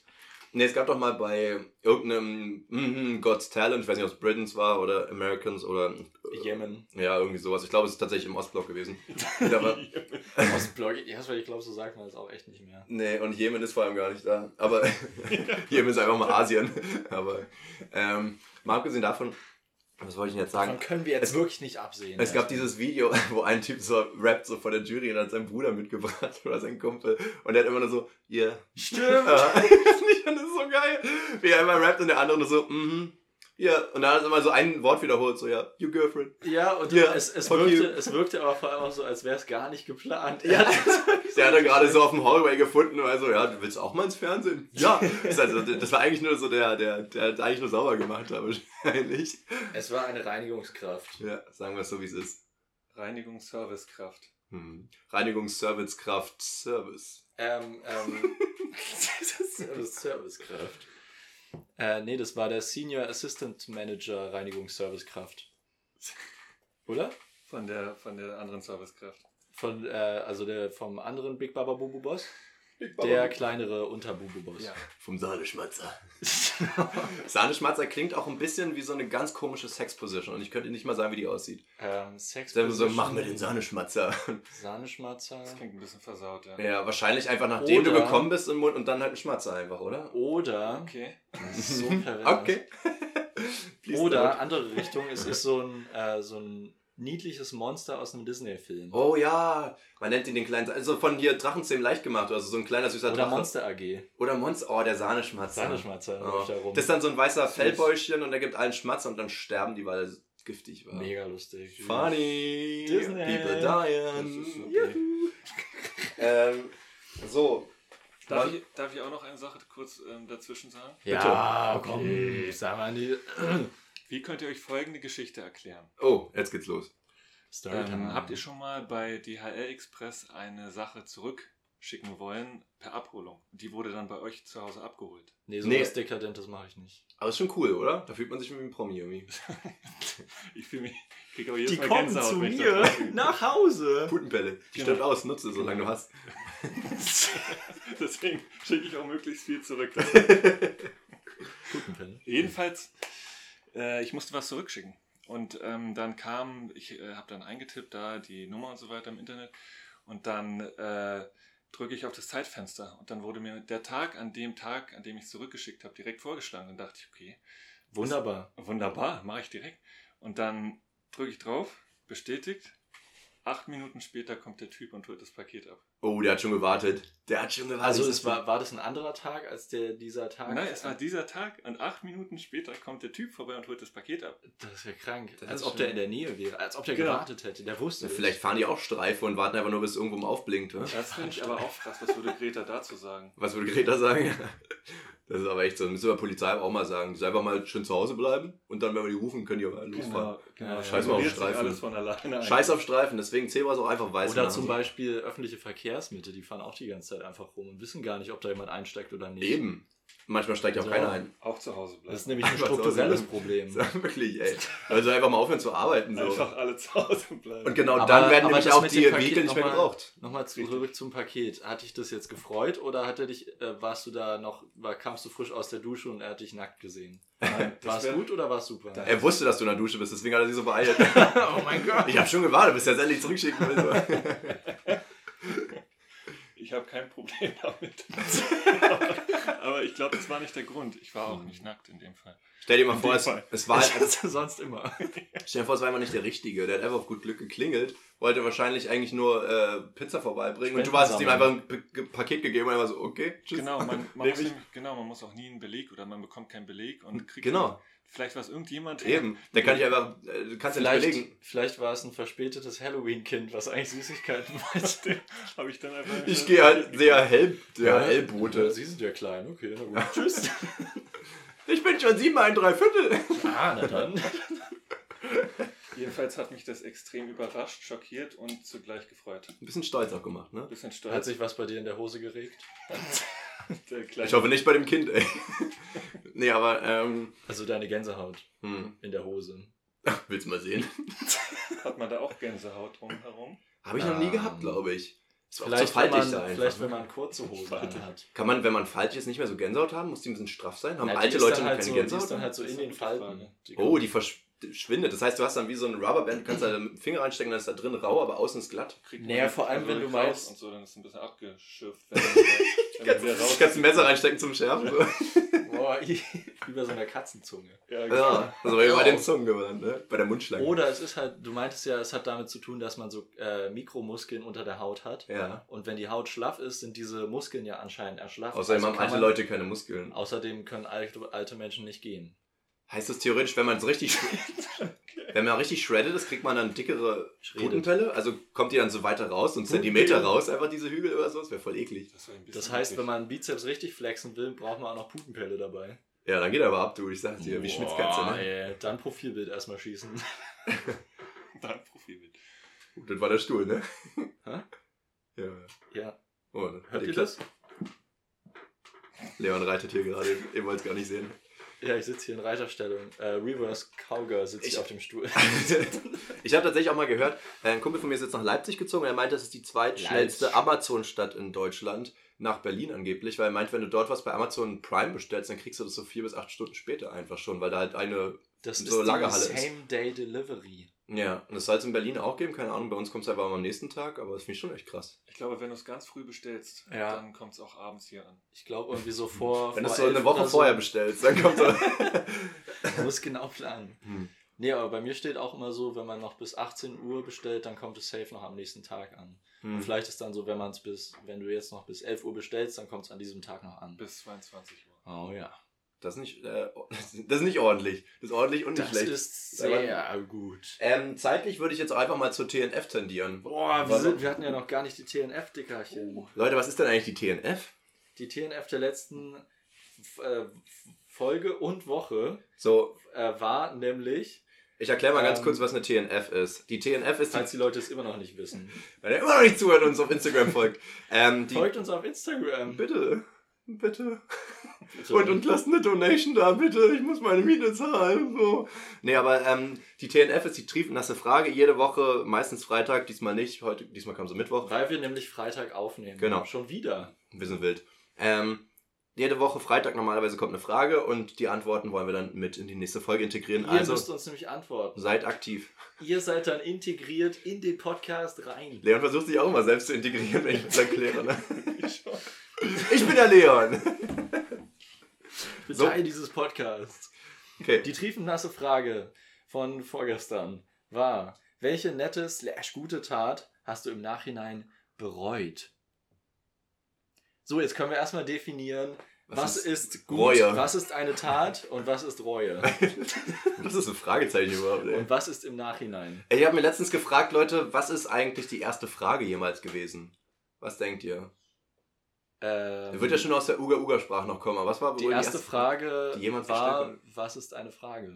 [SPEAKER 2] Ne, es gab doch mal bei irgendeinem mhm, God's Talent, ich weiß nicht, ob es Britons war oder Americans oder...
[SPEAKER 4] Yemen.
[SPEAKER 2] Ja, irgendwie sowas. Ich glaube, es ist tatsächlich im Ostblock gewesen. Da war-
[SPEAKER 4] Ostblog. Ja, das war- ich glaube, so sagt man das auch echt nicht mehr.
[SPEAKER 2] Nee, und Jemen ist vor allem gar nicht da. Aber Jemen ist einfach mal Asien. Aber ähm, mal abgesehen davon, was wollte ich denn jetzt sagen?
[SPEAKER 4] Davon können wir jetzt wirklich nicht absehen.
[SPEAKER 2] Es gab dieses Video, wo ein Typ so rappt, so vor der Jury und hat seinen Bruder mitgebracht oder seinen Kumpel. Und der hat immer nur so, yeah.
[SPEAKER 4] Stimmt.
[SPEAKER 2] Ja. ich fand das so geil. Wie er immer rappt und der andere nur so, mhm. Ja, und dann hat er immer so ein Wort wiederholt, so, ja, your girlfriend.
[SPEAKER 4] Ja, und
[SPEAKER 2] Ja,
[SPEAKER 4] es, es,
[SPEAKER 2] fuck you.
[SPEAKER 4] wirkte, es wirkte aber vor allem auch so, als wäre es gar nicht geplant.
[SPEAKER 2] Ja. Der hat er gerade so auf dem Hallway gefunden und also, ja, du willst auch mal ins Fernsehen? Ja. Das, ist also, das war eigentlich nur so der, der, der hat eigentlich nur sauber gemacht, aber wahrscheinlich.
[SPEAKER 4] Es war eine Reinigungskraft.
[SPEAKER 2] Ja, sagen wir es so, wie es ist.
[SPEAKER 3] Reinigungsservicekraft.
[SPEAKER 2] Hm. Reinigungsservicekraft Service.
[SPEAKER 4] Ähm, ähm. Service, Servicekraft. Äh, nee, das war der Senior Assistant Manager Reinigungsservicekraft. Oder?
[SPEAKER 3] Von der, von der anderen Servicekraft.
[SPEAKER 4] Von, äh, also der vom anderen Big Baba Bubu Boss. Der
[SPEAKER 2] Der
[SPEAKER 4] kleinere Unterbubu Boss.
[SPEAKER 3] Ja.
[SPEAKER 2] vom Sahneschmatzer. Sahneschmatzer klingt auch ein bisschen wie so eine ganz komische Sexposition und ich könnte nicht mal sagen, wie die aussieht.
[SPEAKER 4] ähm, Sex.
[SPEAKER 2] Ist einfach so, mach mir den Sahneschmatzer.
[SPEAKER 4] Sahneschmatzer.
[SPEAKER 3] Das klingt ein bisschen versaut, ja.
[SPEAKER 2] Ja, wahrscheinlich einfach nachdem du
[SPEAKER 4] Oder-
[SPEAKER 2] gekommen bist im Mund und dann halt ein Schmatzer einfach, oder?
[SPEAKER 4] Oder.
[SPEAKER 3] Okay.
[SPEAKER 4] Das ist so pervers.
[SPEAKER 2] Okay. Please
[SPEAKER 4] Oder
[SPEAKER 2] don't.
[SPEAKER 4] andere Richtung, es ist so ein, äh, so ein niedliches Monster aus einem Disney-Film.
[SPEAKER 2] Oh ja, man nennt ihn den kleinen, also von hier Drachenzähmen leicht gemacht, also so ein kleiner süßer
[SPEAKER 4] Oder
[SPEAKER 2] Drache.
[SPEAKER 4] Monster AG.
[SPEAKER 2] Oder Monster, oh, der Sahneschmatzer.
[SPEAKER 4] Sahneschmatzer
[SPEAKER 2] Oh.
[SPEAKER 4] läuft da rum.
[SPEAKER 2] Das ist dann so ein weißer
[SPEAKER 4] Süß.
[SPEAKER 2] Fellbäuschen und er gibt allen Schmatzer und dann sterben die, weil er giftig war.
[SPEAKER 4] Mega lustig.
[SPEAKER 2] Funny.
[SPEAKER 4] Disney.
[SPEAKER 2] People
[SPEAKER 3] Das
[SPEAKER 2] dying.
[SPEAKER 3] ist okay.
[SPEAKER 2] Ähm, so.
[SPEAKER 3] Darf ich, darf ich auch noch eine Sache kurz ähm, dazwischen sagen?
[SPEAKER 4] Ja,
[SPEAKER 2] Bitte.
[SPEAKER 4] komm. Sag mal die
[SPEAKER 3] Wie könnt ihr euch folgende Geschichte erklären?
[SPEAKER 2] Oh, jetzt geht's los.
[SPEAKER 4] Storytime.
[SPEAKER 3] Ähm, habt ihr schon mal bei DHL Express eine Sache zurückschicken wollen per Abholung? Die wurde dann bei euch zu Hause abgeholt.
[SPEAKER 4] Nee, so
[SPEAKER 2] Nee.
[SPEAKER 4] was Dekadentes mache ich nicht.
[SPEAKER 2] Aber ist schon cool, oder? Da fühlt man sich wie ein Promi irgendwie.
[SPEAKER 3] Ich fühle mich, krieg aber jedes Mal Gänsehaut, wenn ich das mache.
[SPEAKER 4] nach Hause.
[SPEAKER 2] Putenpelle. Die
[SPEAKER 3] Genau.
[SPEAKER 2] stirbt aus, nutze, solange du hast.
[SPEAKER 3] kannst. Deswegen schicke ich auch möglichst viel zurück.
[SPEAKER 4] Guten Pin.
[SPEAKER 3] Jedenfalls, äh, ich musste was zurückschicken. Und ähm, dann kam, ich äh, habe dann eingetippt, da die Nummer und so weiter im Internet. Und dann äh, drücke ich auf das Zeitfenster. Und dann wurde mir der Tag, an dem Tag, an dem ich zurückgeschickt habe, direkt vorgeschlagen. Dann dachte ich, okay,
[SPEAKER 4] Wunderbar.
[SPEAKER 3] wunderbar, mache ich direkt. Und dann drücke ich drauf, bestätigt. Acht Minuten später kommt der Typ und holt das Paket ab.
[SPEAKER 2] Oh, der hat schon gewartet. Der hat schon gewartet.
[SPEAKER 4] Also es war, war das ein anderer Tag als der, dieser Tag?
[SPEAKER 3] Nein, es war Ne, ah, dieser Tag und acht Minuten später kommt der Typ vorbei und holt das Paket ab.
[SPEAKER 4] Das wäre krank.
[SPEAKER 2] Das
[SPEAKER 4] als
[SPEAKER 2] ist
[SPEAKER 4] ob der
[SPEAKER 2] schon-
[SPEAKER 4] in der Nähe wäre. Als ob der
[SPEAKER 3] Genau.
[SPEAKER 4] gewartet hätte. Der wusste. es.
[SPEAKER 2] Also, Vielleicht fahren die auch Streife und warten einfach nur, bis irgendwo mal aufblinkt. Oder?
[SPEAKER 3] Das finde ich aber auch krass. Was würde Greta dazu sagen?
[SPEAKER 2] ne? Was würde Greta sagen? Das ist aber echt so. Das müssen wir der Polizei aber auch mal sagen. Die soll einfach mal schön zu Hause bleiben und dann, wenn wir die rufen, können die auch losfahren.
[SPEAKER 4] genau.
[SPEAKER 3] Ja,
[SPEAKER 4] Scheiß
[SPEAKER 3] ja.
[SPEAKER 4] mal
[SPEAKER 2] auf
[SPEAKER 3] Reguliert sich
[SPEAKER 2] Streifen.
[SPEAKER 3] Alles von alleine. ein.
[SPEAKER 2] Scheiß auf Streifen, deswegen Zebras auch einfach weiß.
[SPEAKER 4] Genau. Oder
[SPEAKER 2] machen.
[SPEAKER 4] zum Beispiel öffentliche Verkehrsmittel, die fahren auch die ganze Zeit einfach rum und wissen gar nicht, ob da jemand einsteigt oder nicht.
[SPEAKER 2] Eben. Manchmal steigt ja auch
[SPEAKER 4] So.
[SPEAKER 2] keiner ein.
[SPEAKER 3] Auch zu Hause bleiben.
[SPEAKER 4] Das ist nämlich ein
[SPEAKER 2] Was soll
[SPEAKER 4] strukturelles
[SPEAKER 2] das?
[SPEAKER 4] Problem.
[SPEAKER 2] So, wirklich, ey. Also einfach mal aufhören zu arbeiten. So.
[SPEAKER 3] Einfach alle zu Hause bleiben.
[SPEAKER 2] Und genau
[SPEAKER 4] Aber-
[SPEAKER 2] dann werden
[SPEAKER 4] aber
[SPEAKER 2] nämlich
[SPEAKER 4] das
[SPEAKER 2] auch
[SPEAKER 4] mit
[SPEAKER 2] die
[SPEAKER 4] dem Paket
[SPEAKER 2] Wege nicht mehr
[SPEAKER 4] nochmal-
[SPEAKER 2] gebraucht.
[SPEAKER 4] Nochmal zurück
[SPEAKER 3] Richtig.
[SPEAKER 4] zum Paket. Hat dich das jetzt gefreut oder hat er dich, äh, warst du da noch, war, kamst du frisch aus der Dusche und er hat dich nackt gesehen?
[SPEAKER 3] Nein, das
[SPEAKER 4] War es
[SPEAKER 3] wär-
[SPEAKER 4] gut oder war es super?
[SPEAKER 3] Da-
[SPEAKER 2] Er wusste, dass du in der Dusche bist, deswegen hat er sich so beeilt.
[SPEAKER 4] oh mein Gott.
[SPEAKER 2] Ich habe schon gewartet, bis er es endlich zurückschicken will. So.
[SPEAKER 3] Ich habe kein Problem damit. Aber ich glaube, das war nicht der Grund. Ich war auch nicht nackt in dem Fall.
[SPEAKER 2] Stell dir mal
[SPEAKER 3] In
[SPEAKER 2] vor,
[SPEAKER 3] dem
[SPEAKER 2] es,
[SPEAKER 3] Fall.
[SPEAKER 2] es war halt
[SPEAKER 4] sonst immer.
[SPEAKER 2] Stell dir vor, es war einfach nicht der Richtige. Der hat einfach auf gut Glück geklingelt, wollte wahrscheinlich eigentlich nur äh, Pizza vorbeibringen und du
[SPEAKER 4] Spenden
[SPEAKER 2] warst es ihm einfach
[SPEAKER 4] sammeln.
[SPEAKER 2] ein P- G- Paket gegeben und er war so, okay, tschüss.
[SPEAKER 3] Genau man, man muss
[SPEAKER 2] Nämlich-
[SPEAKER 3] nämlich, genau, man muss auch nie einen Beleg oder man bekommt keinen Beleg und kriegt.
[SPEAKER 2] Genau.
[SPEAKER 3] Vielleicht war es irgendjemand.
[SPEAKER 2] Eben, der kann ich einfach, äh, kannst du ja nicht
[SPEAKER 4] Genau. Vielleicht,
[SPEAKER 2] belegen.
[SPEAKER 4] vielleicht war es ein verspätetes Halloween-Kind, was eigentlich Süßigkeiten meint.
[SPEAKER 3] Habe ich dann einfach.
[SPEAKER 2] Ich gehe halt sehr hell, sehr
[SPEAKER 4] Ja,
[SPEAKER 2] hellbote.
[SPEAKER 4] Sie sind ja klein, okay. Na gut. Tschüss.
[SPEAKER 2] Ich bin schon sieben, ein Dreiviertel.
[SPEAKER 4] ah, na dann.
[SPEAKER 3] Jedenfalls hat mich das extrem überrascht, schockiert und zugleich gefreut. Ein
[SPEAKER 2] Ein bisschen stolz auch gemacht, ne?
[SPEAKER 3] bisschen
[SPEAKER 4] Hat
[SPEAKER 3] stolz.
[SPEAKER 4] sich was bei dir in der Hose geregt?
[SPEAKER 3] der kleine-
[SPEAKER 2] Ich hoffe nicht bei dem Kind, ey. Nee, aber, ähm,
[SPEAKER 4] Also deine Gänsehaut
[SPEAKER 2] hm,
[SPEAKER 4] in der Hose.
[SPEAKER 2] willst du mal sehen?
[SPEAKER 3] Hat man da auch Gänsehaut drumherum?
[SPEAKER 2] Habe ich noch nie
[SPEAKER 4] Ähm,
[SPEAKER 2] gehabt, glaube ich. Es war auch zu
[SPEAKER 4] Vielleicht, wenn
[SPEAKER 2] faltig
[SPEAKER 4] man,
[SPEAKER 2] da einfach.
[SPEAKER 4] vielleicht wenn
[SPEAKER 2] ne?
[SPEAKER 4] man kurze Hose
[SPEAKER 3] Faltig.
[SPEAKER 4] anhat.
[SPEAKER 2] Kann man, wenn man faltig ist, nicht mehr so Gänsehaut haben? Muss die ein bisschen straff sein? Haben
[SPEAKER 4] Na, die
[SPEAKER 2] alte
[SPEAKER 4] ist dann
[SPEAKER 2] Leute noch
[SPEAKER 4] halt
[SPEAKER 2] keine
[SPEAKER 4] so,
[SPEAKER 2] Gänsehaut?
[SPEAKER 4] Die ist dann halt so
[SPEAKER 3] Das
[SPEAKER 4] in
[SPEAKER 3] ist eine
[SPEAKER 4] den
[SPEAKER 3] gute
[SPEAKER 4] Falten.
[SPEAKER 3] Frage.
[SPEAKER 2] Oh, die verschwindet. Das heißt, du hast dann wie so ein Rubberband, du kannst da den Finger reinstecken, dann ist da drin rau, aber außen ist glatt.
[SPEAKER 3] Kriegt
[SPEAKER 4] Naja,
[SPEAKER 3] man
[SPEAKER 4] vor allem, wenn
[SPEAKER 3] Kalorien
[SPEAKER 4] du
[SPEAKER 3] raus
[SPEAKER 4] meinst-
[SPEAKER 3] Und so, dann ist es ein bisschen abgeschürft. Wenn man, wenn man
[SPEAKER 2] Kannst,
[SPEAKER 3] wieder raus-
[SPEAKER 2] kannst ein Messer reinstecken zum Schärfen. So.
[SPEAKER 4] Boah, i- über so einer Katzenzunge.
[SPEAKER 3] Ja, genau.
[SPEAKER 2] Ja, also bei bei den Zungen geworden, ne? Bei der Mundschlange.
[SPEAKER 4] Oder es ist halt, du meintest ja, es hat damit zu tun, dass man so äh, Mikromuskeln unter der Haut hat.
[SPEAKER 2] Ja.
[SPEAKER 4] Und wenn die Haut schlaff ist, sind diese Muskeln ja anscheinend erschlafft.
[SPEAKER 2] Außerdem haben
[SPEAKER 4] Also kann
[SPEAKER 2] alte
[SPEAKER 4] man-
[SPEAKER 2] Leute keine Muskeln.
[SPEAKER 4] Außerdem können alte, alte Menschen nicht gehen.
[SPEAKER 2] Heißt das theoretisch, wenn man es richtig wenn man richtig shreddet ist, kriegt man dann dickere
[SPEAKER 4] Shredded.
[SPEAKER 2] Putenpelle? Also kommt die dann so weiter raus, so einen Zentimeter raus, einfach diese Hügel oder so? Das wäre voll eklig.
[SPEAKER 3] Das, war ein bisschen
[SPEAKER 4] Das heißt,
[SPEAKER 3] eklig.
[SPEAKER 4] wenn man Bizeps richtig flexen will, braucht man auch noch Putenpelle dabei.
[SPEAKER 2] Ja, dann geht er aber ab, du. Ich sag's dir, wie Schmitzkatze,
[SPEAKER 4] Boah,
[SPEAKER 2] ne?
[SPEAKER 4] ey. Dann Profilbild erstmal schießen.
[SPEAKER 3] da ein Profilbild.
[SPEAKER 2] Das war der Stuhl, ne?
[SPEAKER 4] Hä?
[SPEAKER 2] Ja.
[SPEAKER 4] Ja.
[SPEAKER 2] Oh, ne?
[SPEAKER 4] Hört
[SPEAKER 2] Die
[SPEAKER 4] ihr
[SPEAKER 2] Kla-
[SPEAKER 4] das?
[SPEAKER 2] Leon reitet hier gerade, ihr wollt es gar nicht sehen.
[SPEAKER 4] Ja, ich sitze hier in Reiterstellung. Äh, Reverse Cowgirl sitze ich
[SPEAKER 2] Ich-
[SPEAKER 4] auf dem Stuhl.
[SPEAKER 2] ich habe tatsächlich auch mal gehört, äh, ein Kumpel von mir ist jetzt nach Leipzig gezogen und er meint, das ist die zweitschnellste
[SPEAKER 4] Leipzig.
[SPEAKER 2] Amazon-Stadt in Deutschland nach Berlin angeblich, weil er meint, wenn du dort was bei Amazon Prime bestellst, dann kriegst du das so vier bis acht Stunden später einfach schon, weil da halt eine.
[SPEAKER 4] Das
[SPEAKER 2] So
[SPEAKER 4] ist die
[SPEAKER 2] Lagerhalle ist.
[SPEAKER 4] Same-Day-Delivery.
[SPEAKER 2] Ja, und das soll es in Berlin auch geben, keine Ahnung, bei uns kommt es einfach am nächsten Tag, aber das finde ich schon echt krass.
[SPEAKER 3] Ich glaube, wenn du es ganz früh bestellst,
[SPEAKER 4] Ja.
[SPEAKER 3] dann kommt es auch abends hier an.
[SPEAKER 4] Ich glaube, irgendwie so vor.
[SPEAKER 2] Wenn du
[SPEAKER 4] vor
[SPEAKER 2] es so eine
[SPEAKER 4] elf
[SPEAKER 2] Woche
[SPEAKER 4] oder so.
[SPEAKER 2] vorher bestellst, dann kommt Hm, er.
[SPEAKER 4] Muss genau planen.
[SPEAKER 2] Hm.
[SPEAKER 4] Nee, aber bei mir steht auch immer so, wenn man noch bis 18 Uhr bestellt, dann kommt es safe noch am nächsten Tag an.
[SPEAKER 2] hm. Mhm.
[SPEAKER 4] Und vielleicht ist dann so, wenn man es bis, wenn du jetzt noch bis 11 Uhr bestellst, dann kommt es an diesem Tag noch an.
[SPEAKER 3] Bis 22 Uhr.
[SPEAKER 4] Oh ja.
[SPEAKER 2] Das ist nicht, äh, das ist nicht ordentlich. Das ist ordentlich und nicht
[SPEAKER 4] Das
[SPEAKER 2] schlecht.
[SPEAKER 4] ist
[SPEAKER 2] Aber-
[SPEAKER 4] sehr gut.
[SPEAKER 2] Ähm, zeitlich würde ich jetzt auch einfach mal zur TNF tendieren.
[SPEAKER 4] Boah, wir,
[SPEAKER 2] Warte.
[SPEAKER 4] sind, wir hatten ja noch gar nicht die TNF, Dickerchen.
[SPEAKER 2] Leute, was ist denn eigentlich die TNF?
[SPEAKER 4] Die TNF der letzten äh, Folge und Woche
[SPEAKER 2] So,
[SPEAKER 4] äh, war nämlich,
[SPEAKER 2] ich erkläre mal ganz
[SPEAKER 4] Ähm,
[SPEAKER 2] kurz, was eine TNF ist. Die TNF ist
[SPEAKER 4] falls
[SPEAKER 2] die,
[SPEAKER 4] die Leute es immer noch nicht wissen,
[SPEAKER 2] wenn ihr immer noch nicht zuhört und uns auf Instagram folgt. Ähm, die,
[SPEAKER 4] folgt uns auf Instagram.
[SPEAKER 2] Bitte. bitte. Und, und lasst eine Donation da, bitte. Ich muss meine Miete zahlen. So. Nee, aber ähm, die TNF ist die triefnasse Frage. Jede Woche, meistens Freitag, diesmal nicht. Heute, diesmal kam so Mittwoch.
[SPEAKER 4] Weil wir nämlich Freitag aufnehmen.
[SPEAKER 2] Genau.
[SPEAKER 4] Schon wieder.
[SPEAKER 2] Wir sind wild. Ähm, jede Woche Freitag normalerweise kommt eine Frage und die Antworten wollen wir dann mit in die nächste Folge integrieren.
[SPEAKER 4] Ihr müsst
[SPEAKER 2] also
[SPEAKER 4] uns nämlich antworten.
[SPEAKER 2] seid aktiv.
[SPEAKER 4] Ihr seid dann integriert in den Podcast rein.
[SPEAKER 2] Leon versucht sich auch immer selbst zu integrieren, wenn ich das erkläre. Ne? Ich bin der Leon.
[SPEAKER 4] Ich bin
[SPEAKER 2] So.
[SPEAKER 4] Teil dieses Podcasts.
[SPEAKER 2] Okay.
[SPEAKER 4] Die triefennasse Frage von vorgestern war, welche nette slash gute Tat hast du im Nachhinein bereut? So, jetzt können wir erstmal definieren, was, ist, gut,
[SPEAKER 2] Reue?
[SPEAKER 4] was ist eine Tat und was ist Reue?
[SPEAKER 2] Das ist ein Fragezeichen überhaupt, ey.
[SPEAKER 4] und was ist im Nachhinein?
[SPEAKER 2] Ey, Ich habe mir letztens gefragt, Leute, was ist eigentlich die erste Frage jemals gewesen? Was denkt ihr?
[SPEAKER 4] Ähm,
[SPEAKER 2] Wird ja schon aus der Uga-Uga-Sprache noch kommen, aber was war
[SPEAKER 4] die erste Frage
[SPEAKER 2] die jemand
[SPEAKER 4] war,
[SPEAKER 2] gestellt
[SPEAKER 4] was ist eine Frage?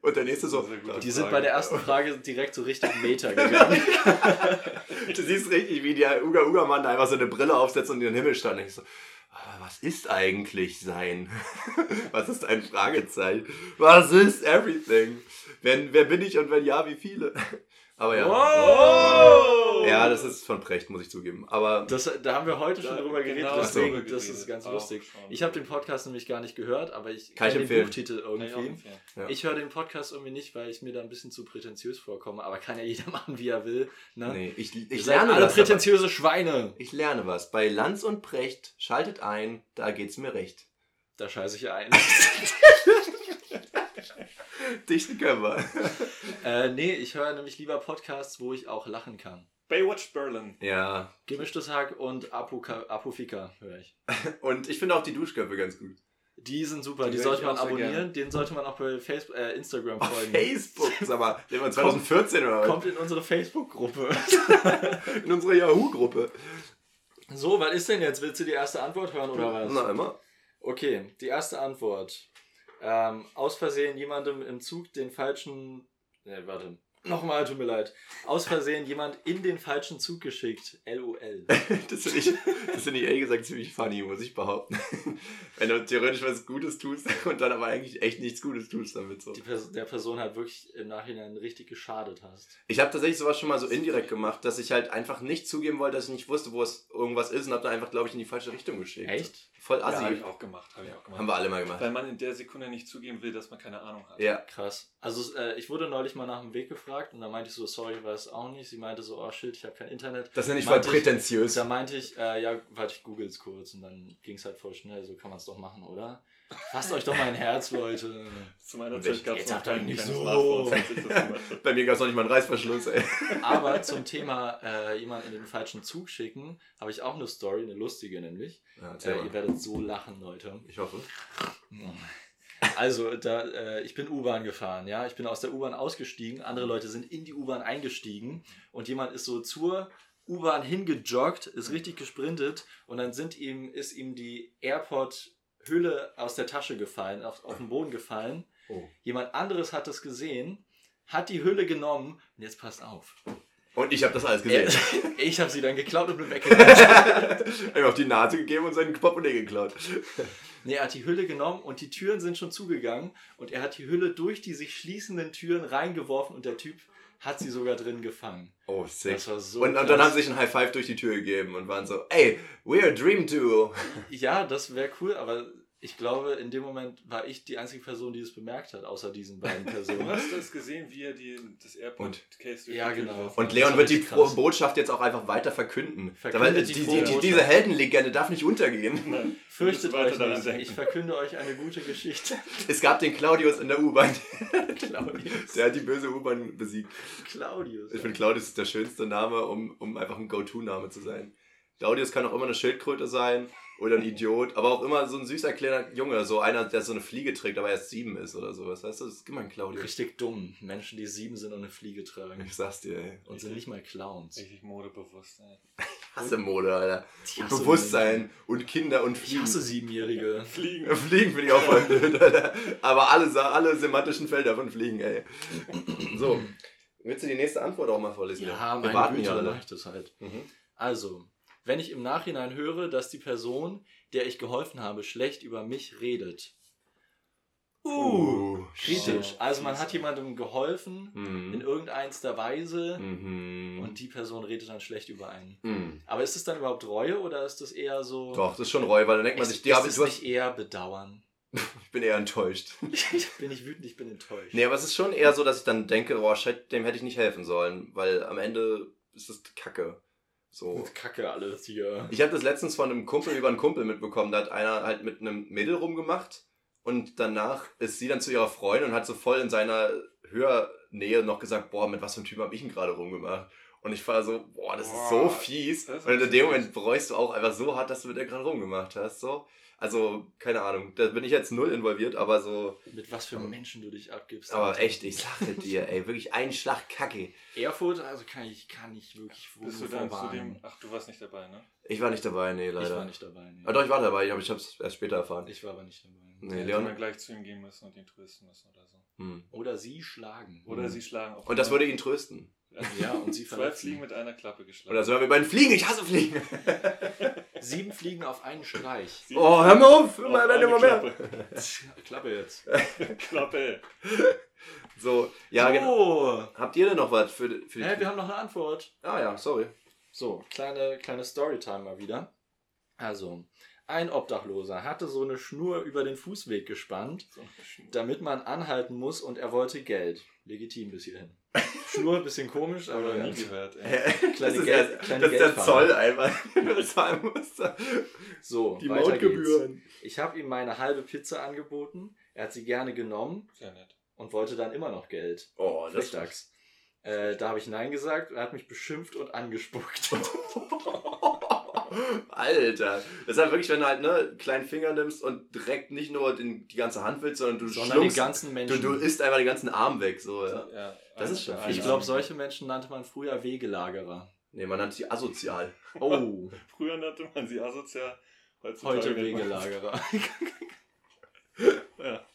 [SPEAKER 2] Und der nächste so.
[SPEAKER 3] Sehr gute
[SPEAKER 4] Die sind bei der ersten Frage direkt so richtig Meta gegangen.
[SPEAKER 2] du siehst richtig, wie der Uga-Uga-Mann da einfach so eine Brille aufsetzt und in den Himmel stand. Und ich so, ah, was ist eigentlich sein? was ist ein Fragezeichen? Was ist everything? Wenn, wer bin ich und wenn ja, wie viele? Aber ja.
[SPEAKER 4] Wow!
[SPEAKER 2] Ja, das ist von Precht, muss ich zugeben. Aber
[SPEAKER 4] Das, da haben wir heute schon drüber geredet,
[SPEAKER 2] Ach so.
[SPEAKER 4] deswegen, das ist ganz lustig. Ich habe den Podcast nämlich gar nicht gehört, aber ich
[SPEAKER 2] Kann ich
[SPEAKER 4] kenn den
[SPEAKER 2] empfehlen.
[SPEAKER 4] Buchtitel irgendwie.
[SPEAKER 3] irgendwie.
[SPEAKER 2] Ja.
[SPEAKER 4] Ich höre den Podcast irgendwie nicht, weil ich mir da ein bisschen zu prätentiös vorkomme, aber kann ja jeder machen, wie er will. Ne?
[SPEAKER 2] nee, ich,
[SPEAKER 4] Ihr
[SPEAKER 2] ich
[SPEAKER 4] seid
[SPEAKER 2] lerne
[SPEAKER 4] alle
[SPEAKER 2] das dabei.
[SPEAKER 4] prätentiöse Schweine.
[SPEAKER 2] Ich lerne was. Bei Lanz und Precht schaltet ein, da geht's mir recht.
[SPEAKER 4] Da scheiße ich ein.
[SPEAKER 2] Dichten können wir.
[SPEAKER 4] äh, nee, ich höre nämlich lieber Podcasts, wo ich auch lachen kann.
[SPEAKER 3] Baywatch Berlin.
[SPEAKER 2] Ja.
[SPEAKER 4] Gemischtes Hack und Apoka- Apofika höre ich.
[SPEAKER 2] Und ich finde auch die Duschköpfe ganz gut.
[SPEAKER 4] Die sind super,
[SPEAKER 3] Die
[SPEAKER 4] die,
[SPEAKER 3] höre
[SPEAKER 4] sollte
[SPEAKER 3] ich
[SPEAKER 4] man
[SPEAKER 3] auch sehr
[SPEAKER 4] abonnieren,
[SPEAKER 3] gerne.
[SPEAKER 4] den sollte man auch bei Facebook, äh, Instagram
[SPEAKER 2] Auf
[SPEAKER 4] folgen.
[SPEAKER 2] Facebook, sag mal, den wir 2014 oder was?
[SPEAKER 4] Kommt in unsere Facebook-Gruppe.
[SPEAKER 2] In unsere Yahoo-Gruppe.
[SPEAKER 4] So, was ist denn jetzt? Willst du die erste Antwort hören oder was?
[SPEAKER 2] Na, immer.
[SPEAKER 4] Okay, die erste Antwort. Ähm, aus Versehen jemandem im Zug den falschen. Ne, warte. Nochmal, tut mir leid. Aus Versehen jemand in den falschen Zug geschickt. LOL.
[SPEAKER 2] Das finde ich, das finde ich ehrlich gesagt ziemlich funny, muss ich behaupten. Wenn du theoretisch was Gutes tust und dann aber eigentlich echt nichts Gutes tust damit so.
[SPEAKER 4] Die Pers der Person hat wirklich im Nachhinein richtig geschadet hast.
[SPEAKER 2] Ich habe tatsächlich sowas schon mal so indirekt gemacht, dass ich halt einfach nicht zugeben wollte, dass ich nicht wusste, wo es irgendwas ist und habe dann einfach, glaube ich, in die falsche Richtung geschickt.
[SPEAKER 4] Echt?
[SPEAKER 2] Voll
[SPEAKER 3] Ja, habe
[SPEAKER 2] assi.
[SPEAKER 3] ich auch gemacht. Hab ich auch gemacht.
[SPEAKER 2] Haben wir alle mal gemacht.
[SPEAKER 3] Weil man in der Sekunde nicht zugeben will, dass man keine Ahnung hat.
[SPEAKER 2] Ja.
[SPEAKER 4] Krass. Also äh, ich wurde neulich mal nach dem Weg gefragt und da meinte ich so, sorry, weiß auch nicht. Sie meinte so, oh shit, ich habe kein Internet.
[SPEAKER 2] Das nenne ich voll
[SPEAKER 4] Meinte ich-
[SPEAKER 2] prätentiös.
[SPEAKER 4] Da meinte ich, äh, ja, warte, ich google es kurz und dann ging es halt voll schnell, so kann man es doch machen, oder? Fasst euch doch mal ein Herz, Leute.
[SPEAKER 3] Zu meiner
[SPEAKER 2] Welch-
[SPEAKER 3] Zeit gab es
[SPEAKER 4] Jetzt
[SPEAKER 3] noch
[SPEAKER 4] habt ihr
[SPEAKER 3] kein
[SPEAKER 4] nicht
[SPEAKER 3] kleines
[SPEAKER 4] so.
[SPEAKER 3] Smartphone, als ich das gemacht habe.
[SPEAKER 2] Bei mir gab es noch nicht mal einen Reißverschluss, ey.
[SPEAKER 4] Aber zum Thema äh, jemanden in den falschen Zug schicken, habe ich auch eine Story, eine lustige nämlich. Äh, ihr werdet so lachen, Leute.
[SPEAKER 2] ich hoffe.
[SPEAKER 4] Also, da, äh, ich bin U-Bahn gefahren, ja. Ich bin aus der U-Bahn ausgestiegen, andere Leute sind in die U-Bahn eingestiegen und jemand ist so zur U-Bahn hingejoggt, ist richtig gesprintet und dann sind ihm, ist ihm die AirPod-Hülle aus der Tasche gefallen, auf, auf den Boden gefallen. Jemand anderes hat das gesehen, hat die Hülle genommen und jetzt passt auf.
[SPEAKER 2] Und ich habe das alles
[SPEAKER 4] Er,
[SPEAKER 2] gesehen.
[SPEAKER 4] ich habe sie dann geklaut und bin weggegangen.
[SPEAKER 2] Einfach auf die Nase gegeben und seinen Portemonnaie geklaut.
[SPEAKER 4] Nee, er hat die Hülle genommen und die Türen sind schon zugegangen und er hat die Hülle durch die sich schließenden Türen reingeworfen und der Typ hat sie sogar drin gefangen.
[SPEAKER 2] Oh, sick.
[SPEAKER 4] Das war so
[SPEAKER 2] und, und dann
[SPEAKER 4] krass.
[SPEAKER 2] haben sie sich ein High Five durch die Tür gegeben und waren so, ey, we're a dream duo.
[SPEAKER 4] Ja, das wäre cool, aber ich glaube, in dem Moment war ich die einzige Person, die es bemerkt hat, außer diesen beiden
[SPEAKER 3] Du
[SPEAKER 4] Personen.
[SPEAKER 3] hast das gesehen, wie er die, das Airport-Case durch
[SPEAKER 4] Ja,
[SPEAKER 3] die Tür
[SPEAKER 4] genau.
[SPEAKER 3] geworfen
[SPEAKER 2] Und
[SPEAKER 3] hat.
[SPEAKER 2] Leon
[SPEAKER 4] war
[SPEAKER 2] wird die
[SPEAKER 4] richtig krass.
[SPEAKER 2] Botschaft jetzt auch einfach weiter verkünden.
[SPEAKER 4] Verkündet
[SPEAKER 2] Dabei- die,
[SPEAKER 4] die
[SPEAKER 2] die,
[SPEAKER 4] frohe
[SPEAKER 2] die,
[SPEAKER 4] Botschaft.
[SPEAKER 2] diese Heldenlegende darf nicht untergehen.
[SPEAKER 3] Nein,
[SPEAKER 4] Fürchtet
[SPEAKER 3] wir müssen
[SPEAKER 4] euch
[SPEAKER 3] weiter daran
[SPEAKER 4] nicht.
[SPEAKER 3] denken.
[SPEAKER 4] Ich verkünde euch eine gute Geschichte.
[SPEAKER 2] Es gab den Claudius in der U-Bahn.
[SPEAKER 4] Claudius.
[SPEAKER 2] Der hat die böse U-Bahn besiegt.
[SPEAKER 4] Claudius.
[SPEAKER 2] Ich finde, Claudius ist der schönste Name, um, um einfach ein Go-To-Name zu sein. Claudius kann auch immer eine Schildkröte sein oder ein Idiot, aber auch immer so ein süßer kleiner Junge, so einer, der so eine Fliege trägt, aber erst sieben ist oder sowas. Weißt du, das ist immer ein Claudius.
[SPEAKER 4] Richtig dumm. Menschen, die sieben sind und eine Fliege tragen.
[SPEAKER 2] Ich sag's dir, ey.
[SPEAKER 4] Und sind nicht mal Clowns.
[SPEAKER 3] Richtig modebewusst. Ey.
[SPEAKER 2] Hasse Mode, Alter.
[SPEAKER 4] Ich
[SPEAKER 2] Und
[SPEAKER 4] hasse
[SPEAKER 2] Bewusstsein und Kinder und
[SPEAKER 4] Ich
[SPEAKER 2] Fliegen.
[SPEAKER 4] hasse Siebenjährige.
[SPEAKER 3] Fliegen.
[SPEAKER 2] Fliegen finde ich auch voll blöd, Alter. Aber alle, Sa- alle semantischen Felder von Fliegen, ey. So. Willst du die nächste Antwort auch mal vorlesen?
[SPEAKER 4] Ja,
[SPEAKER 2] Wir
[SPEAKER 4] meine
[SPEAKER 2] warten
[SPEAKER 4] Güte,
[SPEAKER 2] ja
[SPEAKER 4] dann mach
[SPEAKER 2] alle.
[SPEAKER 4] ich das halt.
[SPEAKER 2] Mhm.
[SPEAKER 4] Also, wenn ich im Nachhinein höre, dass die Person, der ich geholfen habe, schlecht über mich redet.
[SPEAKER 2] Uh.
[SPEAKER 4] Kritisch.
[SPEAKER 3] Shit.
[SPEAKER 4] Also man hat jemandem geholfen in
[SPEAKER 2] Mhm.
[SPEAKER 4] irgendeiner Weise
[SPEAKER 2] Mhm.
[SPEAKER 4] und die Person redet dann schlecht über einen.
[SPEAKER 2] Mhm.
[SPEAKER 4] Aber ist es dann überhaupt Reue oder ist das eher so?
[SPEAKER 2] Doch, das ist schon reu, weil dann denkt man
[SPEAKER 4] Ist,
[SPEAKER 2] sich,
[SPEAKER 4] ist
[SPEAKER 2] die hab ich,
[SPEAKER 4] es
[SPEAKER 2] du hast,
[SPEAKER 4] nicht eher bedauern?
[SPEAKER 2] ich bin eher enttäuscht.
[SPEAKER 4] ich bin nicht wütend, ich bin enttäuscht.
[SPEAKER 2] Nee, aber es ist schon eher so, dass ich dann denke, oh shit, dem hätte ich nicht helfen sollen, weil am Ende ist es Kacke. So.
[SPEAKER 4] Oh, Kacke alles hier.
[SPEAKER 2] Ich habe das letztens von einem Kumpel über einen Kumpel mitbekommen, da hat einer halt mit einem Mädel rumgemacht und danach ist sie dann zu ihrer Freundin und hat so voll in seiner Hörnähe noch gesagt, boah, mit was für einem Typen habe ich ihn gerade rumgemacht? Und ich war so, boah, das ist so
[SPEAKER 3] Boah,
[SPEAKER 2] fies.
[SPEAKER 3] das ist
[SPEAKER 2] Und in
[SPEAKER 3] fies.
[SPEAKER 2] dem Moment bereust du auch einfach so hart, dass du mit der gerade rumgemacht hast. So. Also, keine Ahnung, da bin ich jetzt null involviert, aber so,
[SPEAKER 4] Mit was für Menschen du dich abgibst.
[SPEAKER 2] aber echt, ich sage dir, ey, wirklich ein Schlag Kacke.
[SPEAKER 4] Erfurt, also kann ich, kann ich wirklich
[SPEAKER 3] Bist du dann zu dem. Ach, du warst nicht dabei, ne?
[SPEAKER 2] Ich war nicht dabei, nee, leider.
[SPEAKER 4] Ich war nicht dabei. Nee.
[SPEAKER 2] Ah, doch, ich war dabei, aber ich habe es erst später erfahren.
[SPEAKER 4] Ich war aber nicht dabei.
[SPEAKER 2] Nee,
[SPEAKER 3] Hätte
[SPEAKER 2] Leon-
[SPEAKER 3] man gleich zu ihm gehen müssen und ihn trösten müssen oder so.
[SPEAKER 2] Hm.
[SPEAKER 4] Oder sie schlagen.
[SPEAKER 3] Oder
[SPEAKER 2] Mhm.
[SPEAKER 3] sie schlagen auf.
[SPEAKER 2] Und das würde ihn trösten.
[SPEAKER 4] Ja, und sie
[SPEAKER 3] Zwei
[SPEAKER 4] verletzen.
[SPEAKER 3] Fliegen mit einer Klappe geschlagen.
[SPEAKER 2] Oder sind wir mit beiden Fliegen? Ich hasse Fliegen.
[SPEAKER 4] Sieben fliegen auf einen Streich.
[SPEAKER 3] Sie-
[SPEAKER 2] Oh, hör mir auf. Hör
[SPEAKER 3] Auf
[SPEAKER 2] mal,
[SPEAKER 3] eine
[SPEAKER 2] immer mehr.
[SPEAKER 3] Klappe.
[SPEAKER 4] Klappe jetzt.
[SPEAKER 3] Klappe.
[SPEAKER 2] So, ja,
[SPEAKER 4] so.
[SPEAKER 2] genau. Habt ihr denn noch was für, für die
[SPEAKER 4] Hä, wir haben noch eine Antwort.
[SPEAKER 2] Ah ja, sorry.
[SPEAKER 4] So, kleine, kleine Storytime mal wieder. Also, ein Obdachloser hatte so eine Schnur über den Fußweg gespannt,
[SPEAKER 3] So, geschnurrt.
[SPEAKER 4] damit man anhalten muss und er wollte Geld. Legitim bis hierhin. Schnur, bisschen komisch,
[SPEAKER 3] Hab ich
[SPEAKER 4] aber
[SPEAKER 3] noch nie
[SPEAKER 4] ja.
[SPEAKER 3] gehört, ey.
[SPEAKER 2] das
[SPEAKER 4] Kleine
[SPEAKER 2] ist,
[SPEAKER 4] Geld-
[SPEAKER 2] der,
[SPEAKER 4] kleine
[SPEAKER 2] das ist der
[SPEAKER 4] Geldfahne.
[SPEAKER 2] Zoll einmal, den du zahlen musst.
[SPEAKER 4] so,
[SPEAKER 2] Die
[SPEAKER 4] weiter geht's.
[SPEAKER 2] Mautgebühren.
[SPEAKER 4] Ich habe ihm meine halbe Pizza angeboten, er hat sie gerne genommen
[SPEAKER 3] Sehr nett.
[SPEAKER 4] und wollte dann immer noch Geld.
[SPEAKER 2] Oh, das
[SPEAKER 4] Frechdachs. Äh, da habe ich Nein gesagt und er hat mich beschimpft und angespuckt.
[SPEAKER 2] Alter. Das ist halt wirklich, wenn du halt ne, kleinen Finger nimmst und direkt nicht nur den, die ganze Hand willst, sondern du
[SPEAKER 4] Sondern den
[SPEAKER 2] schluckst.
[SPEAKER 4] ganzen
[SPEAKER 2] Du,
[SPEAKER 4] Menschen.
[SPEAKER 2] du isst einfach den ganzen Arm weg. So, ja.
[SPEAKER 3] Ja,
[SPEAKER 2] Das ist schon
[SPEAKER 3] ein-
[SPEAKER 2] viel.
[SPEAKER 4] ich
[SPEAKER 3] ein-
[SPEAKER 4] glaube, solche Menschen nannte man früher Wegelagerer.
[SPEAKER 2] Nee, man nannte sie asozial.
[SPEAKER 4] Oh,
[SPEAKER 3] Früher nannte man sie asozial. heutzutage
[SPEAKER 4] heute
[SPEAKER 2] genau.
[SPEAKER 3] nennt man-
[SPEAKER 4] Wegelagerer.
[SPEAKER 3] Ja.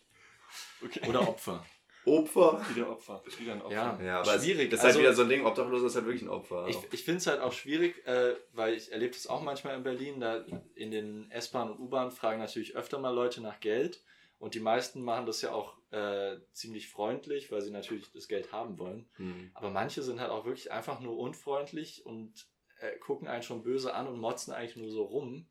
[SPEAKER 3] Okay.
[SPEAKER 4] Oder Opfer.
[SPEAKER 2] Opfer.
[SPEAKER 3] wieder Opfer. Wieder ein Opfer.
[SPEAKER 4] Ja.
[SPEAKER 2] Ja, aber
[SPEAKER 4] Schwierig.
[SPEAKER 2] Es, das ist halt
[SPEAKER 4] Also-
[SPEAKER 2] wieder so ein Ding, Obdachloser ist halt wirklich ein Opfer.
[SPEAKER 4] Ich, ich finde es halt auch schwierig, äh, weil ich erlebe das auch manchmal in Berlin. Da in den S-Bahn und U-Bahn fragen natürlich öfter mal Leute nach Geld. Und die meisten machen das ja auch äh, ziemlich freundlich, weil sie natürlich das Geld haben wollen.
[SPEAKER 2] Hm.
[SPEAKER 4] Aber manche sind halt auch wirklich einfach nur unfreundlich und äh, gucken einen schon böse an und motzen eigentlich nur so rum.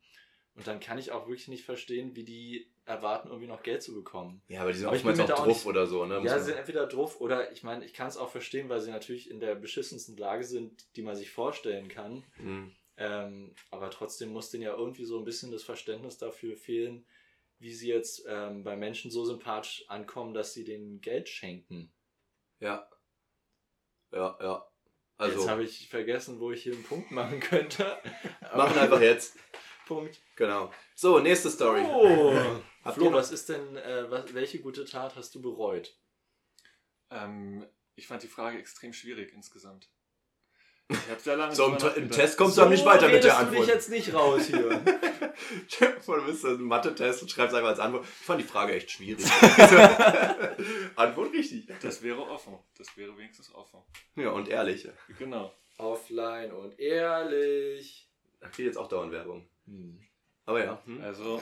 [SPEAKER 4] Und dann kann ich auch wirklich nicht verstehen, wie die erwarten, irgendwie noch Geld zu bekommen.
[SPEAKER 2] Ja, aber die sind
[SPEAKER 4] Aber ich bin
[SPEAKER 2] oftmals
[SPEAKER 4] mir
[SPEAKER 2] auch
[SPEAKER 4] da auch
[SPEAKER 2] drauf
[SPEAKER 4] nicht-
[SPEAKER 2] oder so, ne? muss
[SPEAKER 4] Ja,
[SPEAKER 2] man-
[SPEAKER 4] sie sind entweder drauf oder ich meine, ich kann es auch verstehen, weil sie natürlich in der beschissensten Lage sind, die man sich vorstellen kann.
[SPEAKER 2] Hm.
[SPEAKER 4] Ähm, aber trotzdem muss denen ja irgendwie so ein bisschen das Verständnis dafür fehlen, wie sie jetzt ähm, bei Menschen so sympathisch ankommen, dass sie denen Geld schenken.
[SPEAKER 2] Ja. Ja, ja.
[SPEAKER 4] Also.
[SPEAKER 2] Also,
[SPEAKER 4] Jetzt habe ich vergessen, wo ich hier einen Punkt machen könnte.
[SPEAKER 2] machen einfach jetzt.
[SPEAKER 4] Punkt.
[SPEAKER 2] Genau. So, nächste Story.
[SPEAKER 4] Oh.
[SPEAKER 2] Habt ihr
[SPEAKER 4] Flo,
[SPEAKER 2] noch-
[SPEAKER 4] was ist denn, äh, was, welche gute Tat hast du bereut?
[SPEAKER 3] Ähm, ich fand die Frage extrem schwierig insgesamt. Ich habe sehr lange
[SPEAKER 2] So, im,
[SPEAKER 3] drüber
[SPEAKER 2] Te- im
[SPEAKER 3] nachgedacht.
[SPEAKER 2] Test kommst du aber nicht weiter mit der
[SPEAKER 4] redest du dich
[SPEAKER 2] Antwort.
[SPEAKER 4] jetzt nicht raus hier.
[SPEAKER 2] Stell dir vor, du bist ein Mathe-Test und schreibst einfach als Antwort. Ich fand die Frage echt schwierig. Antwort richtig.
[SPEAKER 3] Das wäre offen. Das wäre wenigstens offen.
[SPEAKER 2] Ja, und ehrlich.
[SPEAKER 3] Genau.
[SPEAKER 4] Offline und ehrlich.
[SPEAKER 2] Da geht jetzt auch dauernd Werbung.
[SPEAKER 4] Hm.
[SPEAKER 2] Aber ja. Hm.
[SPEAKER 3] Also,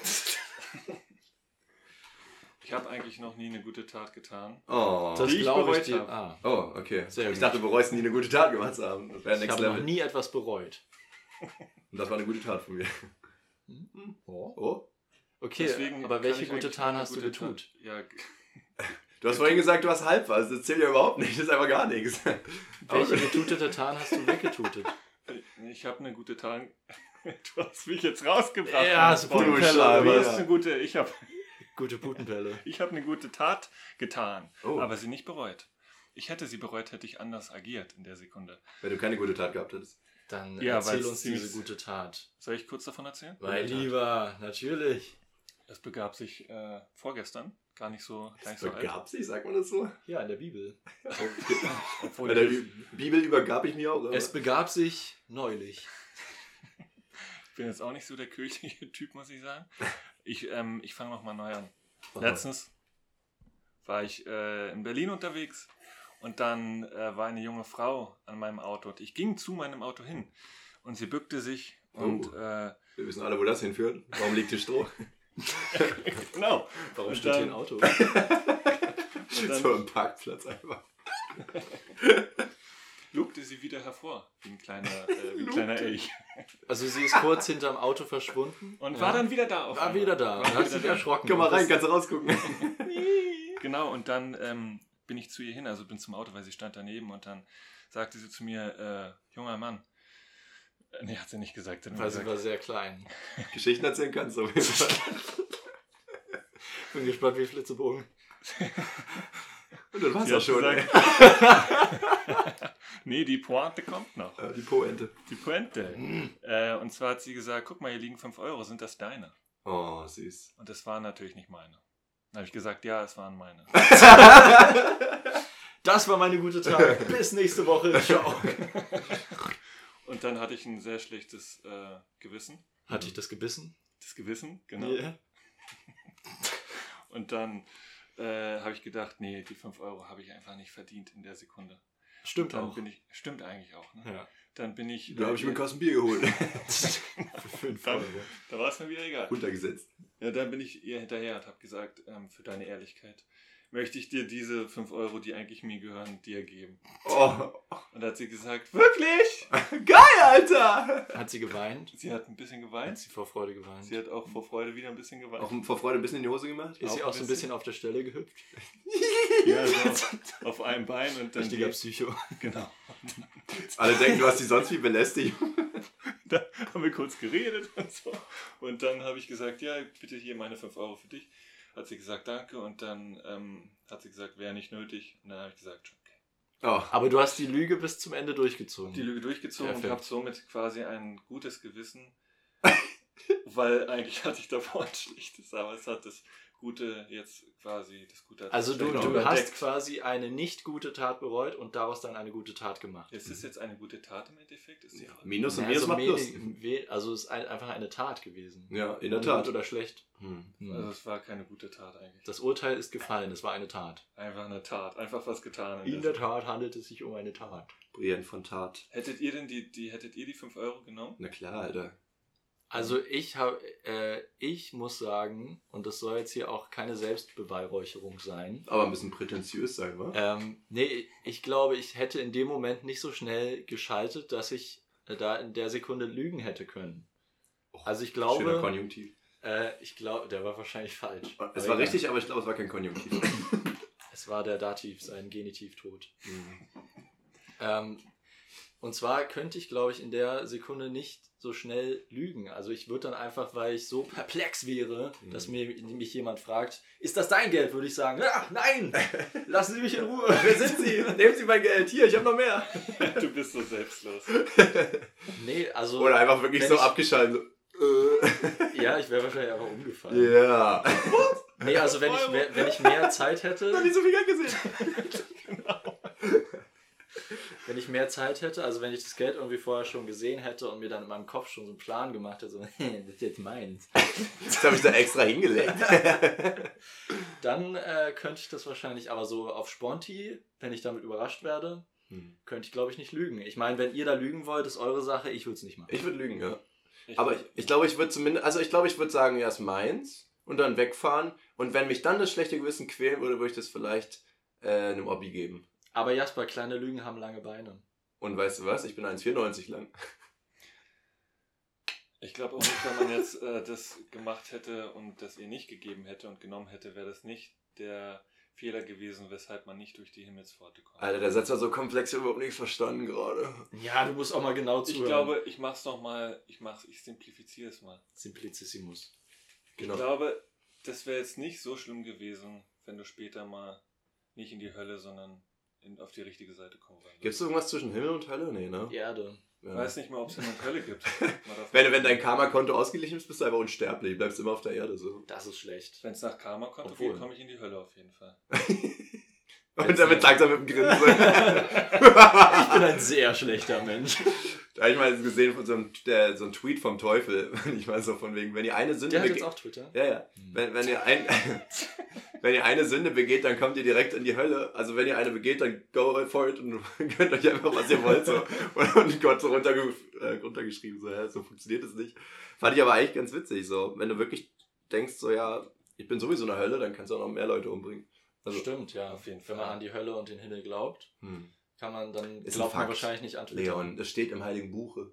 [SPEAKER 3] ich habe eigentlich noch nie eine gute Tat getan.
[SPEAKER 2] Oh.
[SPEAKER 4] Das
[SPEAKER 3] Die ich
[SPEAKER 4] glaube ich
[SPEAKER 3] bereut
[SPEAKER 4] dir.
[SPEAKER 3] habe.
[SPEAKER 4] Ah.
[SPEAKER 2] Oh, okay.
[SPEAKER 4] Sehr
[SPEAKER 2] ich
[SPEAKER 4] gut.
[SPEAKER 2] dachte, du bereust nie eine gute Tat gemacht zu haben. Das wäre
[SPEAKER 4] Ich
[SPEAKER 2] Next
[SPEAKER 4] habe noch
[SPEAKER 2] Level.
[SPEAKER 4] nie etwas bereut.
[SPEAKER 2] Und das war eine gute Tat von mir. Oh?
[SPEAKER 4] Hm? Okay,
[SPEAKER 3] Deswegen
[SPEAKER 4] aber
[SPEAKER 3] kann
[SPEAKER 4] welche
[SPEAKER 3] ich
[SPEAKER 4] gute
[SPEAKER 3] eigentlich
[SPEAKER 4] Tat
[SPEAKER 3] keine
[SPEAKER 4] hast du
[SPEAKER 3] gute Tat-
[SPEAKER 4] getut?
[SPEAKER 3] Ja, g-
[SPEAKER 2] Du hast vorhin gesagt, du hast halb was. Das zählt ja überhaupt nicht. Das ist einfach gar nichts. Aber
[SPEAKER 4] Welche
[SPEAKER 2] gut.
[SPEAKER 4] getutete Tat hast du weggetutet?
[SPEAKER 3] ich habe eine gute Tat. Du hast mich jetzt rausgebracht.
[SPEAKER 4] Ja, es
[SPEAKER 3] Mann.
[SPEAKER 2] Du
[SPEAKER 4] Putenpelle,
[SPEAKER 3] Du
[SPEAKER 2] Schleimer.
[SPEAKER 4] aber-
[SPEAKER 3] hast eine gute, ich habe
[SPEAKER 4] Gute Putenpelle.
[SPEAKER 3] ich hab eine gute Tat getan,
[SPEAKER 2] Oh.
[SPEAKER 3] aber sie nicht bereut. Ich hätte sie bereut, hätte ich anders agiert in der Sekunde.
[SPEAKER 2] Wenn du keine gute Tat gehabt hättest.
[SPEAKER 4] Dann
[SPEAKER 3] Ja,
[SPEAKER 4] erzähl
[SPEAKER 3] weil's
[SPEAKER 4] uns
[SPEAKER 3] ziemlich-
[SPEAKER 4] diese gute Tat.
[SPEAKER 3] Soll ich kurz davon erzählen?
[SPEAKER 4] Mein Lieber, natürlich.
[SPEAKER 3] Das begab sich äh, vorgestern, gar nicht so, gar nicht so alt.
[SPEAKER 2] Begab sich, sagt man das so?
[SPEAKER 4] Ja, in der Bibel.
[SPEAKER 2] Bei
[SPEAKER 3] Obwohl
[SPEAKER 2] der
[SPEAKER 3] ich,
[SPEAKER 2] Ü- Bibel übergab ich mir auch. aber-
[SPEAKER 4] Es begab sich neulich.
[SPEAKER 3] ich bin jetzt auch nicht so der kirchliche Typ, muss ich sagen. Ich, ähm, ich fange nochmal neu an. Letztens war ich äh, in Berlin unterwegs und dann äh, war eine junge Frau an meinem Auto und ich ging zu meinem Auto hin und sie bückte sich Und
[SPEAKER 2] Oh.
[SPEAKER 3] äh,
[SPEAKER 2] Wir wissen alle, wo das hinführt. Warum liegt hier Stroh?
[SPEAKER 3] genau.
[SPEAKER 4] Warum
[SPEAKER 3] Und
[SPEAKER 4] steht hier
[SPEAKER 3] dann-
[SPEAKER 4] ein Auto?
[SPEAKER 3] Und dann
[SPEAKER 2] so im Parkplatz einfach.
[SPEAKER 3] lugte sie wieder hervor, wie ein kleiner, äh, wie ein kleiner Elch.
[SPEAKER 4] Also sie ist kurz hinterm Auto verschwunden.
[SPEAKER 3] Und
[SPEAKER 4] Ja.
[SPEAKER 3] war dann wieder da. Auf
[SPEAKER 4] war
[SPEAKER 3] einmal.
[SPEAKER 4] wieder da.
[SPEAKER 3] War
[SPEAKER 4] Und hat
[SPEAKER 3] wieder
[SPEAKER 4] sich
[SPEAKER 3] da.
[SPEAKER 4] erschrocken.
[SPEAKER 2] Komm mal
[SPEAKER 4] Und
[SPEAKER 2] rein,
[SPEAKER 4] das-
[SPEAKER 2] kannst du rausgucken.
[SPEAKER 3] Genau, und dann ähm, bin ich zu ihr hin, also bin zum Auto, weil sie stand daneben und dann sagte sie zu mir, äh, junger Mann. Äh, Nee, hat sie nicht gesagt. Sie hat nur
[SPEAKER 4] Weil sie
[SPEAKER 3] gesagt
[SPEAKER 4] war sehr klein.
[SPEAKER 2] Geschichten erzählen kannst du auf jeden Fall.
[SPEAKER 4] Bin gespannt wie Flitzebogen.
[SPEAKER 2] Und dann war's
[SPEAKER 3] Sie
[SPEAKER 2] ja
[SPEAKER 3] hat
[SPEAKER 2] schon. ey.
[SPEAKER 3] gesagt, nee, die Pointe kommt noch.
[SPEAKER 2] Äh, Die Poente.
[SPEAKER 3] Die Pointe. Äh, und zwar hat sie gesagt, guck mal, hier liegen 5 Euro, sind das deine?
[SPEAKER 2] Oh, süß.
[SPEAKER 3] Und das waren natürlich nicht meine. Dann habe ich gesagt, ja, es waren meine.
[SPEAKER 4] Das war meine gute Tat. Bis nächste Woche. Ciao.
[SPEAKER 3] Und dann hatte ich ein sehr schlechtes äh, Gewissen.
[SPEAKER 4] Hat dich das gebissen?
[SPEAKER 3] Das Gewissen, genau.
[SPEAKER 4] Ja.
[SPEAKER 3] Und dann äh, habe ich gedacht, nee, die 5 Euro habe ich einfach nicht verdient in der Sekunde.
[SPEAKER 4] Stimmt
[SPEAKER 3] Dann
[SPEAKER 4] auch.
[SPEAKER 3] bin ich, stimmt eigentlich auch. Ne?
[SPEAKER 4] ja.
[SPEAKER 3] Dann bin ich.
[SPEAKER 2] Da habe ich mir einen Kasten Bier geholt.
[SPEAKER 4] Fünf
[SPEAKER 3] Dann-
[SPEAKER 4] Euro.
[SPEAKER 3] da war es mir wieder egal.
[SPEAKER 2] Runtergesetzt.
[SPEAKER 3] Ja, dann bin ich ihr hinterher und habe gesagt, ähm, für deine Ehrlichkeit möchte ich dir diese 5 Euro, die eigentlich mir gehören, dir geben.
[SPEAKER 2] Oh,
[SPEAKER 3] Und da hat sie gesagt, wirklich?
[SPEAKER 2] geil, Alter!
[SPEAKER 4] Hat sie geweint?
[SPEAKER 3] Sie hat ein bisschen
[SPEAKER 4] Hat
[SPEAKER 3] geweint.
[SPEAKER 4] sie vor Freude geweint?
[SPEAKER 3] Sie hat auch vor Freude wieder ein bisschen geweint.
[SPEAKER 2] Auch vor Freude ein bisschen in die Hose gemacht?
[SPEAKER 4] ist sie
[SPEAKER 3] auch
[SPEAKER 4] auch so
[SPEAKER 3] ein
[SPEAKER 4] ein bisschen auf der Stelle gehüpft?
[SPEAKER 3] ja,
[SPEAKER 2] also
[SPEAKER 3] so auf, auf einem Bein und dann.
[SPEAKER 4] Richtiger
[SPEAKER 3] die-
[SPEAKER 4] Psycho.
[SPEAKER 3] genau.
[SPEAKER 2] Alle denken, du hast die sonst wie belästigt.
[SPEAKER 3] da haben wir kurz geredet und so. Und dann habe ich gesagt, ja, bitte hier meine 5 Euro für dich. Hat sie gesagt, danke. Und dann ähm, hat sie gesagt, wäre nicht nötig. Und dann habe ich gesagt, okay.
[SPEAKER 2] Oh,
[SPEAKER 4] Aber du hast die Lüge bis zum Ende durchgezogen.
[SPEAKER 3] Die Lüge durchgezogen und
[SPEAKER 4] Perfekt.
[SPEAKER 3] habe somit quasi ein gutes Gewissen. weil eigentlich hatte ich davor ein schlechtes, aber es hat das Gute jetzt quasi, das Gute hat
[SPEAKER 4] Also
[SPEAKER 3] das
[SPEAKER 4] du,
[SPEAKER 3] Schlechte
[SPEAKER 4] du
[SPEAKER 3] überdeckt.
[SPEAKER 4] hast quasi eine nicht gute Tat bereut und daraus dann eine gute Tat gemacht.
[SPEAKER 3] Ist es jetzt eine gute Tat im Endeffekt? Ist die
[SPEAKER 2] Ja,
[SPEAKER 3] Frage.
[SPEAKER 2] Minus und
[SPEAKER 4] Na,
[SPEAKER 2] Minus
[SPEAKER 4] so
[SPEAKER 2] macht Plus.
[SPEAKER 4] wenig- we- also es ist ein, einfach eine Tat gewesen.
[SPEAKER 2] Ja, in der
[SPEAKER 4] Gut
[SPEAKER 2] Tat.
[SPEAKER 4] oder schlecht.
[SPEAKER 2] Hm.
[SPEAKER 3] Also es war keine gute Tat eigentlich.
[SPEAKER 4] Das Urteil ist gefallen, es war eine Tat.
[SPEAKER 3] Einfach eine Tat, einfach was getan.
[SPEAKER 4] In der Tat handelt es sich um eine Tat.
[SPEAKER 2] Brienne von Tat.
[SPEAKER 3] Hättet ihr denn die, die, hättet ihr die 5 Euro genommen?
[SPEAKER 2] Na klar, Alter.
[SPEAKER 4] Also ich habe, äh, ich muss sagen, und das soll jetzt hier auch keine Selbstbeweihräucherung sein.
[SPEAKER 2] Aber ein bisschen prätentiös sein, wa?
[SPEAKER 4] Ähm, nee, ich glaube, ich hätte in dem Moment nicht so schnell geschaltet, dass ich äh, da in der Sekunde lügen hätte können.
[SPEAKER 2] Och,
[SPEAKER 4] Also ich
[SPEAKER 2] Schöner
[SPEAKER 4] glaube,
[SPEAKER 2] Konjunktiv.
[SPEAKER 4] äh, ich glaube, der war wahrscheinlich falsch.
[SPEAKER 2] Es
[SPEAKER 4] Aber
[SPEAKER 2] war
[SPEAKER 4] ja,
[SPEAKER 2] richtig, aber ich glaube, es war kein Konjunktiv.
[SPEAKER 4] Es war der Dativ, sein Genitivtod.
[SPEAKER 2] Hm.
[SPEAKER 4] Ähm, und zwar könnte ich, glaube ich, in der Sekunde nicht so schnell lügen. Also ich würde dann einfach, weil ich so perplex wäre,
[SPEAKER 2] Mhm.
[SPEAKER 4] dass mir, mich jemand fragt, ist das dein Geld, würde ich sagen, "Ah, nein, lassen Sie mich in Ruhe.
[SPEAKER 2] Wer sind Sie? Nehmen Sie mein Geld. Hier, ich habe noch mehr.
[SPEAKER 3] Du bist so selbstlos.
[SPEAKER 4] Nee, also,
[SPEAKER 2] Oder einfach wirklich
[SPEAKER 4] Wenn
[SPEAKER 2] so
[SPEAKER 4] ich-
[SPEAKER 2] abgeschaltet. So. äh.
[SPEAKER 4] ja, ich wäre wahrscheinlich einfach umgefallen.
[SPEAKER 2] Ja.
[SPEAKER 4] Nee, also wenn ich, mehr- wenn ich mehr Zeit hätte,
[SPEAKER 2] so viel Geld gesehen.
[SPEAKER 4] wenn ich mehr Zeit hätte, also wenn ich das Geld irgendwie vorher schon gesehen hätte und mir dann in meinem Kopf schon so einen Plan gemacht hätte, so, das ist jetzt meins,
[SPEAKER 2] Das habe ich da extra hingelegt.
[SPEAKER 4] dann äh, könnte ich das wahrscheinlich aber so auf Sponti, wenn ich damit überrascht werde,
[SPEAKER 2] Hm.
[SPEAKER 4] könnte ich glaube ich nicht lügen. Ich meine, wenn ihr da lügen wollt, ist eure Sache, ich würde es nicht machen.
[SPEAKER 2] Ich würde lügen, ja.
[SPEAKER 3] Ich-
[SPEAKER 2] Aber ich, ich glaube, ich würde zumindest, also ich glaube, ich würde sagen, ja, ist meins und dann wegfahren. Und wenn mich dann das schlechte Gewissen quälen würde, würde ich das vielleicht äh, einem Obby geben.
[SPEAKER 4] Aber Jasper, kleine Lügen haben lange Beine.
[SPEAKER 2] Und weißt du was? Ich bin 1,94 lang.
[SPEAKER 3] Ich glaube auch nicht, wenn man jetzt äh, das gemacht hätte und das ihr nicht gegeben hätte und genommen hätte, wäre das nicht der Fehler gewesen, weshalb man nicht durch die Himmelspforte kommt.
[SPEAKER 2] Alter, der Satz war so komplex, ich habe überhaupt nichts verstanden gerade.
[SPEAKER 4] Ja, du musst auch mal genau
[SPEAKER 3] ich
[SPEAKER 4] zuhören.
[SPEAKER 3] glaube, ich mach's nochmal, ich mach's, ich simplifiziere es mal.
[SPEAKER 4] Simplicissimus.
[SPEAKER 3] Ich
[SPEAKER 2] Genau.
[SPEAKER 3] glaube, das wäre jetzt nicht so schlimm gewesen, wenn du später mal nicht in die Hölle, sondern in, auf die richtige Seite kommen würdest.
[SPEAKER 2] Gibt es irgendwas zwischen Himmel und Hölle? Nee, ne?
[SPEAKER 4] Erde.
[SPEAKER 2] Ja.
[SPEAKER 3] Ich weiß nicht mal, ob es Himmel und Hölle gibt. Mal davon-
[SPEAKER 2] Wenn, wenn dein Karma-Konto ausgeglichen ist, bist du einfach unsterblich. Du bleibst immer auf der Erde so.
[SPEAKER 4] Das ist schlecht.
[SPEAKER 3] Wenn es nach Karma kommt,
[SPEAKER 4] Obwohl.
[SPEAKER 3] okay, komme ich in die Hölle auf jeden Fall.
[SPEAKER 2] Und damit langsam mit dem
[SPEAKER 4] Ich bin
[SPEAKER 2] Grinsen.
[SPEAKER 4] ein sehr schlechter Mensch.
[SPEAKER 2] Da habe ich mal gesehen von so einem, der, so einem Tweet vom Teufel. Ich weiß so von wegen, wenn ihr eine Sünde
[SPEAKER 4] Der hat jetzt
[SPEAKER 2] bege-
[SPEAKER 4] auch Twitter.
[SPEAKER 2] Ja, ja. Wenn, wenn, ihr ein, wenn ihr eine Sünde begeht, dann kommt ihr direkt in die Hölle. Also wenn ihr eine begeht, dann go for it und könnt euch einfach, was ihr wollt. So. Und Gott so runterge äh, runtergeschrieben, so, ja, so funktioniert es nicht. Fand ich aber eigentlich ganz witzig. So, wenn du wirklich denkst, so ja, ich bin sowieso in der Hölle, dann kannst du auch noch mehr Leute umbringen. Also,
[SPEAKER 4] Stimmt, ja.
[SPEAKER 3] auf jeden
[SPEAKER 4] Wenn man
[SPEAKER 3] Fall.
[SPEAKER 4] an die Hölle und den Himmel glaubt,
[SPEAKER 2] hm.
[SPEAKER 4] kann man dann
[SPEAKER 2] Ist ein
[SPEAKER 4] glaubt man
[SPEAKER 2] Fakt.
[SPEAKER 4] wahrscheinlich nicht an Twitter.
[SPEAKER 2] Leon, es steht im Heiligen Buche.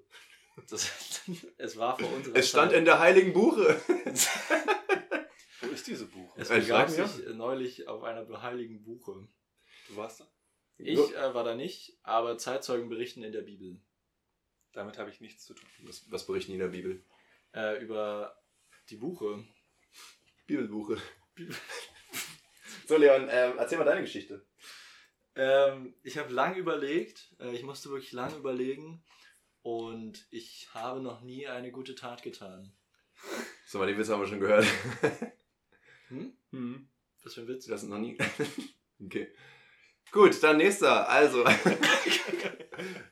[SPEAKER 4] Das, es war vor unserer
[SPEAKER 2] Es stand
[SPEAKER 4] Zeit.
[SPEAKER 2] in der Heiligen Buche.
[SPEAKER 3] Wo ist diese Buche?
[SPEAKER 4] es
[SPEAKER 2] Ich
[SPEAKER 4] begab
[SPEAKER 2] sag's ja.
[SPEAKER 4] sich neulich auf einer heiligen Buche.
[SPEAKER 3] Du warst da?
[SPEAKER 4] Ich
[SPEAKER 2] So.
[SPEAKER 4] äh, war da nicht, aber Zeitzeugen berichten in der Bibel
[SPEAKER 3] Damit habe ich nichts zu tun.
[SPEAKER 2] Was, was berichten die in der Bibel?
[SPEAKER 4] äh, über die Buche.
[SPEAKER 2] Bibelbuche. so, Leon, ähm, erzähl mal deine Geschichte.
[SPEAKER 4] Ähm, ich habe lang überlegt, äh, ich musste wirklich lang überlegen und ich habe noch nie eine gute Tat getan.
[SPEAKER 2] So, mal die Witze haben wir schon gehört.
[SPEAKER 4] Hm?
[SPEAKER 2] Hm.
[SPEAKER 4] Was für ein Witz.
[SPEAKER 2] Das noch nie. okay. Gut, dann nächster. Also.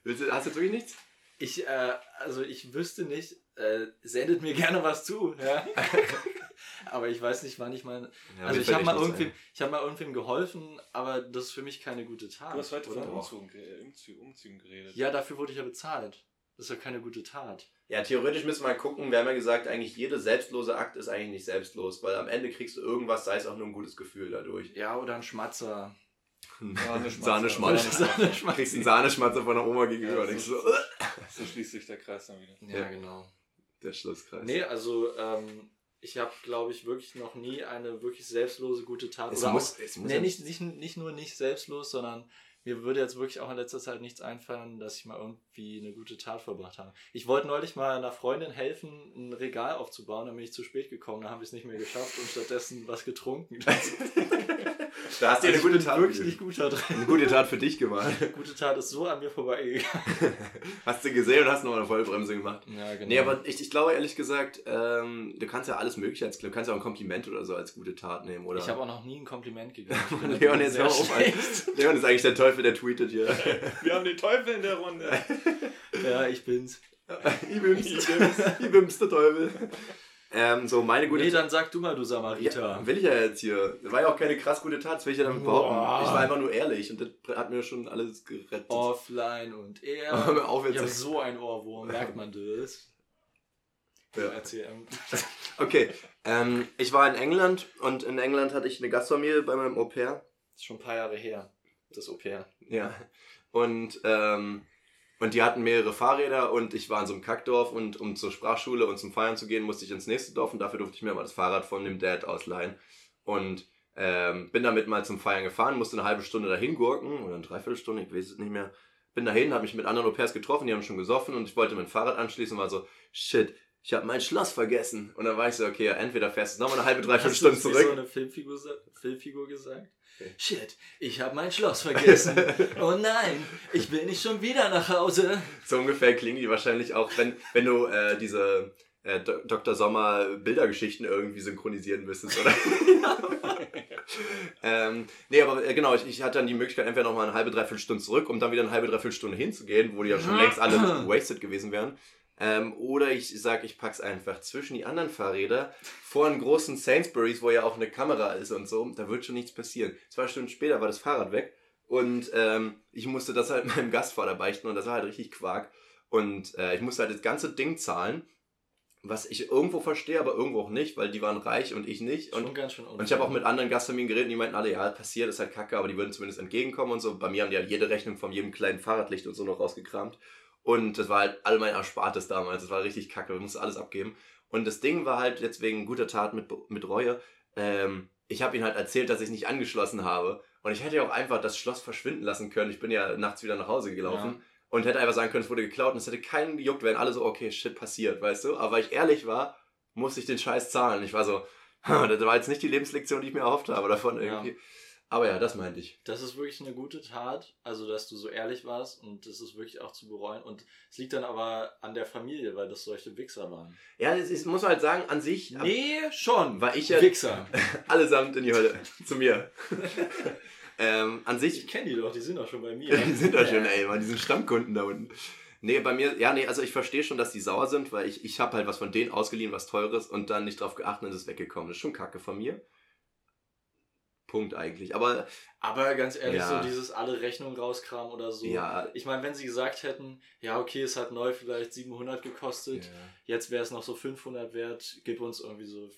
[SPEAKER 2] Willst du, hast du jetzt wirklich nichts?
[SPEAKER 4] Ich, äh, also ich wüsste nicht, äh, sendet mir gerne was zu, ja. aber ich weiß nicht, wann ich meine. also ich habe mal irgendwie, ich habe mal irgendwem geholfen, aber das ist für mich keine gute Tat.
[SPEAKER 3] Du hast heute von
[SPEAKER 4] Ah, oder?
[SPEAKER 3] Umzügen, äh, Umzü- Umzügen geredet.
[SPEAKER 4] Ja, dafür wurde ich ja bezahlt. Das ist ja keine gute Tat.
[SPEAKER 2] Ja, theoretisch müssen wir mal gucken. Wir haben ja gesagt, eigentlich jeder selbstlose Akt ist eigentlich nicht selbstlos, weil am Ende kriegst du irgendwas, sei es auch nur ein gutes Gefühl dadurch.
[SPEAKER 4] Ja, oder ein Schmatzer.
[SPEAKER 3] Sahneschmatzer.
[SPEAKER 2] Sahneschmatzer.
[SPEAKER 4] Sahneschmatzer.
[SPEAKER 2] Kriegst einen Sahneschmatzer von der Oma gegenüber.
[SPEAKER 3] Ja,
[SPEAKER 2] denkst
[SPEAKER 3] so-
[SPEAKER 2] du, "Äh."
[SPEAKER 3] So schließt sich der Kreis dann wieder.
[SPEAKER 4] Ja,
[SPEAKER 2] Ja.
[SPEAKER 4] genau.
[SPEAKER 2] der Schlusskreis.
[SPEAKER 4] Nee, also ähm, ich habe, glaube ich, wirklich noch nie eine wirklich selbstlose gute Tat.
[SPEAKER 2] es
[SPEAKER 4] oder
[SPEAKER 2] muss, es
[SPEAKER 4] auch,
[SPEAKER 2] muss
[SPEAKER 4] nee,
[SPEAKER 2] ja-
[SPEAKER 4] nicht, nicht, nicht nur nicht selbstlos, sondern mir würde jetzt wirklich auch in letzter Zeit nichts einfallen, dass ich mal irgendwie eine gute Tat verbracht habe. Ich wollte neulich mal einer Freundin helfen, ein Regal aufzubauen, dann bin ich zu spät gekommen, dann habe ich es nicht mehr geschafft und stattdessen was getrunken. Also
[SPEAKER 2] Da hast du dir eine
[SPEAKER 4] ich
[SPEAKER 2] gute
[SPEAKER 4] bin
[SPEAKER 2] Tat
[SPEAKER 4] wirklich
[SPEAKER 2] gegeben.
[SPEAKER 4] nicht gut da drin.
[SPEAKER 2] Eine gute Tat für dich gemacht.
[SPEAKER 4] Gute Tat ist so an mir vorbeigegangen.
[SPEAKER 2] Hast du gesehen und hast nochmal eine Vollbremse gemacht.
[SPEAKER 4] Ja, genau.
[SPEAKER 2] Nee, aber ich, ich glaube ehrlich gesagt, ähm, du kannst ja alles Mögliche als du kannst ja auch ein Kompliment oder so als gute Tat nehmen, oder?
[SPEAKER 4] ich habe auch noch nie ein Kompliment gegeben. Ich bin
[SPEAKER 2] Leon, jetzt
[SPEAKER 4] sehr
[SPEAKER 2] hör auf, Alter.
[SPEAKER 4] schlecht.
[SPEAKER 2] Leon ist eigentlich der Teufel, der tweetet hier.
[SPEAKER 3] Wir haben den Teufel in der Runde.
[SPEAKER 4] Ja, ich bin's.
[SPEAKER 2] ich bimst, ich bimst, ich bimst der Teufel. Ähm, so, meine gute
[SPEAKER 4] nee,
[SPEAKER 2] Tat.
[SPEAKER 4] dann sag du mal, du Samariter.
[SPEAKER 2] Ja, will ich ja jetzt hier. War ja auch keine krass gute Tat, das will ich ja damit behaupten.
[SPEAKER 4] Boah.
[SPEAKER 2] Ich war einfach nur ehrlich und das hat mir schon alles gerettet.
[SPEAKER 4] Offline und er.
[SPEAKER 2] Hör mir auf
[SPEAKER 4] ich habe
[SPEAKER 2] jetzt.
[SPEAKER 4] so ein Ohrwurm, merkt man das?
[SPEAKER 2] Ja.
[SPEAKER 4] Erzähl, ähm,
[SPEAKER 2] Okay, ähm, ich war in England und in England hatte ich eine Gastfamilie bei meinem Au pair.
[SPEAKER 4] ist schon ein paar Jahre her, das Au-pair.
[SPEAKER 2] Ja. Und, ähm, und die hatten mehrere Fahrräder und ich war in so einem Kackdorf und um zur Sprachschule und zum Feiern zu gehen, musste ich ins nächste Dorf und dafür durfte ich mir mal das Fahrrad von dem Dad ausleihen. Und ähm, bin damit mal zum Feiern gefahren, musste eine halbe Stunde dahin gurken oder eine Dreiviertelstunde, ich weiß es nicht mehr. Bin dahin, habe mich mit anderen Au-pairs getroffen, die haben schon gesoffen und ich wollte mein Fahrrad anschließen und war so, shit, ich habe mein Schloss vergessen. Und dann war ich so, okay, ja, entweder fährst du nochmal eine halbe, dreiviertel
[SPEAKER 4] Hast du
[SPEAKER 2] Stunde
[SPEAKER 4] das wie so
[SPEAKER 2] zurück.
[SPEAKER 4] eine Filmfigur, sa- Filmfigur gesagt?
[SPEAKER 2] Okay.
[SPEAKER 4] Shit, ich habe mein Schloss vergessen. oh nein, ich will nicht schon wieder nach Hause.
[SPEAKER 2] So ungefähr klingen die wahrscheinlich auch, wenn, wenn du äh, diese äh, Do Dr. Sommer Bildergeschichten irgendwie synchronisieren müsstest, oder? ähm, nee, aber äh, genau, ich, ich hatte dann die Möglichkeit, entweder nochmal eine halbe, dreiviertel Stunde zurück, um dann wieder eine halbe, dreiviertel Stunde hinzugehen, wo die ja schon längst alle wasted gewesen wären. Ähm, oder ich sag, ich pack's einfach zwischen die anderen Fahrräder vor einen großen Sainsbury's, wo ja auch eine Kamera ist und so. Da wird schon nichts passieren. Zwei Stunden später war das Fahrrad weg und ähm, ich musste das halt meinem Gastvater beichten und das war halt richtig Quark. Und äh, ich musste halt das ganze Ding zahlen, was ich irgendwo verstehe, aber irgendwo auch nicht, weil die waren reich und ich nicht.
[SPEAKER 4] Schon
[SPEAKER 2] Und,
[SPEAKER 4] ganz schön
[SPEAKER 2] und ich habe auch mit anderen Gastfamilien geredet und die meinten alle, ja, passiert, ist halt kacke, aber die würden zumindest entgegenkommen und so. Bei mir haben die halt jede Rechnung von jedem kleinen Fahrradlicht und so noch rausgekramt. Und das war halt all mein Erspartes damals. Das war richtig kacke, ich musste alles abgeben. Und das Ding war halt jetzt wegen guter Tat mit, mit Reue. Ähm, ich habe ihnen halt erzählt, dass ich nicht angeschlossen habe. Und ich hätte ja auch einfach das Schloss verschwinden lassen können. Ich bin ja nachts wieder nach Hause gelaufen. Und hätte einfach sagen können, es wurde geklaut und es hätte keinen gejuckt, wären alle so, okay, shit passiert, weißt du? Aber weil ich ehrlich war, musste ich den Scheiß zahlen. Ich war so, das war jetzt nicht die Lebenslektion, die ich mir erhofft habe davon
[SPEAKER 4] Ja.
[SPEAKER 2] irgendwie. Aber ja, das meinte ich.
[SPEAKER 4] Das ist wirklich eine gute Tat, also dass du so ehrlich warst und das ist wirklich auch zu bereuen. Und es liegt dann aber an der Familie, weil das solche Wichser waren.
[SPEAKER 2] Ja, das ist, muss man halt sagen, an sich
[SPEAKER 4] Nee, schon.
[SPEAKER 2] war ich ja
[SPEAKER 4] Wichser.
[SPEAKER 2] allesamt in die Hölle. zu mir. ähm, an sich
[SPEAKER 4] Ich kenne die doch, die sind doch schon bei mir.
[SPEAKER 2] Die sind doch schon, ey, man, die sind Stammkunden da unten. Nee, bei mir, ja, nee, also ich verstehe schon, dass die sauer sind, weil ich, ich habe halt was von denen ausgeliehen, was teures und dann nicht drauf geachtet und es ist weggekommen. Das ist schon kacke von mir. Punkt eigentlich. Aber
[SPEAKER 4] Aber ganz ehrlich,
[SPEAKER 2] Ja.
[SPEAKER 4] so dieses alle Rechnungen rauskramen oder so.
[SPEAKER 2] ja,
[SPEAKER 4] Ich meine, wenn sie gesagt hätten, ja, okay, es hat neu vielleicht 700 gekostet, jetzt wäre es noch so 500 wert, gib uns irgendwie so,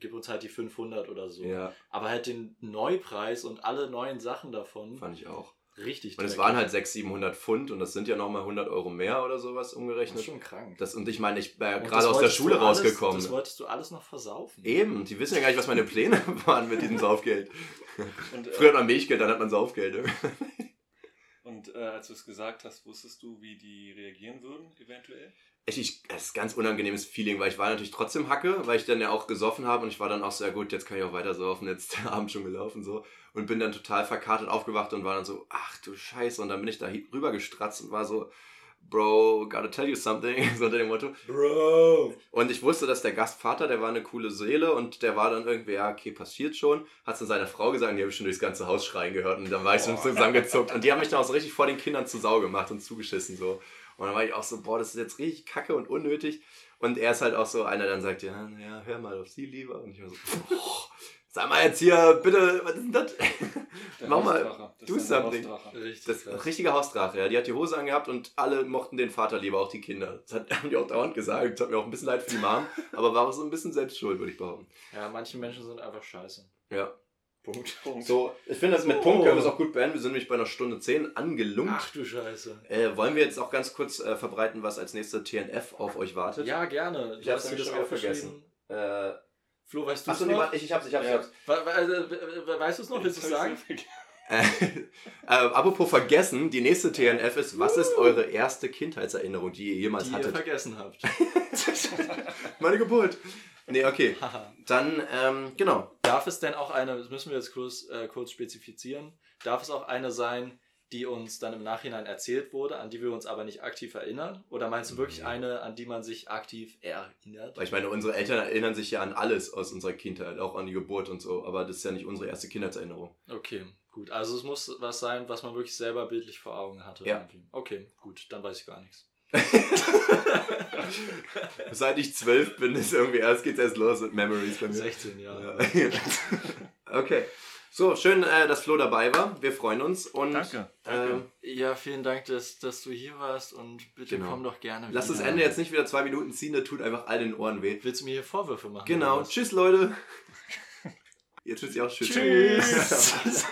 [SPEAKER 4] gib uns halt die 500 oder so.
[SPEAKER 2] ja,
[SPEAKER 4] Aber halt den Neupreis und alle neuen Sachen davon,
[SPEAKER 2] fand ich auch.
[SPEAKER 4] richtig
[SPEAKER 2] Und es
[SPEAKER 4] dreckig.
[SPEAKER 2] waren halt 600, 700 Pfund und das sind ja nochmal 100 Euro mehr oder sowas
[SPEAKER 4] Das ist
[SPEAKER 2] umgerechnet.
[SPEAKER 4] schon krank.
[SPEAKER 2] Das, und ich meine, ich bin ja
[SPEAKER 4] Und das
[SPEAKER 2] gerade aus der
[SPEAKER 4] wolltest
[SPEAKER 2] Schule
[SPEAKER 4] du alles,
[SPEAKER 2] rausgekommen.
[SPEAKER 4] Das wolltest du alles noch versaufen.
[SPEAKER 2] Eben, die wissen ja gar nicht, was meine Pläne waren mit diesem Saufgeld.
[SPEAKER 3] Und,
[SPEAKER 2] Früher
[SPEAKER 3] äh,
[SPEAKER 2] hat man Milchgeld, dann hat man Saufgeld. ne?
[SPEAKER 3] und äh, als du es gesagt hast, wusstest du, wie die reagieren würden, eventuell?
[SPEAKER 2] Echt, ich, es ist ein ganz unangenehmes Feeling, weil ich war natürlich trotzdem Hacke, weil ich dann ja auch gesoffen habe und ich war dann auch so, ja gut, jetzt kann ich auch weiter saufen, jetzt ist der Abend schon gelaufen so. Und bin dann total verkartet aufgewacht und war dann so, ach du Scheiße. Und dann bin ich da hi- rüber gestratzt und war so, Bro, gotta tell you something, so unter dem Motto.
[SPEAKER 4] Bro!
[SPEAKER 2] Und ich wusste, dass der Gastvater, der war eine coole Seele und der war dann irgendwie, ja, okay, passiert schon. Hat dann seiner Frau gesagt, und die habe ich schon durchs ganze Haus schreien gehört und dann war ich schon zusammengezuckt. Und die haben mich dann auch so richtig vor den Kindern zu Sau gemacht und zugeschissen so. Und dann war ich auch so, boah, das ist jetzt richtig kacke und unnötig. Und er ist halt auch so einer, der dann sagt, ja, ja, hör mal auf sie lieber. Und ich war so, oh, sag mal jetzt hier, bitte, was ist denn das?
[SPEAKER 3] Der
[SPEAKER 2] Mach mal,
[SPEAKER 3] Hausdrache. Das
[SPEAKER 2] do
[SPEAKER 3] ist der
[SPEAKER 2] something.
[SPEAKER 3] Hausdrache.
[SPEAKER 4] Richtig.
[SPEAKER 2] Das ist ein
[SPEAKER 4] krass.
[SPEAKER 2] richtiger Hausdrache, ja. Die hat die Hose angehabt und alle mochten den Vater lieber, auch die Kinder. Das hat, haben die auch dauernd gesagt. Das hat mir auch ein bisschen leid für die Mom, aber war auch so ein bisschen selbst schuld, würde ich behaupten.
[SPEAKER 4] Ja, manche Menschen sind einfach scheiße.
[SPEAKER 2] Ja.
[SPEAKER 4] Punkt.
[SPEAKER 3] Punkt.
[SPEAKER 2] So, ich finde das mit Punkt können wir es auch gut beenden. Wir sind nämlich bei einer Stunde 10 angelungt.
[SPEAKER 4] Ach du Scheiße.
[SPEAKER 2] Äh, wollen wir jetzt auch ganz kurz äh, verbreiten, was als nächste TNF auf euch wartet?
[SPEAKER 4] Ja, gerne.
[SPEAKER 2] Ich hab's nämlich schon wieder
[SPEAKER 4] aufgeschrieben?
[SPEAKER 2] vergessen. Äh,
[SPEAKER 4] Flo, weißt du es
[SPEAKER 2] achso, nee,
[SPEAKER 4] noch?
[SPEAKER 2] warte, ich, ich hab's, ich hab's, ich
[SPEAKER 3] Ja.
[SPEAKER 2] hab's.
[SPEAKER 4] Wa- wa- also, we- we- Weißt du es noch? Willst du es sagen?
[SPEAKER 2] Äh, äh, apropos vergessen, die nächste TNF ist, was ist eure erste Kindheitserinnerung, die ihr jemals
[SPEAKER 4] Die ihr
[SPEAKER 2] hattet?
[SPEAKER 4] vergessen habt.
[SPEAKER 2] Meine Geburt. Nee, okay.
[SPEAKER 4] Haha.
[SPEAKER 2] Dann, ähm, genau.
[SPEAKER 4] darf es denn auch eine, das müssen wir jetzt kurz, äh, kurz spezifizieren, darf es auch eine sein, die uns dann im Nachhinein erzählt wurde, an die wir uns aber nicht aktiv erinnern? Oder meinst du wirklich
[SPEAKER 2] Nee.
[SPEAKER 4] eine, an die man sich aktiv erinnert?
[SPEAKER 2] Weil ich meine, unsere Eltern erinnern sich ja an alles aus unserer Kindheit, auch an die Geburt und so, aber das ist ja nicht unsere erste Kindheitserinnerung.
[SPEAKER 4] Okay, gut. Also es muss was sein, was man wirklich selber bildlich vor Augen hatte.
[SPEAKER 2] Ja.
[SPEAKER 4] irgendwie. Okay, gut, dann weiß ich gar nichts.
[SPEAKER 2] Seit ich zwölf bin, ist irgendwie erst geht's erst los mit Memories bei mir.
[SPEAKER 4] 16 Jahre.
[SPEAKER 2] Ja. okay. So, schön, äh, dass Flo dabei war. Wir freuen uns und
[SPEAKER 3] Danke.
[SPEAKER 2] ähm,
[SPEAKER 4] Ja, vielen Dank, dass, dass du hier warst und bitte
[SPEAKER 2] Genau.
[SPEAKER 4] komm doch gerne
[SPEAKER 2] lass das
[SPEAKER 4] wieder.
[SPEAKER 2] Ende jetzt nicht wieder zwei Minuten ziehen, das tut einfach all den Ohren weh.
[SPEAKER 4] Willst du mir hier Vorwürfe machen?
[SPEAKER 2] Genau,
[SPEAKER 4] oder was?
[SPEAKER 2] tschüss Leute. Jetzt wird sie auch schön.
[SPEAKER 4] Tschüss.